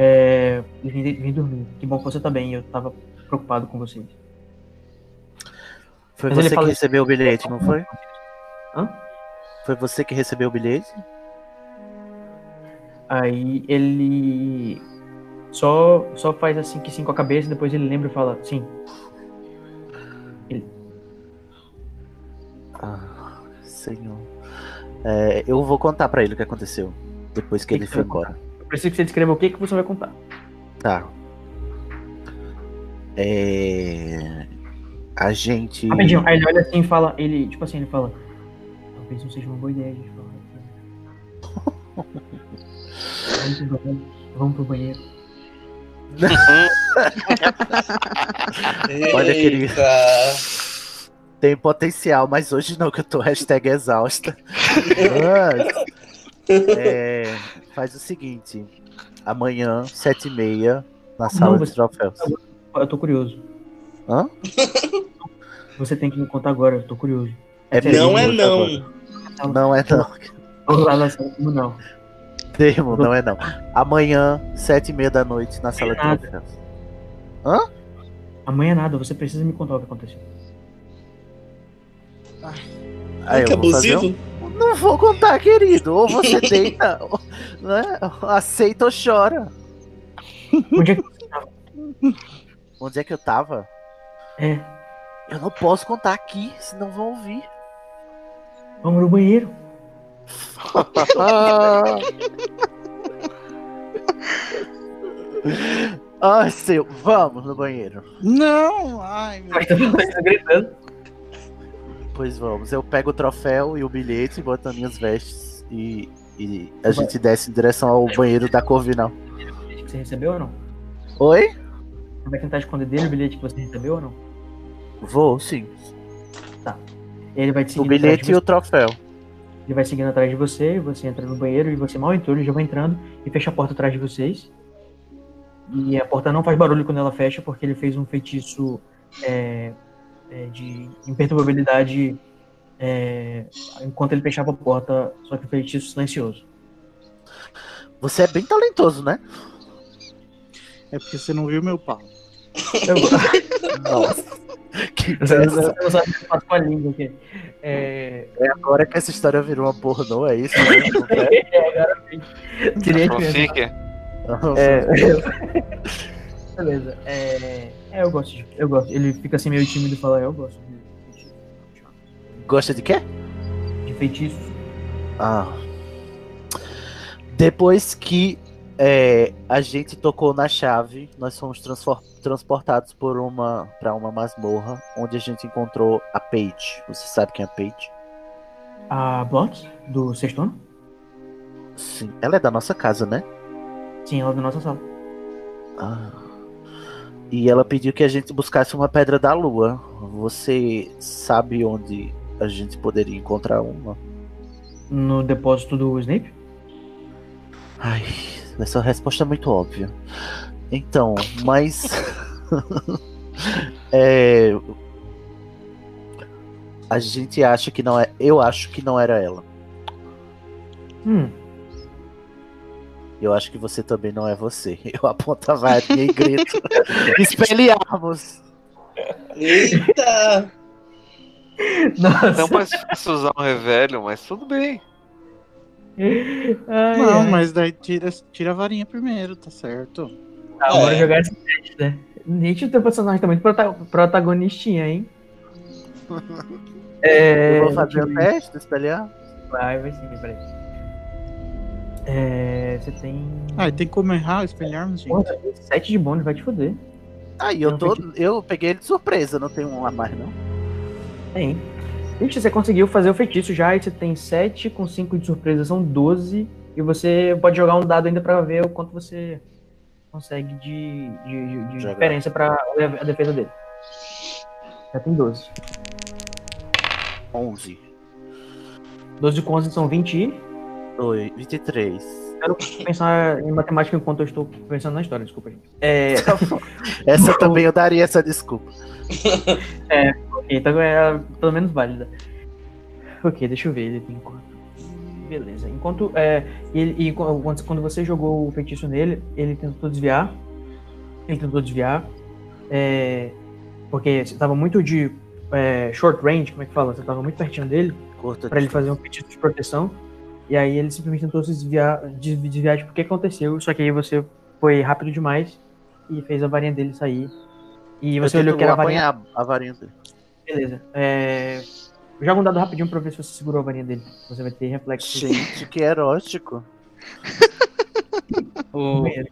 S2: É, e vim, vim dormir. Que bom que você tá bem, eu tava preocupado com vocês.
S1: Foi
S2: Mas
S1: você
S2: ele
S1: que
S2: fala-
S1: recebeu o bilhete, não foi?
S2: Hã?
S1: Foi você que recebeu o bilhete?
S2: Aí ele só só faz assim que sim com a cabeça, depois ele lembra e fala sim.
S1: Ah, senhor. É, eu vou contar pra ele o que aconteceu. Depois que
S2: Que
S1: ele
S2: que
S1: foi
S2: vai contar?
S1: embora.
S2: Eu preciso que você descreva o que, que você vai contar.
S1: Tá. É, A gente.
S2: Rapidinho. Aí ele olha assim e fala, ele, tipo assim, ele fala. Talvez não seja uma boa ideia a gente falar. <laughs> isso." Vamos pro banheiro. Vamos pro banheiro.
S1: Olha, querido.
S5: Eita.
S1: Tem potencial, mas hoje não, que eu tô hashtag exausta. Mas, é, faz o seguinte. Amanhã, sete e meia, na sala
S2: você-
S1: de troféus.
S2: Eu tô curioso.
S1: Hã?
S2: Você tem que me contar agora, eu tô curioso.
S1: É
S2: Sério,
S5: Não é
S1: perigo,
S5: não.
S1: tá bom. Não é não. <laughs>
S2: Vamos lá, lá, sério, como não.
S1: Termo, não é não. Amanhã, sete e meia da noite, na sala de
S2: Nada.
S1: conferência.
S2: Amanhã nada, você precisa me contar o que <laughs> aconteceu.
S1: Aí
S5: que
S1: eu vou fazer um-
S5: abusivo.
S1: Não vou contar, querido. Ou você deita, ou- né? aceita ou chora.
S2: Onde é que
S1: Onde é que eu tava?
S2: É.
S1: Eu não posso contar aqui, senão vão ouvir.
S2: Vamos no banheiro.
S1: Ah. Ai, Ah, seu, vamos no banheiro.
S6: Não! Ai, meu Deus.
S2: tá gritando.
S1: Pois vamos. Eu pego o troféu e o bilhete, boto as minhas vestes e, e a gente desce em direção ao banheiro da Corvinal.
S2: Você recebeu ou não?
S1: Oi?
S2: Você vai tentar esconder dele o bilhete que você recebeu ou não?
S1: Vou, sim.
S2: Ele vai te
S1: O
S2: seguindo atrás
S1: bilhete
S2: de
S1: e
S2: você,
S1: o troféu.
S2: ele vai seguindo atrás de você, você entra no banheiro e você mal entrou, ele já vai entrando e fecha a porta atrás de vocês. E a porta não faz barulho quando ela fecha, porque ele fez um feitiço é, é, de imperturbabilidade é, enquanto ele fechava a porta, só que um feitiço silencioso.
S1: Você é bem talentoso, né?
S6: É porque você não viu meu pau.
S1: Nossa. <laughs> Que <laughs>
S2: Eu
S1: beleza.
S2: não sabe o que eu faço com a língua aqui. É,
S1: É agora que essa história virou uma pornô, é isso mesmo? <laughs> né?
S2: direito mesmo.
S3: Fanfic?
S1: É.
S2: Beleza. É, é, eu gosto de, eu gosto. Ele fica assim meio tímido e fala, eu gosto de,
S1: Gosta de quê?
S2: de feitiços.
S1: Ah. Depois que é, a gente tocou na chave, nós fomos transfor- transportados por uma para uma masmorra, onde a gente encontrou a Paige. Você sabe quem é a Paige?
S2: A Blot, do sexto ano?
S1: Sim, ela é da nossa casa, né?
S2: Sim, ela é da nossa sala.
S1: Ah. E ela pediu que a gente buscasse uma pedra da lua. Você sabe onde a gente poderia encontrar uma?
S2: No depósito do Snape?
S1: Ai, essa resposta é muito óbvia. Então, mas. <laughs> É, A gente acha que não é. Eu acho que não era ela.
S2: Hum.
S1: Eu acho que você também não é você. <laughs> Eu aponto a varinha e grito. Espelharmos!
S5: Eita!
S2: <laughs> Nossa.
S3: Não mais fácil usar um revelho, mas tudo bem.
S2: Ai,
S6: <laughs> Não,
S2: Então, ai.
S6: mas daí tira, tira a varinha primeiro, tá certo?
S2: Tá, bora jogar esse teste, né? Nietzsche, o teu personagem tá muito prota protagonistinha, hein? é...
S1: eu vou fazer o
S2: deixa eu ver.
S1: teste, espelhar.
S2: Vai, vai sim, peraí. É, você tem...
S6: Ah, e tem como errar, espelharmos, gente.
S2: Porra, sete de bônus, vai te foder.
S1: Tá Aí eu
S2: Não,
S1: tô. Eu peguei ele de surpresa, não tem um a mais, não.
S2: Tem. Gente, você conseguiu fazer o feitiço já, e você tem 7 com 5 de surpresa, são 12. E você pode jogar um dado ainda pra ver o quanto você consegue de, de- de- de
S1: Jogar.
S2: diferença pra a defesa dele. Já tem 12.
S1: 11.
S2: 12 com 11 são 20 e.
S1: 2, 23.
S2: Eu não consigo pensar em matemática enquanto eu estou pensando na história, desculpa, gente. É. tá
S1: Essa também eu daria essa desculpa.
S2: ok, então é pelo menos válida. Ok, deixa eu ver ele tem quanto. Beleza. Enquanto. É, ele, e qu- quando, quando você jogou o feitiço nele, ele tentou desviar. Ele tentou desviar. é, porque você tava muito de é, short range, como é que fala? Você tava muito pertinho dele
S1: Curta
S2: pra ele fazer um feitiço de proteção. E aí ele simplesmente tentou se desviar, des- desviar de o que aconteceu. Só que aí você foi rápido demais e fez a varinha dele sair. E você
S1: eu
S2: olhou
S1: tento
S2: que era a varinha
S1: apanhar a varinha dele.
S2: Beleza. É... Joga um dado rapidinho pra ver se você segurou a varinha dele. Você vai ter reflexo.
S1: Gente, que erótico.
S4: Ô,
S2: Banheiro.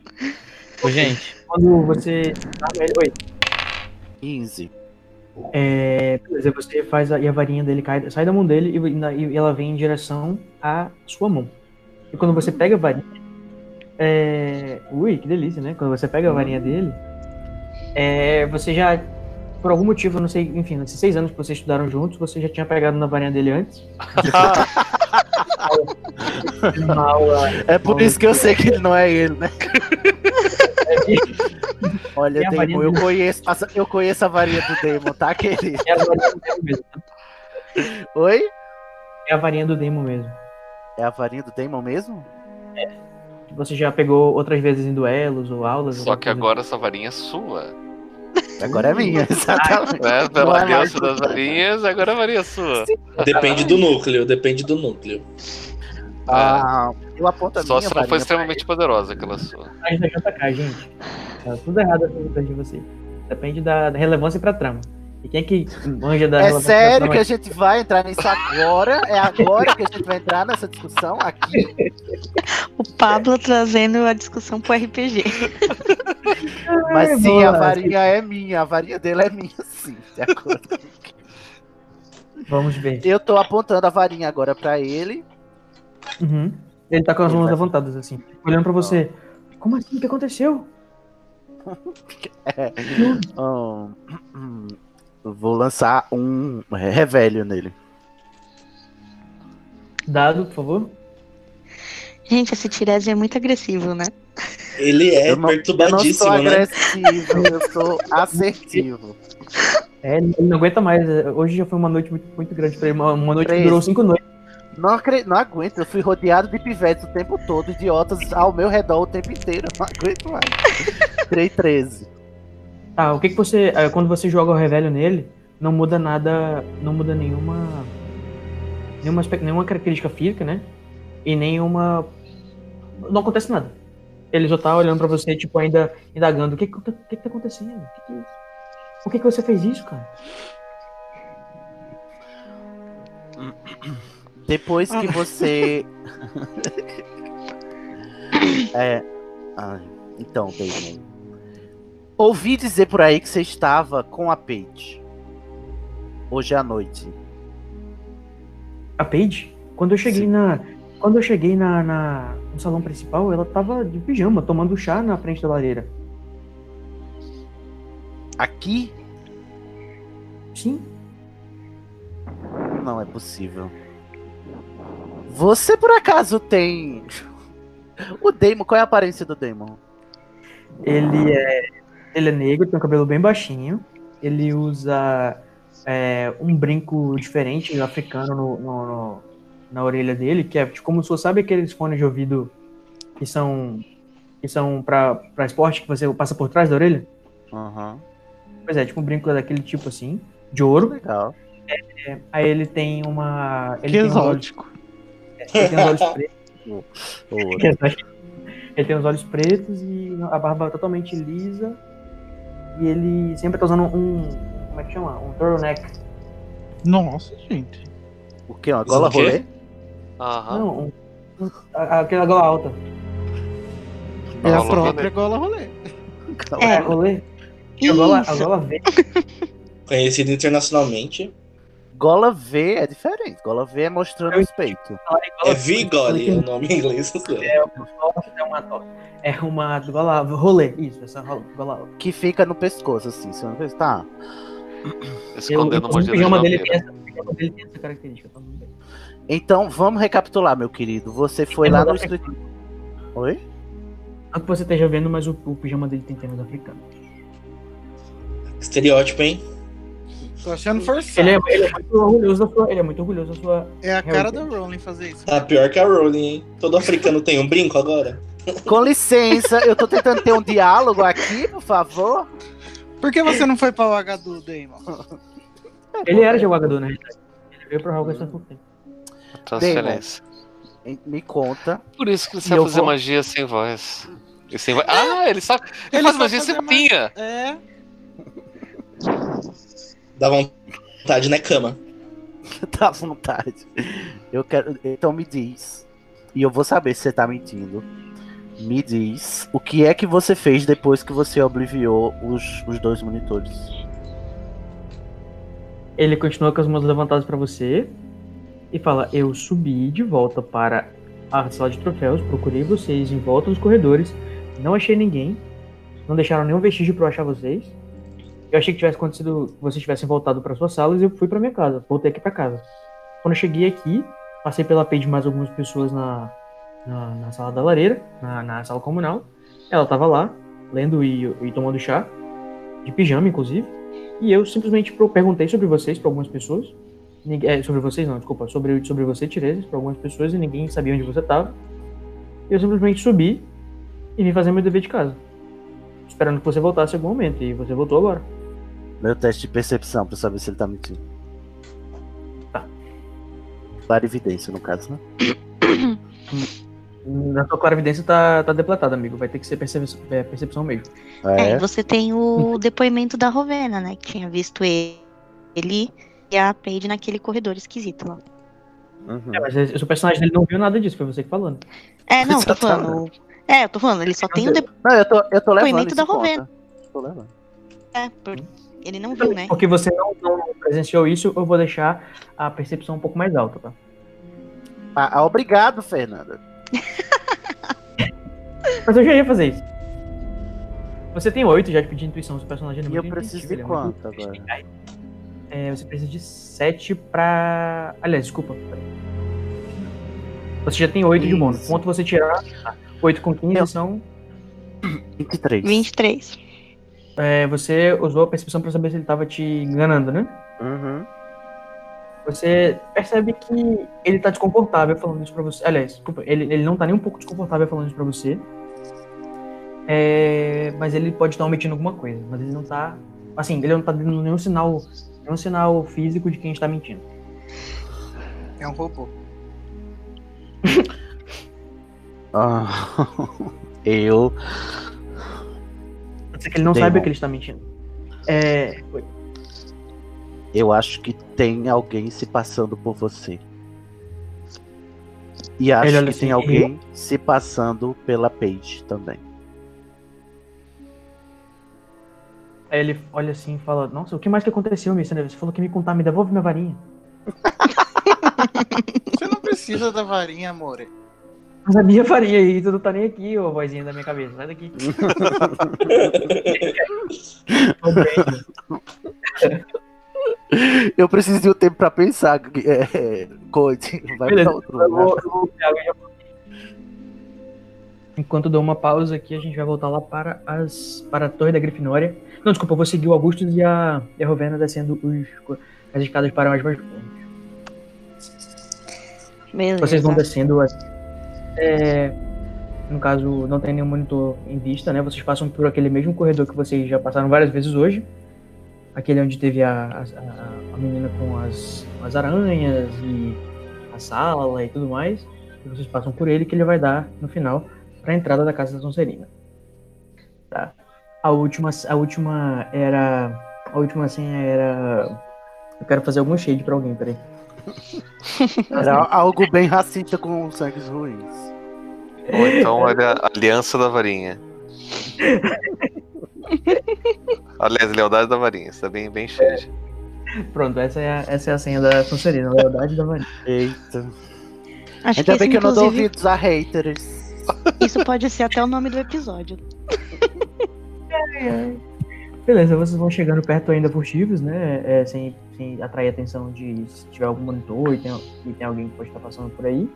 S4: ô, gente,
S2: Quando você. arma ele- Oi.
S1: 15.
S2: É, Beleza, você faz a... e a varinha dele cai... sai da mão dele e... na- e ela vem em direção à sua mão. E quando você pega a varinha. é, Ui, que delícia, né? Quando você pega a varinha dele, é, você já. Por algum motivo, eu não sei, enfim, nesses seis anos que vocês estudaram juntos, você já tinha pegado na varinha dele antes. Uma aula
S1: É por isso que eu sei que ele não é ele, né? Olha,
S2: É a
S1: Damon,
S2: varinha
S1: eu
S2: do-
S1: conheço, a- eu conheço a varinha do Damon, tá, querido?
S2: É a varinha do Demo mesmo. tá?
S1: Oi?
S2: É a varinha do Demo mesmo.
S1: É a varinha do Damon mesmo?
S2: Que Você já pegou outras vezes em duelos ou aulas.
S3: Só
S2: alguma
S3: que
S2: coisa
S3: agora essa varinha é sua.
S1: Agora é minha, exatamente.
S3: Né?
S1: Não
S3: Pela
S1: é
S3: deusa
S1: mais
S3: das varinhas, agora a varinha é sua.
S5: Depende do núcleo, depende do núcleo.
S1: Ah, eu aponto a
S3: né? Só
S1: minha
S3: se não
S1: varinha pra
S3: foi extremamente poderosa aquela sua.
S2: atrás da JK, gente. Tá tudo errado as perguntas de vocês. Depende da, da relevância pra trama. E quem é que manja da
S1: É
S2: relevância
S1: sério
S2: pra
S1: que
S2: trama?
S1: a gente vai entrar nisso agora? É agora que a gente vai entrar nessa discussão
S2: <laughs>
S1: aqui?
S8: O Pablo trazendo a discussão pro RPG.
S1: Mas sim,
S2: boa,
S1: a varinha é minha, a varinha dele é minha, sim. De acordo.
S2: Vamos ver.
S1: Eu tô apontando a varinha agora pra ele.
S2: Uhum. Ele tá com as
S1: Ele
S2: mãos
S1: vai-
S2: levantadas, assim, olhando pra você. Como assim? O que aconteceu?
S1: Ahn, <clears throat> vou lançar um revelio nele.
S2: Dado, por favor.
S8: Gente, esse Tiresias é muito agressivo, né?
S5: Ele é
S1: eu não, eu não
S5: perturbadíssimo,
S1: sou
S5: né?
S1: agressivo, eu
S5: <laughs>
S1: sou assertivo.
S2: É, ele não aguenta mais. é, Hoje já foi uma noite muito, muito grande pra ele. Uma, uma noite
S1: Três.
S2: que durou cinco noites.
S1: Não, acre- não aguento, eu fui rodeado de pivetes o tempo todo, idiotas ao meu redor o tempo inteiro. eu Não aguento mais.
S5: <laughs>
S1: Tirei 13.
S2: Tá, o que que você... é, Quando você joga o revelio nele, não muda nada... Não muda nenhuma... Nenhuma, aspe- nenhuma característica física, né? E nenhuma... Não acontece nada. Ele só tá olhando pra você, tipo, ainda indagando. O que que, tá- o que que tá acontecendo? O que que é isso? Por que que você fez isso, cara?
S1: Depois
S5: Ah.
S1: que você.
S5: <laughs>
S1: é. ai, então, Damon. Ouvi dizer por aí que você estava com a Paige. Hoje à noite.
S2: A Paige? Quando eu cheguei na. Quando eu cheguei na, na- no salão principal, ela tava de pijama, tomando chá na frente da lareira.
S1: Aqui?
S2: Sim.
S1: Não é possível. Você por acaso tem. <laughs> O Damon, qual é a aparência do Damon?
S2: Ele é. Ele é negro, tem um cabelo bem baixinho. Ele usa é, um brinco diferente, um africano, no, no- no- na orelha dele, que é tipo, como se fosse, sabe aqueles fones de ouvido que são. que são pra, pra esporte, que você passa por trás da orelha?
S1: Aham.
S2: Pois é, tipo um brinco daquele tipo assim, de ouro.
S1: Legal.
S2: Aí ele tem uma. Ele
S6: que
S2: tem um uns olhos
S6: exótico.
S2: Ele tem um os
S6: <laughs>
S2: olhos pretos.
S1: Ouro.
S2: Ele tem os olhos pretos e a barba totalmente lisa. E ele sempre tá usando um. Como é que chama? Um turtleneck.
S6: Nossa, gente.
S1: O que? Uma
S5: Isso
S1: gola
S5: o quê?
S1: rolê?
S8: Ah.
S3: Aham.
S2: Não, um, um, a- aquela gola alta.
S6: É a
S3: Gola
S6: própria gola rolê.
S2: É,
S8: É.
S2: rolê. A gola, a
S8: Isso.
S2: gola verde.
S5: Conhecido internacionalmente. É
S1: Gola V é diferente. Gola V é mostrando
S2: Eu-
S1: os peitos.
S5: É Vigore, é o nome em inglês.
S2: É uma, é uma gola rolê. Isso, essa rola- gola alta.
S1: Que fica no pescoço, assim. Você não vê? Tá.
S3: Escondendo
S2: Eu-
S3: o
S2: o
S3: monte de
S2: pijama dele
S3: geladeira.
S2: tem essa, o pijama dele tem essa característica. tá tudo bem.
S1: Então, vamos recapitular, meu querido. Você foi lá no escritório. Oi?
S2: Não que você esteja vendo, mas o, o pijama dele tem termos africanos.
S5: Estereótipo, hein?
S6: Tô achando forçado.
S2: Ele é, ele é muito orgulhoso da sua. Ele é muito orgulhoso da sua.
S6: É a cara da
S2: Realmente.
S6: Rowling fazer isso.
S5: Tá pior que a Rowling, hein? Todo africano tem um brinco agora?
S1: Com licença, eu tô tentando ter um diálogo aqui, por favor.
S6: Por que você não foi pra UH do Damon?
S2: Ele era jogador, né? Hum. Ele veio pro Hawkins há pouco tempo.
S3: Transferência.
S1: Me conta.
S3: Tá,
S1: <laughs>
S3: Por isso que ele
S1: E
S3: sabe
S1: eu
S3: fazer
S1: vou-
S3: magia sem voz. E sem voz. Ah, ele sabe. Ele,
S6: Ele
S3: faz
S6: sabe
S3: magia
S6: fazer
S3: sem
S6: ma-
S3: pinha.
S6: É.
S5: Dá vontade né, na cama.
S1: Dá tá vontade. Eu quero. Então me diz. E eu vou saber se você tá mentindo. Me diz o que é que você fez depois que você obliviou os, os dois monitores.
S2: Ele continua com as mãos levantadas pra você e fala: Eu subi de volta para a sala de troféus, procurei vocês em volta dos corredores, não achei ninguém, não deixaram nenhum vestígio pra eu achar vocês. Eu achei que tivesse acontecido, que vocês tivessem voltado para suas salas e eu fui pra minha casa, voltei aqui pra casa. Quando eu cheguei aqui, passei pela page de mais algumas pessoas na, na, na sala da lareira, na, na sala comunal. Ela tava lá, lendo e, e tomando chá, de pijama, inclusive. E eu simplesmente pro- perguntei sobre vocês para algumas pessoas. Ninguém- é, sobre vocês, não, desculpa. Sobre, sobre você, Tiresias, para algumas pessoas e ninguém sabia onde você estava. Eu simplesmente subi e vim fazer meu dever de casa. Esperando que você voltasse em algum momento. E você voltou agora.
S1: Meu teste de percepção pra saber se ele tá mentindo.
S2: Tá.
S1: Clarividência, no caso, né?
S2: Na sua clarividência tá, tá depletada, amigo. Vai ter que ser percep- é, percepção mesmo.
S8: É, e
S1: É,
S8: você tem o <laughs> depoimento da Rovena, né? Que tinha visto ele, ele e a Paige naquele corredor esquisito lá.
S1: uhum.
S2: É, mas esse- o personagem dele não viu nada disso, foi você que né? falando.
S8: É, não, tô
S1: Exatamente.
S8: falando. É, eu tô falando, ele só tem o depoimento.
S1: Não, eu tô, eu tô levando
S8: Depoimento
S1: isso
S8: da
S1: em
S8: Rovena.
S1: conta. Tô levando.
S8: É,
S2: Hum.
S8: Ele não viu, né?
S2: Porque você não, não presenciou isso, eu vou deixar a percepção um pouco mais alta, tá?
S1: Ah, ah, obrigado, Fernanda.
S2: Mas eu já ia fazer isso. Você tem oito já de pedir intuição, seu personagem é
S1: E
S2: muito
S1: eu preciso
S2: intuitivo,
S1: de
S2: ele é muito
S1: quanto agora?
S2: perspicaz. É, você precisa de sete pra. Aliás, desculpa. Você já tem oito de bônus.
S1: Isso.
S2: Quanto você tirar? Oito com 15
S1: Eu-
S2: são.
S1: 23.
S8: 23.
S2: é, você usou a percepção pra saber se ele tava te enganando, né?
S1: Uhum.
S2: Você percebe que ele tá desconfortável falando isso pra você. Aliás, desculpa, ele, ele não tá nem um pouco desconfortável falando isso pra você. É, mas ele pode estar omitindo alguma coisa. Mas ele não tá. Assim, ele não tá dando nenhum sinal. Nenhum sinal físico de quem está mentindo.
S6: É um robô.
S1: Ah, <laughs> eu.
S2: Pode ser que ele não
S1: Demon.
S2: saiba que ele está mentindo. É, oi.
S1: Eu acho que tem alguém se passando por você. E acho
S2: Ele
S1: que
S2: olha
S1: tem
S2: assim,
S1: alguém se passando pela Paige também.
S2: Aí ele olha assim e fala: Nossa, o que mais que aconteceu, Mr. Você falou que me contar, me devolve minha varinha.
S6: Você não precisa da
S2: <laughs>
S6: varinha, amore.
S2: Mas a minha varinha aí, tu não tá nem aqui, ô vozinha da minha cabeça. Sai daqui. Tô bem.
S1: Eu preciso de um tempo pra pensar. É, é, Conte, vai
S2: Beleza,
S1: pra outro
S2: Eu
S1: lugar.
S2: vou- eu vou pegar água e já volto. Enquanto eu dou uma pausa aqui, a gente vai voltar lá para, as, para a Torre da Grifinória. Não, desculpa, eu vou seguir o Augustus e a, e a Rovena descendo os- as escadas para mais mais fundo.
S8: Beleza.
S2: Vocês vão descendo as. é, no caso, não tem nenhum monitor em vista, né? Vocês passam por aquele mesmo corredor que vocês já passaram várias vezes hoje. Aquele onde teve a, a- a- a menina com as, com as aranhas e a sala e tudo mais. E vocês passam por ele que ele vai dar no final para a entrada da casa da Sonserina. Tá? A última, a última era. A última senha era. Eu quero fazer algum shade para alguém, peraí.
S1: Era algo bem racista com sangues ruins.
S3: Ou então era a Aliança da Varinha. Aliás, Lealdade da Varinha, isso tá bem, bem cheio.
S2: Pronto, essa é a, essa é a senha da Sonserina, lealdade da Maria.
S1: Eita.
S8: Acho
S1: Ainda
S8: que,
S1: bem
S8: esse,
S1: que eu não dou
S8: inclusive,
S1: ouvidos a haters.
S8: isso pode ser até o nome do episódio.
S2: Beleza, vocês vão chegando perto ainda furtivos, né? é, sem, sem atrair a atenção de se tiver algum monitor e tem, e tem alguém que pode estar passando por aí.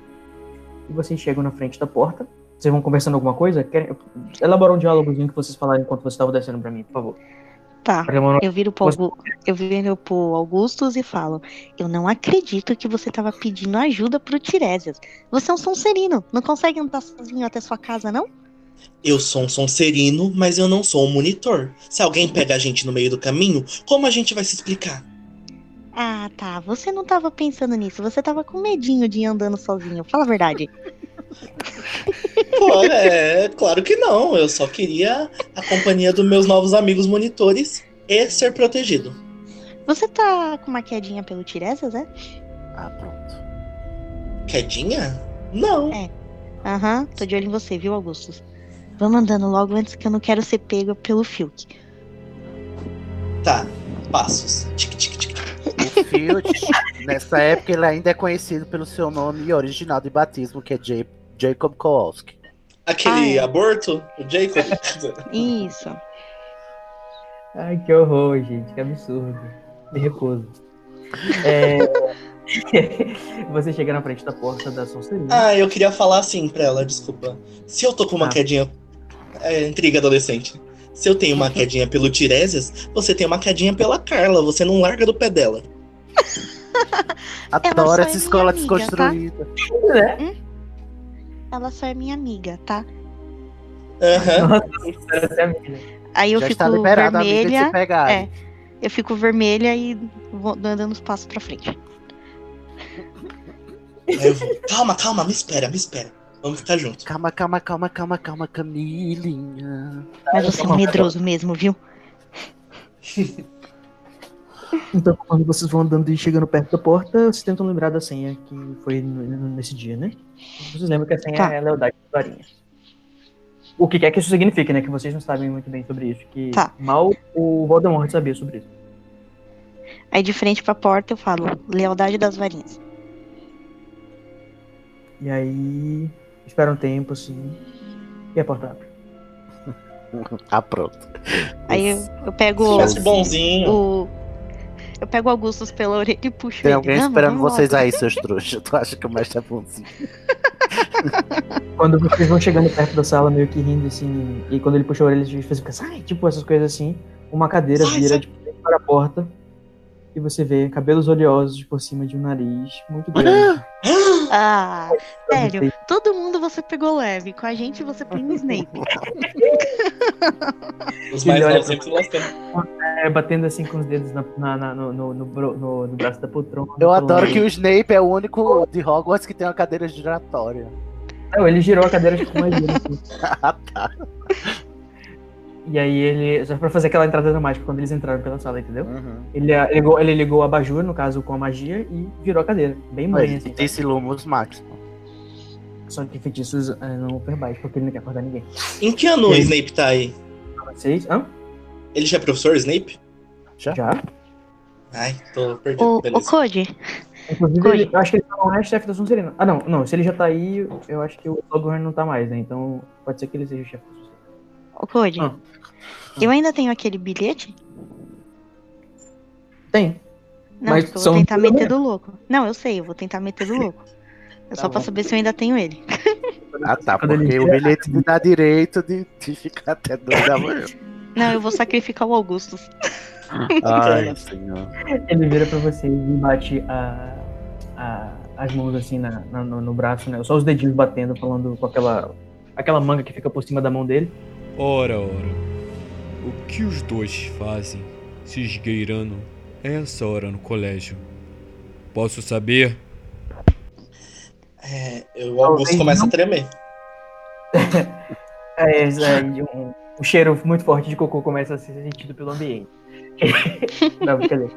S2: E vocês chegam na frente da porta. Vocês vão conversando alguma coisa? Querem, elabora um diálogozinho que vocês falaram enquanto vocês estavam descendo pra mim, por favor.
S8: Tá.
S2: Pra demorar-
S8: Eu viro pro,
S2: Você-
S8: Augu- eu viro pro Augustus e falo: Eu não acredito que você tava pedindo ajuda pro Tiresias. Você é um sonserino. Não consegue andar sozinho até sua casa, não?
S5: Eu sou um sonserino, mas eu não sou um monitor. Se alguém pega a gente no meio do caminho, como a gente vai se explicar?
S8: Ah, tá. Você não tava pensando nisso. Você tava com medinho de ir andando sozinho. Fala a verdade.
S5: Pô, é claro que não. Eu só queria a companhia dos meus novos amigos monitores e ser protegido.
S8: Você tá com uma quedinha pelo Tiresias, é?
S1: Ah, pronto.
S5: Quedinha? Não.
S8: Aham, tô de olho em você, viu, Augustus? Vamos andando logo antes que eu não quero ser pego pelo Fiuk.
S5: Tá. Passos. Tic, tic, tic.
S1: O
S8: <laughs>
S1: Field, nessa época, ele ainda é conhecido pelo seu nome original de batismo, que é Ja- Jacob Kowalski.
S5: Aquele
S8: Ah, é.
S5: aborto, o Jacob.
S8: Isso.
S2: Ai, que horror, gente, que absurdo. Me recuso. <laughs> É... Você chega na frente da porta da Sonserina.
S5: ah, eu queria falar assim pra ela, desculpa. Se eu tô com uma
S2: Ah.
S5: quedinha é, intriga adolescente. Se eu tenho uma quedinha pelo Tiresias, você tem uma quedinha pela Carla, você não larga do pé dela.
S8: só
S1: Adoro
S8: é
S1: essa escola
S8: minha amiga,
S1: desconstruída.
S8: Ela só é minha amiga, tá?
S5: Aham.
S2: Essa é a minha.
S8: Aí eu
S1: Já
S8: fico
S1: está liberada a amiga de
S8: vermelha.
S1: se pegar.
S8: É. Eu fico vermelha e vou dando uns passos pra frente.
S5: Aí eu vou, calma, calma, me espera, me espera. Vamos ficar junto.
S1: Calma, calma, calma, calma, calma, Camilinha.
S8: Mas você é um medroso mesmo, viu?
S2: Então, quando vocês vão andando e chegando perto da porta, vocês tentam lembrar da senha que foi no- no- nesse dia, né? Vocês lembram que a senha
S8: Tá.
S2: é a lealdade de Varinha. O que quer que isso signifique, né? Que vocês não sabem muito bem sobre isso. Que
S8: Tá.
S2: mal o Voldemort sabia sobre isso.
S8: Aí de frente pra porta eu falo, lealdade das varinhas.
S2: E aí, espera um tempo, assim, e a porta abre.
S1: Ah, pronto.
S8: Aí eu, eu pego
S5: Se fosse
S8: o,
S5: bonzinho.
S8: Eu pego o Augustus pela orelha e puxo
S1: Tem
S8: ele.
S1: alguém
S8: Vamos,
S1: esperando
S8: vamos
S1: vocês
S8: logo.
S1: aí, seus trouxas. Tu acha que o mestre é bonzinho?
S2: Quando vocês vão chegando perto da sala, meio que rindo, assim, e quando ele puxa a orelha, ele faz fica, sai, tipo, essas coisas assim. Uma cadeira
S5: Sai,
S2: vira,
S5: sai.
S2: tipo, para a porta, e você vê cabelos oleosos por cima de um nariz muito grande.
S8: Ah, sério.
S2: Você-
S8: Todo mundo você pegou leve. Com a gente você põe o Snape.
S5: Os mais
S2: Ele olha
S5: novos
S2: pra-
S5: sempre se lascando.
S2: É, batendo, assim, com os dedos na, na- na- no, no, no bro- no- no braço da poltrona.
S1: Eu
S2: falando-
S1: adoro que o Snape é o único de Hogwarts que tem uma cadeira giratória.
S2: Não, ele girou a cadeira tipo mais vezes, assim.
S1: <laughs> Ah, tá.
S2: E aí ele, só pra fazer aquela entrada dramática, quando eles entraram pela sala, entendeu?
S1: Uhum.
S2: Ele ah, ligou, ele ligou o abajur, no caso, com a magia, e virou a cadeira. Bem mãe,
S1: Mas
S2: assim. né?
S1: tem esse Lumos Máximo.
S2: Só que feitiços é, não verbais, porque ele não quer acordar ninguém.
S5: <gasps> Em que ano o
S2: Ele-
S5: Snape tá aí?
S2: Vocês? Hã?
S5: Ele já é professor, Snape?
S2: Já?
S5: Ai, tô perdido.
S8: O, o
S5: Beleza.
S8: Code,
S2: Inclusive,
S8: Oi.
S2: ele- eu acho que ele só não é chefe da Sonserina. Ah, não, não. Se ele já tá aí, eu acho que o Slughorn não tá mais, né? Então, pode ser que ele seja o chefe da Sonserina.
S8: o Code.
S2: Ah.
S8: Eu ainda tenho aquele bilhete?
S2: Tem.
S8: Não,
S2: Mas
S8: porque eu
S2: são
S8: vou tentar
S2: tudo
S8: meter do louco. Não, eu sei, eu vou tentar meter do louco. É
S2: Tá
S8: só pra
S2: bom.
S8: saber se eu ainda tenho ele.
S1: Ah, tá.
S2: Quando ele
S1: Porque o
S2: tira-
S1: bilhete te dá direito de, de ficar até dois da
S8: <laughs>
S1: manhã.
S8: Não, eu vou sacrificar o Augustus.
S1: Ai, senhor.
S2: Ele vira pra vocês e bate a, a- as mãos assim na- na- no, no braço, né? Só os dedinhos batendo, falando com aquela, aquela manga que fica por cima da mão dele.
S9: Ora, ora, o que os dois fazem se esgueirando essa hora no colégio? Posso saber?
S5: É, eu- o Augusto
S2: Talvez
S5: começa
S2: não.
S5: a tremer.
S2: É, é, de um, um cheiro muito forte de cocô começa a ser sentido pelo ambiente. <laughs> Não, brincadeira.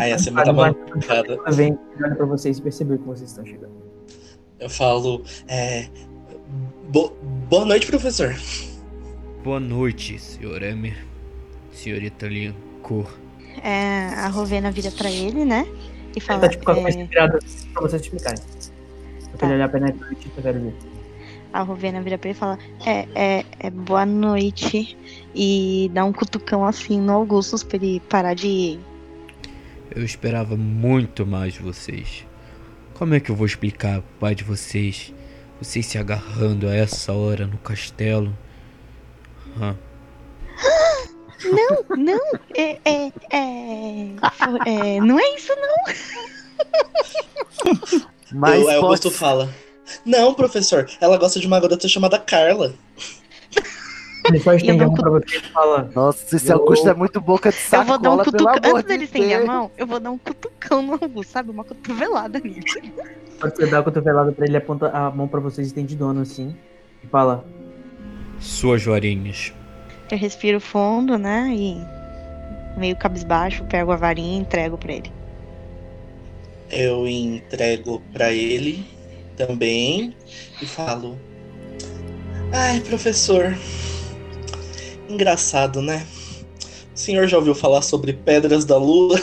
S5: Aí a semana tá malucada.
S2: Vem olha pra vocês e percebeu que vocês estão chegando.
S5: Eu falo, é. bo- boa noite, professor.
S9: Boa noite, senhor Emer, senhorita Lincoln.
S8: É, a Rovena vira pra ele, né? E fala.
S2: Tá tipo com a cabeça
S8: é,
S2: virada pra vocês explicarem. Pra
S8: Tá.
S2: ele olhar apenas pra ti, pra ver.
S8: a Rovena vira pra ele e fala: é, é, é boa noite. E dá um cutucão assim no Augustus pra ele parar de.
S9: Eu esperava muito mais de vocês. Como é que eu vou explicar pro pai de vocês? Vocês se agarrando a essa hora no castelo? Hã?
S8: Não, não, é, é, é, foi- é, Não é isso, não.
S1: Mas
S5: eu, aí o
S1: pode...
S5: Augusto fala. Não, professor, ela gosta de uma garota chamada Carla.
S2: Ele só estende
S8: dou
S2: a
S8: um
S2: mão pra vocês e fala.
S1: Nossa, esse
S2: Eu-
S1: Augusto é muito boca de
S8: eu
S1: sacola,
S8: vou dar um
S1: pelo
S8: cutucão.
S1: amor
S8: Antes
S1: de
S8: dele estender a
S1: Deus.
S8: mão, eu vou dar um cutucão no Augusto, sabe? Uma cotovelada nele.
S2: Quando você dá a cotovelada pra ele, aponta a mão pra vocês estendidona assim. E fala.
S9: Suas varinhas.
S8: Eu respiro fundo, né? E meio cabisbaixo, pego a varinha e entrego pra ele.
S5: Eu entrego pra ele também e falo. Ai, professor. Engraçado, né? O senhor já ouviu falar sobre pedras da lua?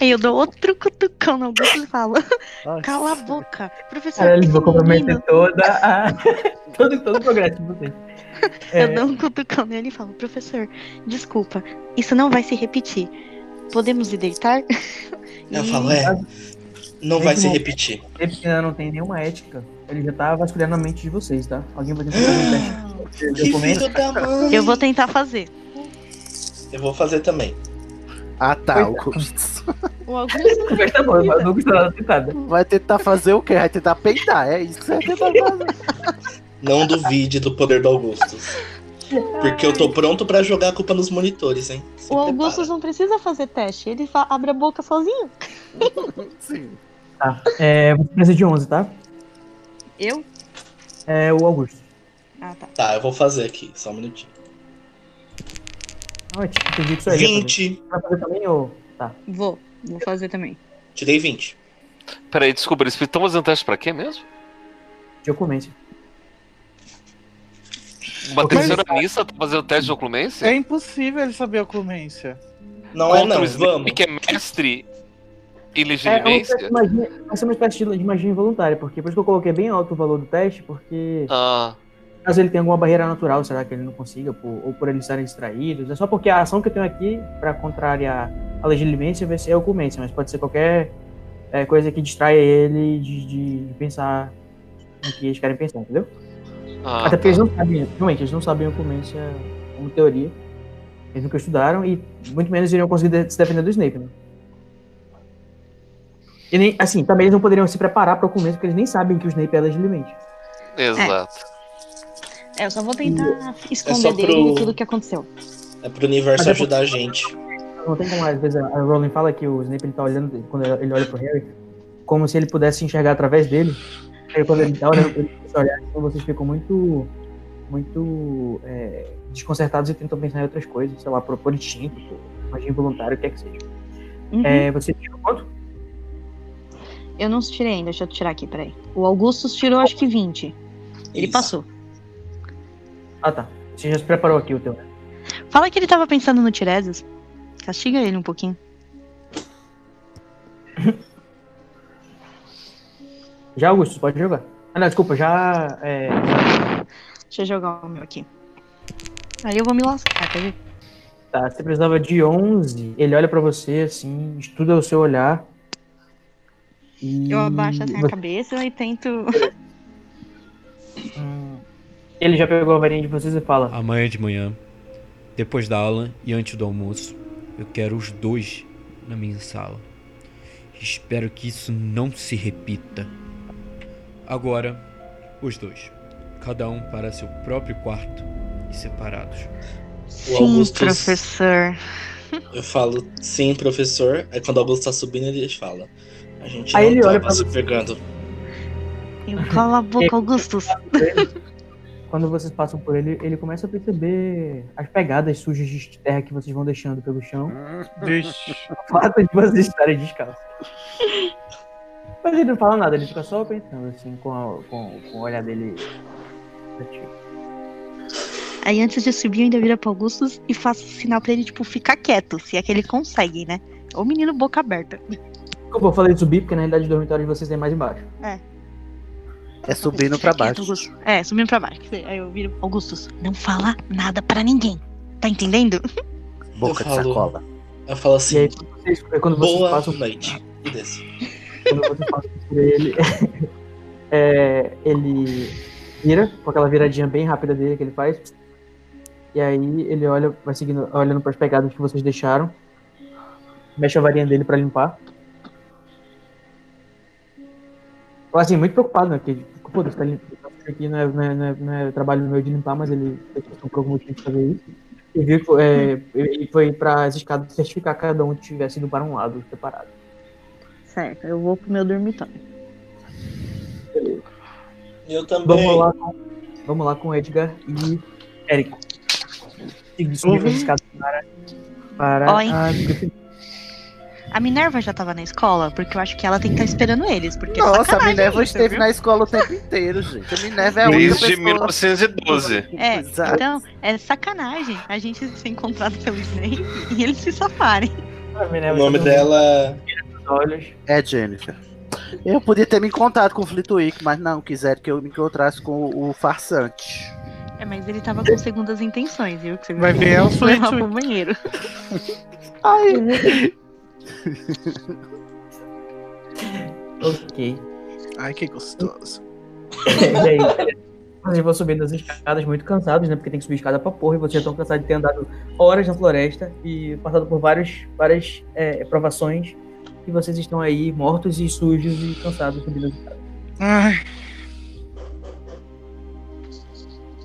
S8: Aí eu dou outro cutucão no Augusto e falo:
S1: Nossa.
S8: Cala a boca, professor.
S2: Caralho,
S8: esse
S2: vou comprometer então.
S8: menino."
S2: toda a. <laughs> todo, todo o progresso de vocês.
S8: Eu dou um cutucão nele e falo: Professor, desculpa, isso não vai se repetir. Podemos ir deitar?
S5: <laughs> Eu
S8: E-
S5: falo, é,
S1: Hum.
S5: não vai se
S2: Mesmo-
S5: repetir.
S2: Ele ainda não tem nenhuma ética. Ele já tá vasculhando a mente de vocês, tá? Alguém vai ter que fazer um teste. de
S5: <laughs> Que
S2: documento.
S5: filho da mãe!
S8: Eu vou tentar fazer.
S5: Eu vou fazer também.
S1: Ah tá, Augusto.
S7: O Augusto
S5: <laughs>
S2: Conversa boa, mas não custa nada tentada.
S1: Vai tentar fazer o quê? Vai tentar peidar, é isso que você vai tentar fazer.
S5: Não duvide do poder do Augustus. Porque eu tô pronto pra jogar a culpa nos monitores, hein? Se
S8: O
S5: prepara.
S8: Augustus não precisa fazer teste, ele fa- abre a boca sozinho.
S1: Sim.
S2: Tá. É, você precisa de 11, tá?
S8: Eu?
S2: É o Augusto.
S8: Ah, tá.
S5: Tá, eu vou fazer aqui, só um minutinho.
S2: Ah, eu te- entendi que isso aí.
S5: 20.
S2: Vai fazer também ou.
S8: Vou. Vou fazer também.
S5: Tirei 20.
S3: Peraí, desculpa, eles estão fazendo teste pra quê mesmo?
S2: de ocluência?
S3: Uma
S2: Mas-
S3: terceira missa tá fazendo teste de oclumência?
S6: É impossível ele saber a <laughs> oclumência.
S5: Não é não,
S3: o Snape,
S5: vamos.
S3: então, que é mestre em
S2: É, é uma espécie
S3: legitimência?
S2: de magia, vai ser uma espécie de de magia involuntária, porque por isso que eu coloquei bem alto o valor do teste, porque
S3: Ah,
S2: caso ele tenha alguma barreira natural, será que ele não consiga, por- ou por eles estarem distraídos. É só porque a ação que eu tenho aqui, pra contrariar a legilimência, vai ser a oclumência, mas pode ser qualquer é, coisa que distraia ele de, de- de pensar no que eles querem pensar, entendeu?
S3: ah,
S2: Até um- porque
S3: tá.
S2: eles não sabem, realmente, eles não sabem oclumência como é teoria. Eles nunca estudaram e muito menos iriam conseguir de- se defender do Snape, né? E nem, assim, também eles não poderiam se preparar para oclumência porque eles nem sabem que o Snape é legilimamente.
S3: tá. Exato.
S8: É, eu só vou tentar esconder
S5: só pro-
S8: dele tudo o que aconteceu.
S5: É pro universo
S2: Mas é
S5: ajudar a gente.
S2: Não tem como, às vezes a a Rowling fala que o Snape ele tá olhando, quando ele olha pro Harry, como se ele pudesse enxergar através dele. Aí quando ele tá olhando, ele começa a olhar, então vocês ficam muito, muito é, desconcertados e tentam pensar em outras coisas, sei lá, por, por instinto, por magia involuntária, o que é que seja.
S8: Uhum.
S2: É, você tirou quanto?
S8: Eu não tirei ainda, deixa eu tirar aqui, peraí. O Augustus tirou acho que 20. Ele
S5: Isso.
S8: passou.
S2: Ah, tá. Você já se preparou aqui o teu. né?
S8: Fala que ele tava pensando no Tiresias. Castiga ele um pouquinho.
S2: Já, Augusto, pode jogar. Ah, não, desculpa, já. É...
S8: Deixa eu jogar o meu aqui. Aí eu vou me lascar, quer ver?
S2: Tá, você precisava de 11. Ele olha pra você, assim, estuda o seu olhar. E...
S8: Eu
S5: Hum.
S8: abaixo assim
S2: você-
S8: a cabeça e tento.
S2: Hum. Ele já pegou a varinha de vocês e
S4: Ah.
S2: fala:
S9: Amanhã de manhã, depois da aula e antes do almoço, eu quero os dois na minha sala. Espero que isso não se repita. Agora, os dois. Cada um para seu próprio quarto e separados.
S8: Sim,
S5: Augustus-
S8: professor.
S5: Eu falo, sim, professor. Aí quando o Augusto tá subindo, ele fala. A gente
S2: Aí
S5: não
S2: ele
S5: tava
S2: olha pra-
S5: se pegando.
S8: Eu cala a boca, Augustus.
S2: Quando vocês passam por ele, ele começa a perceber as pegadas sujas de terra que vocês vão deixando pelo
S1: Uhum.
S2: <laughs> chão.
S6: Vixe.
S2: O fato de vocês estarem descalços. Mas ele não fala nada, ele fica só pensando, assim, com, a- com, com o olhar dele.
S8: Aí antes de subir, eu ainda vira pro Augustus e faço sinal pra ele, tipo, ficar quieto, se é que ele consegue, né? Ô menino boca aberta.
S2: Desculpa, eu falei de subir, porque na realidade o dormitório de vocês tem mais embaixo.
S1: É subindo pra
S8: Fica quieto,
S1: baixo.
S8: Augustus. É, subindo pra baixo. Aí eu viro, Augustus, não fala nada pra ninguém. Tá entendendo?
S1: Boca de
S5: Eu falo-
S1: sacola.
S5: Eu falo
S2: E
S5: assim,
S2: aí, quando vocês, é quando vocês
S5: boa
S2: passam
S5: noite. E desço.
S2: quando você passa por ele, <laughs> é, ele vira, com aquela viradinha bem rápida dele que ele faz. E aí ele olha, vai seguindo, olhando para as pegadas que vocês deixaram. Mexe a varinha dele para limpar. Ou Assim, muito preocupado, né? Porque, tipo, pô, Deus, tá limpando isso aqui, não é, não, é, não, é, não é trabalho meu de limpar, mas ele comprou algum motivo de fazer isso. E viu que foi, é, ele foi para as escadas certificar que cada um tivesse ido para um lado separado.
S8: Certo, eu vou pro meu dormitório.
S5: Eu também.
S2: Vamos lá com, vamos lá com Edgar e Eric.
S5: Uhum.
S2: Seguindo subindo as escadas para, para
S8: Oi.
S2: a Grifinória.
S8: A Minerva já tava na escola, porque eu acho que ela tem que estar esperando eles, porque é
S1: Nossa, a
S8: sacanagem
S1: Minerva
S8: isso,
S1: esteve
S8: viu?
S1: na escola o tempo inteiro, gente. A Minerva é a única
S3: Desde
S1: pessoa...
S3: 1912.
S8: É,
S1: Exato.
S8: então, é sacanagem a gente ser encontrado pelo Snape e eles se safarem.
S2: A
S5: O
S2: Minerva
S5: nome
S2: está abrindo
S5: dela.
S2: né? os olhos.
S1: É, Jennifer. Eu podia ter me encontrado com o Flitwick, mas não, quiseram que eu me encontrasse com o, o farsante.
S8: É, mas ele tava com segundas intenções, viu? Que você
S6: Vai ver, é o
S8: Vou levar pro
S6: Flitwick.
S8: banheiro.
S1: Ai,
S2: Ok.
S6: Ai, que gostoso.
S2: E aí, Vocês vão subindo as escadas muito cansados, né? Porque tem que subir escada pra porra e vocês já estão cansados de ter andado horas na floresta e passado por vários, várias é, provações. E vocês estão aí mortos e sujos e cansados subindo as escadas.
S6: Ai,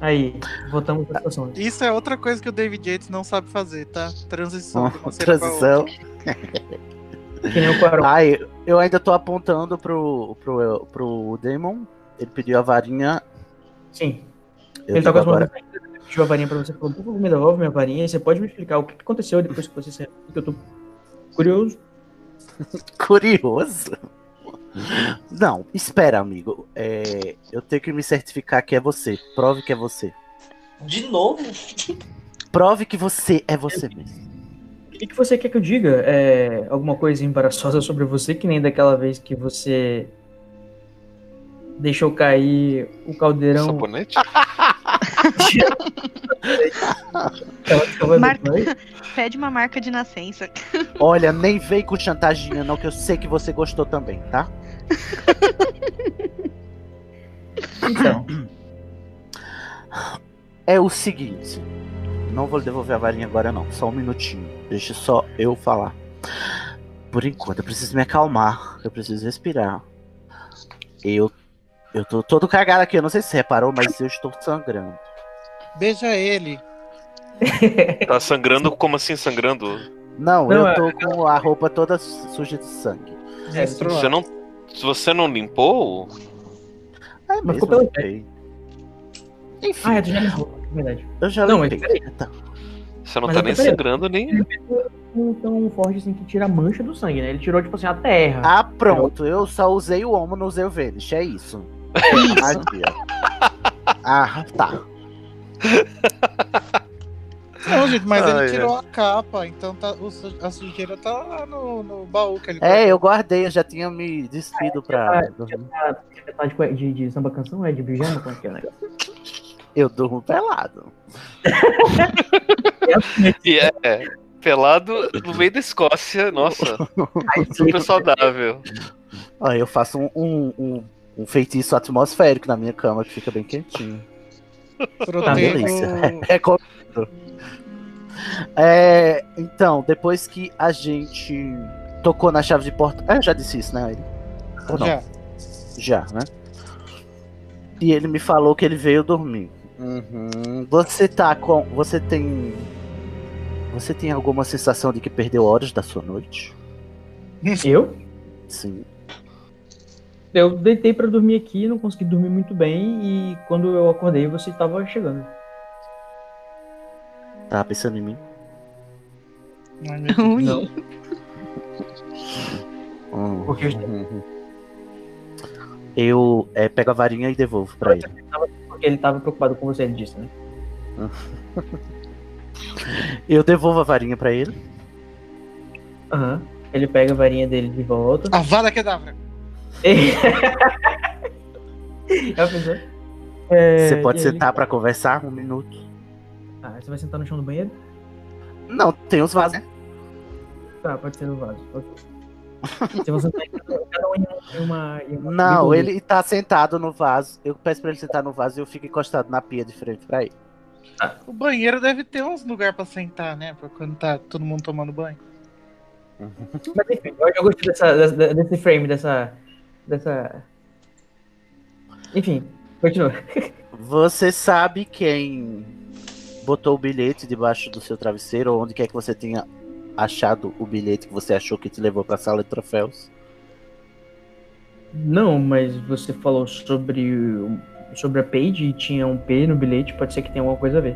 S2: Aí, voltamos pra situação.
S6: isso é outra coisa que o David Yates não sabe fazer, tá? Transição.
S1: <laughs>
S6: de uma cena pra outra.
S1: Transição.
S2: Que nem o Quaron.
S1: Ai, Ah, eu ainda tô apontando pro, pro, pro Damon. Ele pediu a varinha.
S2: Sim.
S1: Eu
S2: ele tá
S1: digo
S2: com as mãos
S1: agora.
S2: na frente, ele pediu a varinha pra você, falou, por favor, me devolve minha varinha, e você pode me explicar o que que aconteceu depois que você saiu, porque eu tô curioso.
S1: Curioso. Não, espera, amigo. É, eu tenho que me certificar que é você. Prove que é você.
S5: De novo?
S1: Prove que você é você mesmo.
S2: O que que você quer que eu diga? É, alguma coisa embaraçosa sobre você, que nem daquela vez que você deixou cair o caldeirão.
S3: Sabonete?
S2: Ela ficava
S8: Marca-
S2: depois. É,
S8: Pede uma marca de nascença.
S1: Olha, nem vem com chantaginha, não, que eu sei que você gostou também, tá?
S2: Então,
S1: É o seguinte. Não vou devolver a varinha agora, não. Só um minutinho. Deixa só eu falar. Por enquanto, eu preciso me acalmar. Eu preciso respirar. Eu. Eu tô todo cagado aqui, eu não sei se você reparou, mas eu estou sangrando.
S6: Beija ele.
S2: Ah.
S3: Tá sangrando? Como assim sangrando?
S1: Não,
S2: Não, é-
S1: eu tô com a roupa toda su- suja de sangue.
S2: é,
S3: Você não. Se você não limpou,
S1: É
S2: Mas
S1: mesmo,
S2: ficou pelo
S1: eu limpei. Enfim,
S2: Ah, é do Janeiro, é verdade.
S1: Ah, eu já
S2: Não, mas
S1: limpei. Tá.
S3: você
S2: Mas eu
S3: não tá
S2: tô
S3: nem
S2: preso.
S3: sangrando nem.
S2: Não tão forte assim que tira a mancha do sangue, né? Ele tirou, tipo assim, a terra.
S1: Ah,
S2: É
S1: pronto, eu só usei o homo, não usei o Vênus, é isso. Magia. Ah, tá.
S6: Não, gente, mas
S3: Ai,
S6: ele tirou a capa, então tá, o su- a sujeira tá lá no, no baú que ele
S1: É, eu guardei, eu já tinha me despido pra.
S2: Ah, Tá de, de, de samba canção, é de pijama, como é que é, né?
S1: Eu durmo pelado.
S3: E é. Pelado no meio da Escócia,
S2: <laughs>
S3: nossa, super saudável.
S1: Ó, eu faço um, um, um- um feitiço atmosférico na minha cama que fica bem quentinho.
S6: tá protege.
S1: tá
S6: <laughs>
S1: delícia. Recomendo. É, então, depois que a gente tocou na chave de porta. É, eu já disse isso, né? Ele? Ou não?
S6: Já.
S1: Já, né? E ele me falou que ele veio dormir. Uhum. Você tá com. Você tem. Você tem alguma sensação de que perdeu horas da sua noite?
S2: Eu?
S1: Sim.
S2: Eu deitei pra dormir aqui, não consegui dormir muito bem, e quando eu acordei, você tava chegando.
S1: Tava tá pensando em mim?
S6: Ai, meu Deus.
S8: Ui.
S1: Hum.
S2: Porque eu,
S1: Eu é, pego a varinha e devolvo pra ele.
S2: porque ele tava preocupado com você, ele disse, né?
S1: Eu devolvo a varinha pra ele.
S2: Aham. Ele pega a varinha dele de <laughs> volta.
S6: A vara que dá, velho.
S2: <laughs> Eu pensei. É,
S1: Você pode
S2: e aí ele-
S1: sentar pra conversar um minuto.
S2: Ah, você vai sentar no chão do banheiro?
S1: Não, tem os vasos. né?
S2: Tá, pode ser no vaso. ok. Se você tá em cada- cada um em uma. em uma-
S1: Não,
S2: em um-
S1: ele tá sentado no vaso. Eu peço pra ele sentar no vaso e eu fico encostado na pia de frente pra ele.
S6: O banheiro deve ter uns lugar pra sentar, né? Pra quando tá todo mundo tomando banho.
S2: Mas enfim, eu, eu gostei dessa, dessa- desse frame, dessa. dessa. Enfim, continua.
S1: Você sabe quem botou o bilhete debaixo do seu travesseiro ou onde quer que você tenha achado o bilhete que você achou que te levou pra sala de troféus?
S2: Não, mas você falou sobre. o- sobre a page e tinha um P no bilhete, pode ser que tenha alguma coisa a ver.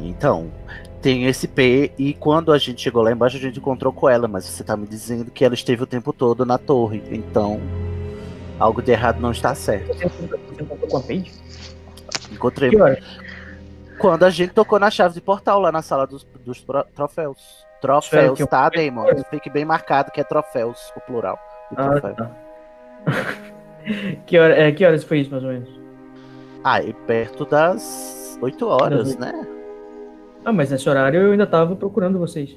S1: Então, tem esse P e quando a gente chegou lá embaixo a gente encontrou com ela, mas você tá me dizendo que ela esteve o tempo todo na torre. Então, algo de errado não está certo.
S2: Você você encontrou com a page?
S1: Encontrei
S2: Que hora?
S1: Quando a gente tocou na chave de portal lá na sala dos, dos tro- troféus.
S2: Sério
S1: Troféus,
S2: que eu-
S1: tá, Damon? Fique bem marcado que é troféus, o plural. E
S2: Ah,
S1: troféu.
S2: tá. <laughs> que, hora, é, que horas foi isso, mais ou menos?
S1: Ah, e perto das 8 horas,
S2: Das
S1: né?
S2: Ah, mas nesse horário eu ainda tava procurando vocês.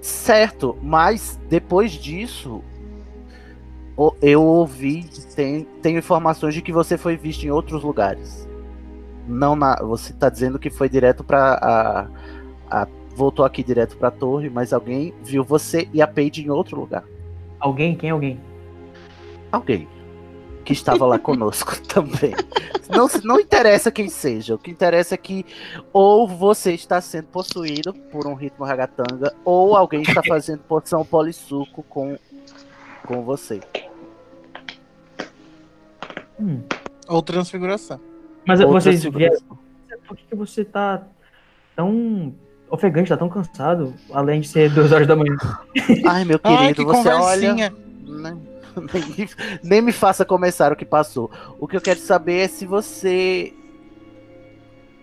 S1: Certo, mas depois disso, o- eu ouvi, tem, tenho informações de que você foi visto em outros lugares. Não na, você tá dizendo que foi direto para a, a- voltou aqui direto para a torre, mas alguém viu você e a Paige em outro lugar.
S2: Alguém? Quem é alguém?
S1: Alguém que estava lá conosco <laughs> também. Não, se- não interessa quem seja. O que interessa é que ou você está sendo possuído por um ritmo ragatanga, ou alguém está fazendo poção polissuco com, com você.
S6: Ou transfiguração.
S2: Mas
S1: Outra
S2: Então, vocês
S1: segurança.
S2: vieram. Por que, que você tá tão ofegante, tá tão cansado? Além de ser duas horas da manhã.
S1: Ai, meu querido,
S6: Ai, que
S1: você olha.
S6: conversinha.
S1: Né? Nem, nem me faça começar o que passou. O que eu quero saber é se você.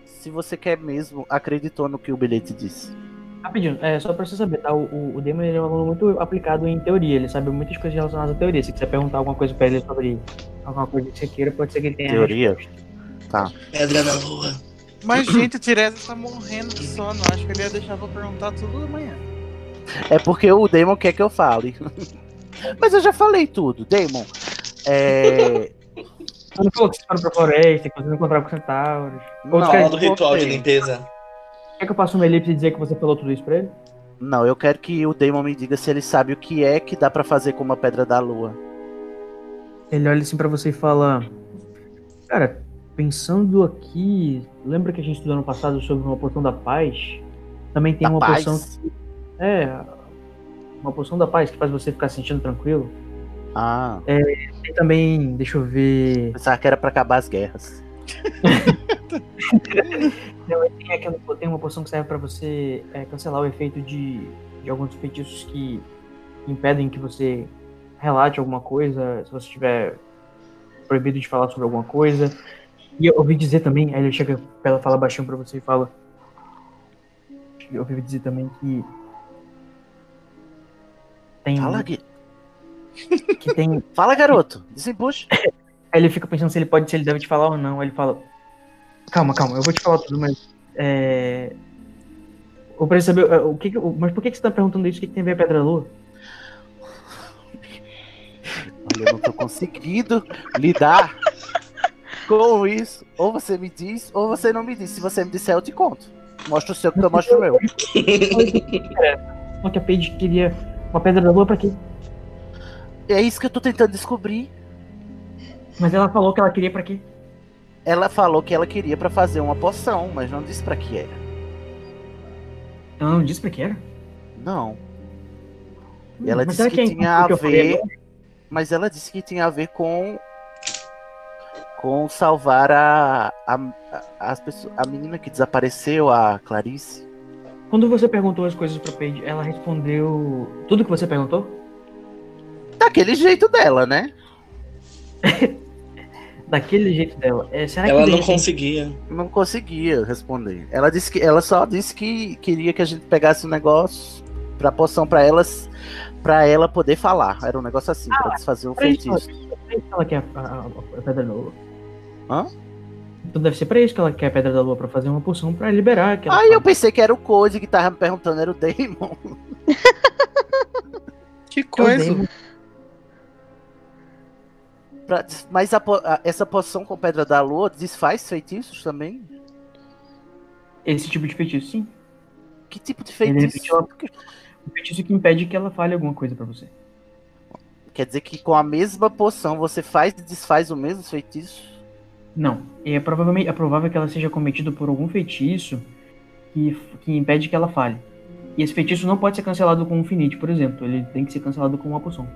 S1: Se você quer mesmo, acreditou no que o bilhete disse.
S2: Rapidinho, é, só pra você saber, tá? O, o, o Damon ele é um aluno muito aplicado em teoria, ele sabe muitas coisas relacionadas à teoria. Se quiser perguntar alguma coisa pra ele sobre alguma coisa que você queira, pode ser que ele tenha.
S1: Teoria?
S5: Pedra na lua.
S6: Mas, gente, o Tiresias tá morrendo de sono. Acho que ele ia deixar pra perguntar tudo amanhã.
S1: É porque o Damon quer que eu fale. <laughs> Mas eu já falei tudo, Damon. É.
S2: Você não falou que vocês foram pra floresta, que vocês não encontraram com centauros. Outro
S1: não,
S5: Fala
S2: quer-
S5: do ritual de
S1: voltei.
S5: limpeza.
S2: Quer que eu faça uma elipse e dizer que você falou tudo isso pra ele?
S1: Não, eu quero que o Damon me diga se ele sabe o que é que dá pra fazer com uma pedra da lua.
S2: Ele olha assim pra você e fala: Cara, pensando aqui, lembra que a gente estudou no passado sobre uma poção da paz? Também tem
S1: da
S2: uma
S1: paz.
S2: poção. É. Uma poção da paz que faz você ficar se sentindo tranquilo.
S1: Ah,
S2: Tem também, deixa eu ver.
S1: pensava que era pra acabar as guerras.
S2: Tem, aquela, tem uma poção que serve pra você é, cancelar o efeito de, de alguns feitiços que impedem que você relate alguma coisa, se você estiver proibido de falar sobre alguma coisa. E eu ouvi dizer também, aí ele chega, ela fala baixinho pra você e fala. Eu ouvi dizer também que. Tem,
S1: Fala, Gui-
S2: que tem
S1: Fala garoto. Desembucha.
S2: Aí ele fica pensando se ele pode, se ele deve te falar ou não. Aí ele fala: Calma, calma, eu vou te falar tudo, mas. É... Eu preciso saber. é, O que que- o- mas por que, que você tá perguntando isso? O que, que tem a ver a Pedra Lua?
S1: Olha, eu não tô conseguindo lidar com isso. Ou você me diz, ou você não me diz. Se você me disser, eu te conto. Mostra o seu que eu mostro o meu.
S2: Só que a Paige queria uma Pedra da Lua pra quê?
S1: É isso que eu tô tentando descobrir.
S2: Mas ela falou que ela queria pra quê?
S1: Ela falou que ela queria pra fazer uma poção, mas não disse pra que era.
S2: Ela não disse pra que era?
S1: Não. E ela disse
S2: Mas será
S1: que,
S2: é
S1: tinha a
S2: o que eu falei
S1: ver. Mas ela disse que tinha a ver com. Com salvar a. a, a- as pessoas, a menina que desapareceu, a Clarice.
S2: Quando você perguntou as coisas pra Paige, ela respondeu. Tudo que você perguntou?
S1: Daquele jeito dela, né?
S2: Daquele jeito dela. É, será
S5: Ela
S2: que de
S5: não
S2: repente-
S5: conseguia.
S1: Não conseguia responder. Ela disse que. Ela só disse que queria que a gente pegasse um negócio pra poção pra elas. Pra ela poder falar. Era um negócio assim, pra desfazer o
S2: Ah, pra isso,
S1: feitiço.
S2: pra isso que ela quer a, a- a Pedra da Lua.
S1: Hã?
S2: Então deve ser pra isso que ela quer a Pedra da Lua, pra fazer uma poção pra liberar aquela.
S1: Aí eu pensei que era o Code que tava me perguntando, era o Damon. <laughs>
S6: Que coisa.
S2: Também.
S1: Pra- mas a po- a- essa poção com Pedra da Lua desfaz feitiços também?
S2: Esse tipo de feitiço, sim.
S1: Que tipo de
S2: Ele
S1: feitiço?
S2: repetiu a- Um feitiço que impede que ela fale alguma coisa pra você.
S1: Quer dizer que com a mesma poção você faz e desfaz o mesmo feitiço?
S2: Não. É, provavelmente, é provável que ela seja cometida por algum feitiço que, que impede que ela fale. E esse feitiço não pode ser cancelado com um finite, por exemplo. Ele tem que ser cancelado com uma poção.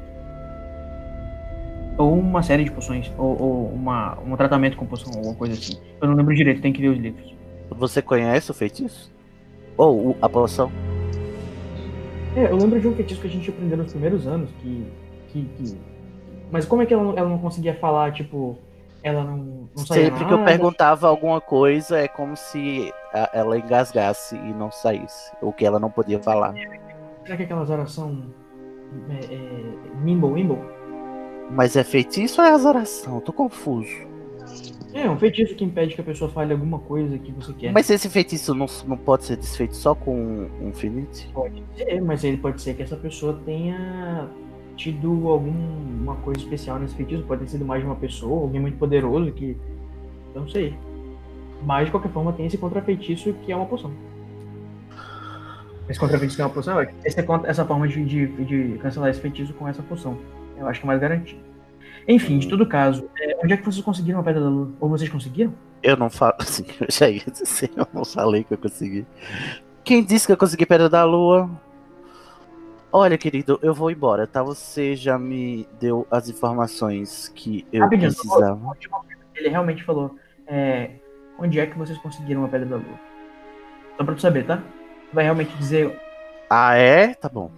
S2: Ou uma série de poções. Ou, ou uma, um tratamento com poção, alguma coisa assim. Eu não lembro direito, tem que ler os livros.
S1: Você conhece o feitiço? Ou o- a poção?
S2: É, eu lembro de um feitiço que a gente aprendeu nos primeiros anos que. que, que- Mas como é que ela, não- ela não conseguia falar, tipo. Ela não, não saía
S1: Sempre que eu
S2: nada?
S1: perguntava alguma coisa, é como se a- ela engasgasse e não saísse. Ou que ela não podia falar.
S2: Será que aquelas orações. É, é, nimble, Wimble?
S1: Mas é feitiço ou é azaração? Eu Tô confuso.
S2: É, um feitiço que impede que a pessoa fale alguma coisa que você quer.
S1: Mas esse feitiço não, não pode ser desfeito só com um, um finite?
S2: É, mas ele pode ser que essa pessoa tenha tido alguma coisa especial nesse feitiço. Pode ter sido mais de uma pessoa, alguém muito poderoso que. Eu não sei. Mas de qualquer forma tem esse contrafeitiço que é uma poção. Esse contrafeitiço que é uma poção, eu acho. Esse é contra- essa forma de, de- de cancelar esse feitiço com essa poção. Eu acho que é mais garantido. Enfim, de todo caso, é, onde é que vocês conseguiram a pedra da lua? Ou vocês conseguiram?
S1: Eu não <laughs> falo assim, eu já ia dizer, eu não falei que eu consegui. Quem disse que eu consegui Pedra da Lua? Olha, querido, eu vou embora, tá? Você já me deu as informações que eu
S2: Rapidinho, só um vou-
S1: precisava.
S2: Ele realmente falou: é, Onde é que vocês conseguiram a pedra da lua? Só pra tu saber, tá? Tu vai realmente dizer
S1: Ah, é? Tá bom.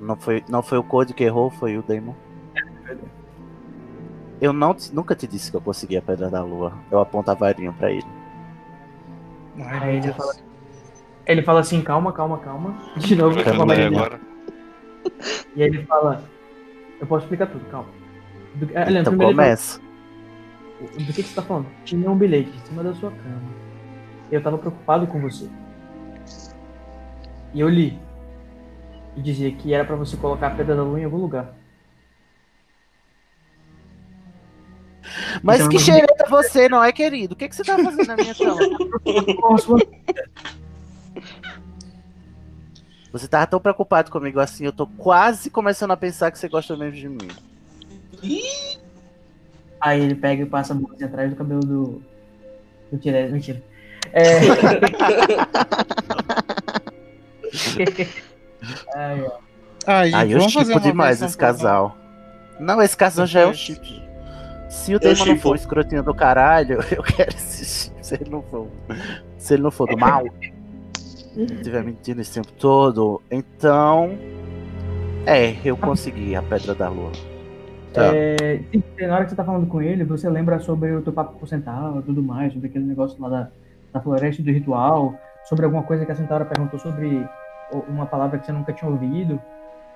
S1: Não foi, não foi o Code que errou, foi o Damon. Eu não, te- nunca te disse que eu consegui a Pedra da Lua. Eu aponto a varinha pra ele.
S2: Aí ele fala, ele fala assim, calma, calma, calma. <laughs> De novo,
S1: Calma
S2: calma,
S1: aí
S2: calma.
S1: agora.
S2: E aí ele fala, eu posso explicar tudo, calma. Do, ah, Leandro,
S1: Então
S2: primeiro ele
S1: começa.
S2: fala, Do que, que você tá falando? Tinha um bilhete em cima da sua cama. Eu tava preocupado com você. E eu li. E dizia que era pra você colocar a pedra da lua em algum lugar.
S1: Mas
S2: Então,
S1: que
S2: eu-
S1: xereta você, não é, querido? O que, que você tá fazendo na minha cama? Você tava tão preocupado comigo assim, eu tô quase começando a pensar que você gosta mesmo de mim.
S2: Aí ele pega e passa a mão assim atrás do cabelo do. Do Tiresias. Mentira. É. Ai, ó.
S6: Aí,
S1: Aí eu
S6: vamos fazer
S1: chipo
S6: uma
S1: demais
S6: versão
S1: esse casal. Não, esse casal já é um chip. Se o
S5: Eu
S1: Damon não
S5: chipo.
S1: for escrotinho do caralho, <laughs> eu quero esse chip. Se ele não for, se ele não for do <laughs> mal, estiver mentindo esse tempo todo, então. É, eu consegui a Pedra da Lua. Tá.
S2: É, sim, na hora que você tá falando com ele, você lembra sobre o teu papo com o centauro e tudo mais, sobre aquele negócio lá da, da floresta e do ritual, sobre alguma coisa que a centauro perguntou sobre o- uma palavra que você nunca tinha ouvido.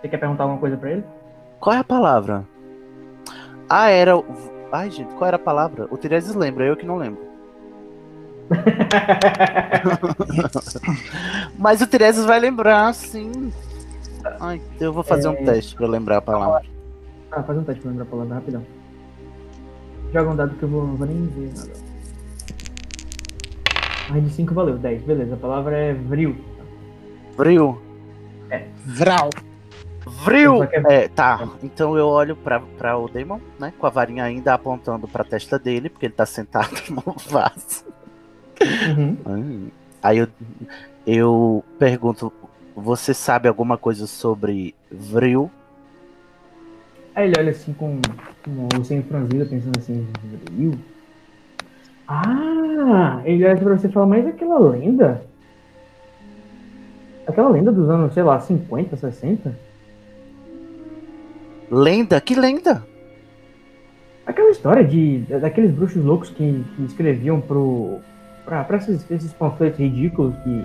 S2: Você quer perguntar alguma coisa pra ele?
S1: Qual é a palavra? Ah, era. o- Ai, gente, qual era a palavra? O Tiresias lembra, eu que não
S2: <laughs>
S1: lembro. Mas o Tiresias vai lembrar, sim. Ai, eu vou fazer um
S2: É.
S1: teste pra lembrar a palavra.
S2: Ah, faz um teste pra lembrar a palavra rapidão. Joga um dado que eu vou, não vou nem ver nada. Mais de 5 valeu, 10, beleza. A palavra é vril.
S1: Vril.
S6: Vral.
S1: Vril!
S2: Só que é-
S1: É, tá. Então eu olho pra, pra o Damon, né? Com a varinha ainda apontando pra testa dele, porque ele tá sentado <laughs> no vaso. Hum. Aí eu, eu pergunto: você sabe alguma coisa sobre Vril?
S2: Aí ele olha assim com, com o olho sem franzida, pensando assim, vril? Ah, ele olha pra você e fala, mas aquela lenda? Aquela lenda dos anos, sei lá, 50, 60?
S1: Lenda? Que lenda?
S2: Aquela história de daqueles bruxos loucos que, que escreviam pro pra, pra esses, esses panfletos ridículos que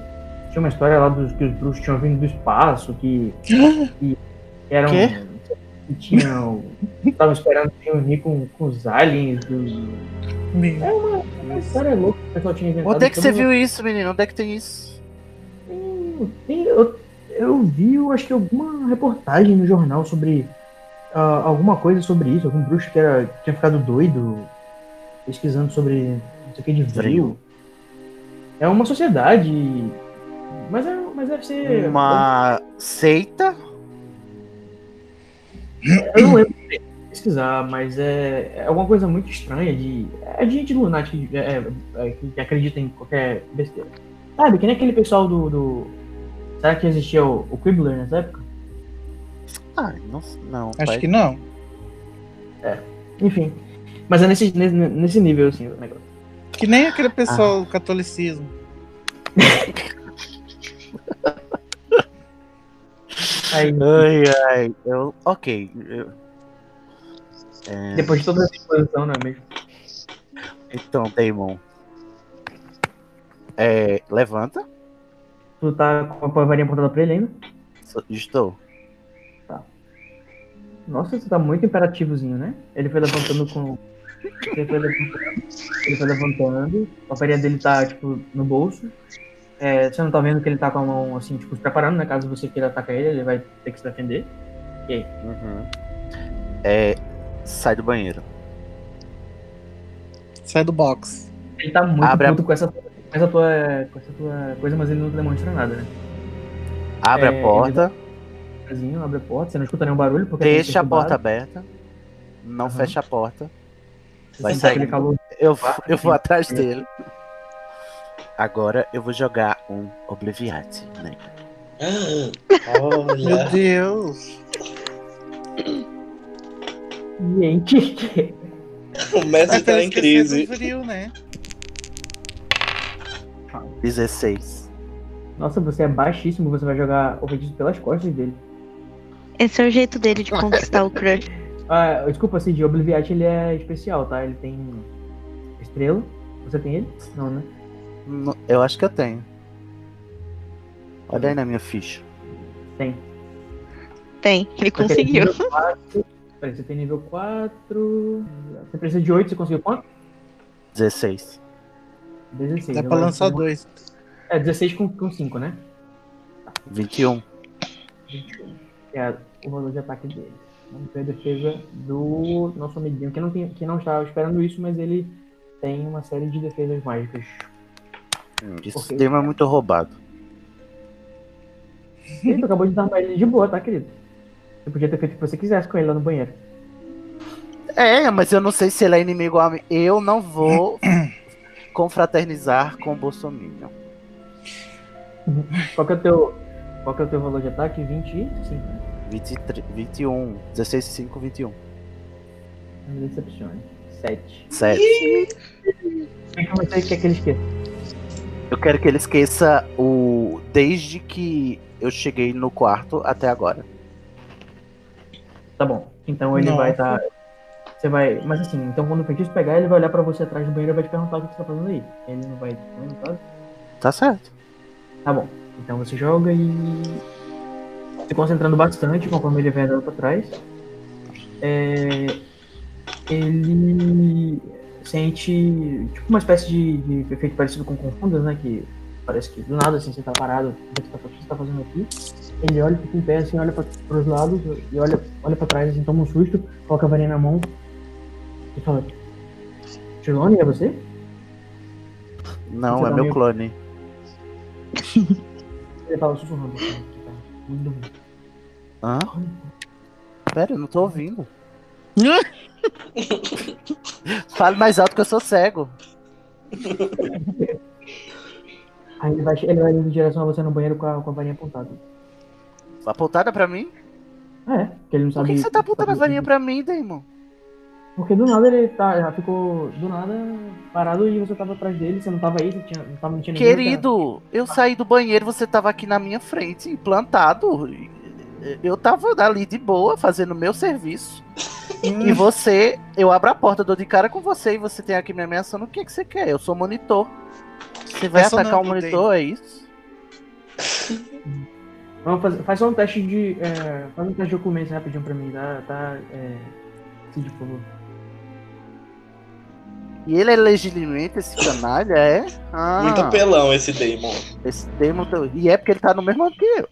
S2: tinha uma história lá dos que os bruxos tinham vindo do espaço, que,
S1: <gasps>
S2: que eram
S1: Quê?
S2: que tinham estavam esperando se reunir com, com os aliens dos,
S6: Meu.
S2: é uma, uma história louca que o pessoal tinha inventado.
S1: Onde é que você
S2: Todo
S1: viu isso, menino? Onde é que tem isso?
S2: mundo- Tem- eu, eu vi, eu acho que alguma reportagem no jornal sobre ah, alguma coisa sobre isso, algum bruxo que era, tinha ficado doido pesquisando sobre não sei o que de
S1: Vril.
S2: vril. É uma sociedade. Mas, é, mas deve ser.
S1: Uma seita?
S2: Eu não lembro de pesquisar, mas é, é alguma coisa muito estranha de. É de gente lunática de- é, é, que, que acredita em qualquer besteira. Sabe, que nem aquele pessoal do. do- Será que existia o, o Quibbler nessa época?
S1: Ai, não. não
S6: Acho que não.
S2: Enfim. Mas é nesse, nesse, nesse nível, assim, o negócio.
S6: Que nem
S1: Ah.
S6: aquele pessoal do catolicismo.
S2: Aí,
S1: Ai, ai. Eu... Ok. eu-
S2: depois de toda essa exposição, não é mesmo?
S1: Então, Damon. É, levanta.
S2: Tu tá com a varinha apontada pra ele ainda?
S1: Só- Estou.
S2: Nossa, você tá muito imperativozinho, né? Ele foi levantando com. Ele foi levantando. Ele foi levantando. A farinha dele tá, tipo, no bolso. É, você não tá vendo que ele tá com a mão, assim, tipo, se preparando, né? Caso você queira atacar ele, ele vai ter que se defender.
S1: Uhum. é, sai do banheiro.
S10: Sai do box.
S2: Ele tá muito
S1: Abre a-
S2: puto com, essa, com, essa tua, com essa tua coisa, mas ele não demonstra nada, né?
S1: Abre
S2: É,
S1: a porta,
S2: Sozinho, abre a porta, você não escuta nenhum barulho porque tá
S1: deixa a
S2: perturbado.
S1: porta aberta, não
S2: Aham.
S1: fecha a porta.
S2: Você
S1: vai
S2: sente
S1: sair.
S2: aquele calor.
S1: Eu, vou- eu vou atrás dele. Agora eu vou jogar um Obliviate, né?
S5: Ah,
S6: Meu
S5: Olha.
S6: Deus.
S2: Gente, <laughs> que-
S5: o mestre tá em crise.
S6: Do frio, né?
S1: 16.
S2: nossa, você é baixíssimo, você vai jogar ofendido pelas costas dele.
S8: Esse é o jeito dele de conquistar o crush.
S2: Ah, desculpa, Cid, o Obliviate ele é especial, tá? Ele tem estrela. Você tem ele? Não, né?
S1: No- Eu acho que eu tenho. Olha aí na minha ficha.
S2: Tem.
S8: Tem, ele
S2: Você tem
S8: conseguiu.
S2: nível quatro. Peraí, você tem nível 4. Você precisa de 8, você conseguiu quanto?
S1: 16.
S2: 16.
S6: Dá
S2: eu
S6: pra
S2: acho
S6: lançar
S2: que-
S6: dois.
S2: É, 16 com, com 5, né?
S1: 21.
S2: Que é o valor de ataque dele. Vamos ver a defesa do nosso amiguinho, que não, tem, que não estava esperando isso, mas ele tem uma série de defesas mágicas.
S1: Esse
S2: Ok.
S1: tema é muito roubado.
S2: Ele acabou de dar pra ele de boa, tá, querido? Você podia ter feito o que você quisesse com ele lá no banheiro.
S1: É, mas eu não sei se ele é inimigo a mim. Eu não <coughs> vou confraternizar com o Bolsonaro.
S2: Qual que é o teu, qual que é o teu valor de ataque? 25.
S1: 23, 21. 16, 5, 21.
S2: Não me decepcione. 7.
S1: 7.
S2: O que que você quer que ele esqueça?
S1: Eu quero que ele esqueça o. Desde que eu cheguei no quarto até agora.
S2: Tá bom. Então ele
S6: Nossa.
S2: vai estar. Você vai. Mas assim, então quando o feitiço pegar, ele vai olhar pra você atrás do banheiro e vai te perguntar o que você tá fazendo aí. Ele não vai. Não, não sabe?
S1: Tá certo.
S2: Tá bom. Então você joga e. Se concentrando bastante conforme ele vem andando pra trás. É, Ele sente tipo uma espécie de, de efeito parecido com confundas, né? Que parece que do nada assim você tá parado, o que você tá, o que você tá fazendo aqui? Ele olha, fica em pé assim, olha pra, pros lados e olha, olha pra trás, assim, toma um susto, coloca a varinha na mão e fala. Chilone, é você?
S1: Não,
S2: Você
S1: é
S2: tá
S1: meu
S2: meio-
S1: clone.
S2: Ele fala sussurrando. assim, que tá muito dormindo.
S1: Hã? Pera, eu não tô ouvindo. Fale mais alto que eu sou cego.
S2: Aí ele vai, ele vai indo em direção a você no banheiro com a, com a varinha apontada.
S1: Apontada pra mim?
S2: Ah, é, porque ele não
S1: Por
S2: sabe.
S1: que, que você tá apontando a
S2: sabe-
S1: varinha pra mim, Damon?
S2: Porque do nada ele tá, já ficou do nada parado e você tava atrás dele, você não tava aí, você tinha, tá? não tava mentindo
S1: Querido, eu saí do banheiro, você tava aqui na minha frente, plantado. Eu tava ali de boa, fazendo o meu serviço. E você, eu abro a porta, dou de cara com você e você tem aqui me ameaçando. O que, é que você quer? Eu sou monitor. Você vai
S6: Eu sou
S1: atacar o
S6: não,
S1: monitor, é isso?
S2: Vamos fazer, faz só um teste de. É, faz um teste de documento rapidinho pra mim, tá? tá é, Cid, por favor.
S1: E ele é legitimamente esse canalha, é? Ah,
S5: Muito apelão esse Damon.
S1: esse demon. do- E é porque ele tá no mesmo ano que eu.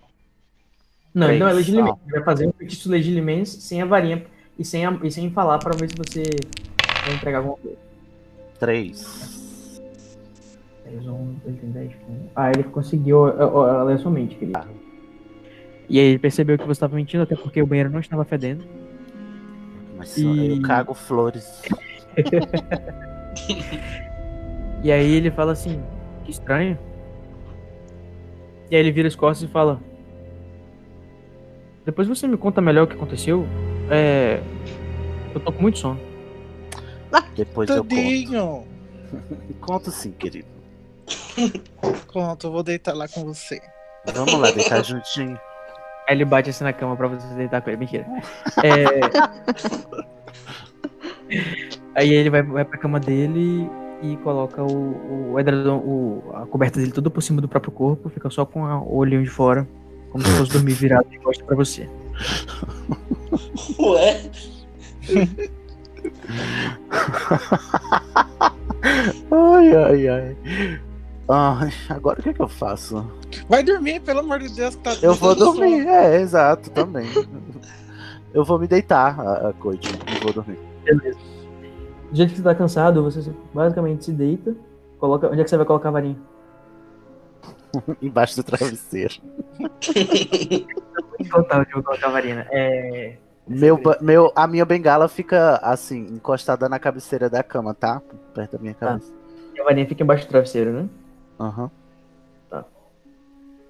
S2: Não, ele não é
S1: Três,
S2: legilimens. Ele vai fazer um feitiço legilimens sem a varinha e sem, a- e sem falar pra ver se você vai entregar alguma coisa.
S1: Três.
S2: 10, 11, 10. Ah, ele conseguiu ó, ó, ó, ler é sua mente, querido. E aí ele percebeu que você tava mentindo, até porque o banheiro não estava fedendo.
S1: Mas
S2: E-
S1: eu cago flores.
S2: E aí ele fala assim, que estranho. E aí ele vira as costas e fala. Depois você me conta melhor o que aconteceu. É. Eu tô com muito sono.
S1: Depois eu
S6: Tudinho.
S1: conto. Conto sim, querido.
S6: Conto, eu vou deitar lá com você.
S1: Vamos lá, deitar juntinho.
S2: Aí ele bate assim na cama pra você se deitar com ele. <laughs> Mentira. É... Aí ele vai, vai pra cama dele e coloca o, o edredom, o- a coberta dele toda por cima do próprio corpo, fica só com a- o olhinho de fora, como se fosse dormir virado de costas pra você.
S5: Ué?
S1: Ai, ai, ai. Ai, agora o que, é que eu faço?
S6: Vai dormir, pelo amor de Deus, que tá
S1: Eu vou
S6: todo sono.
S1: dormir, é, exato, também. Eu vou me deitar a, a coite e vou dormir. <laughs>
S2: Beleza. Do jeito que você tá cansado, você se- basicamente se deita. Coloca... Onde é que você vai colocar a varinha?
S1: Embaixo do travesseiro.
S2: Total, onde eu vou colocar a varinha. É.
S1: Meu, ba- meu, a minha bengala fica assim, encostada na cabeceira da cama, tá? Perto da minha cabeça.
S2: A varinha fica embaixo do travesseiro, né?
S1: Aham.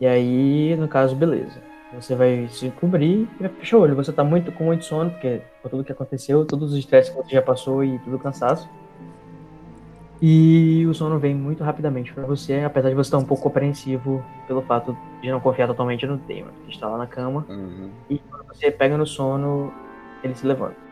S2: E aí, no caso, beleza. Você vai se cobrir e vai fechar o olho. Você tá muito, com muito sono, porque por tudo que aconteceu, todos os estresses que você já passou e todo o cansaço. E o sono vem muito rapidamente pra você, apesar de você estar um pouco apreensivo pelo fato de não confiar totalmente no tema, que está lá na cama.
S1: Uhum.
S2: Você pega no sono, ele se levanta.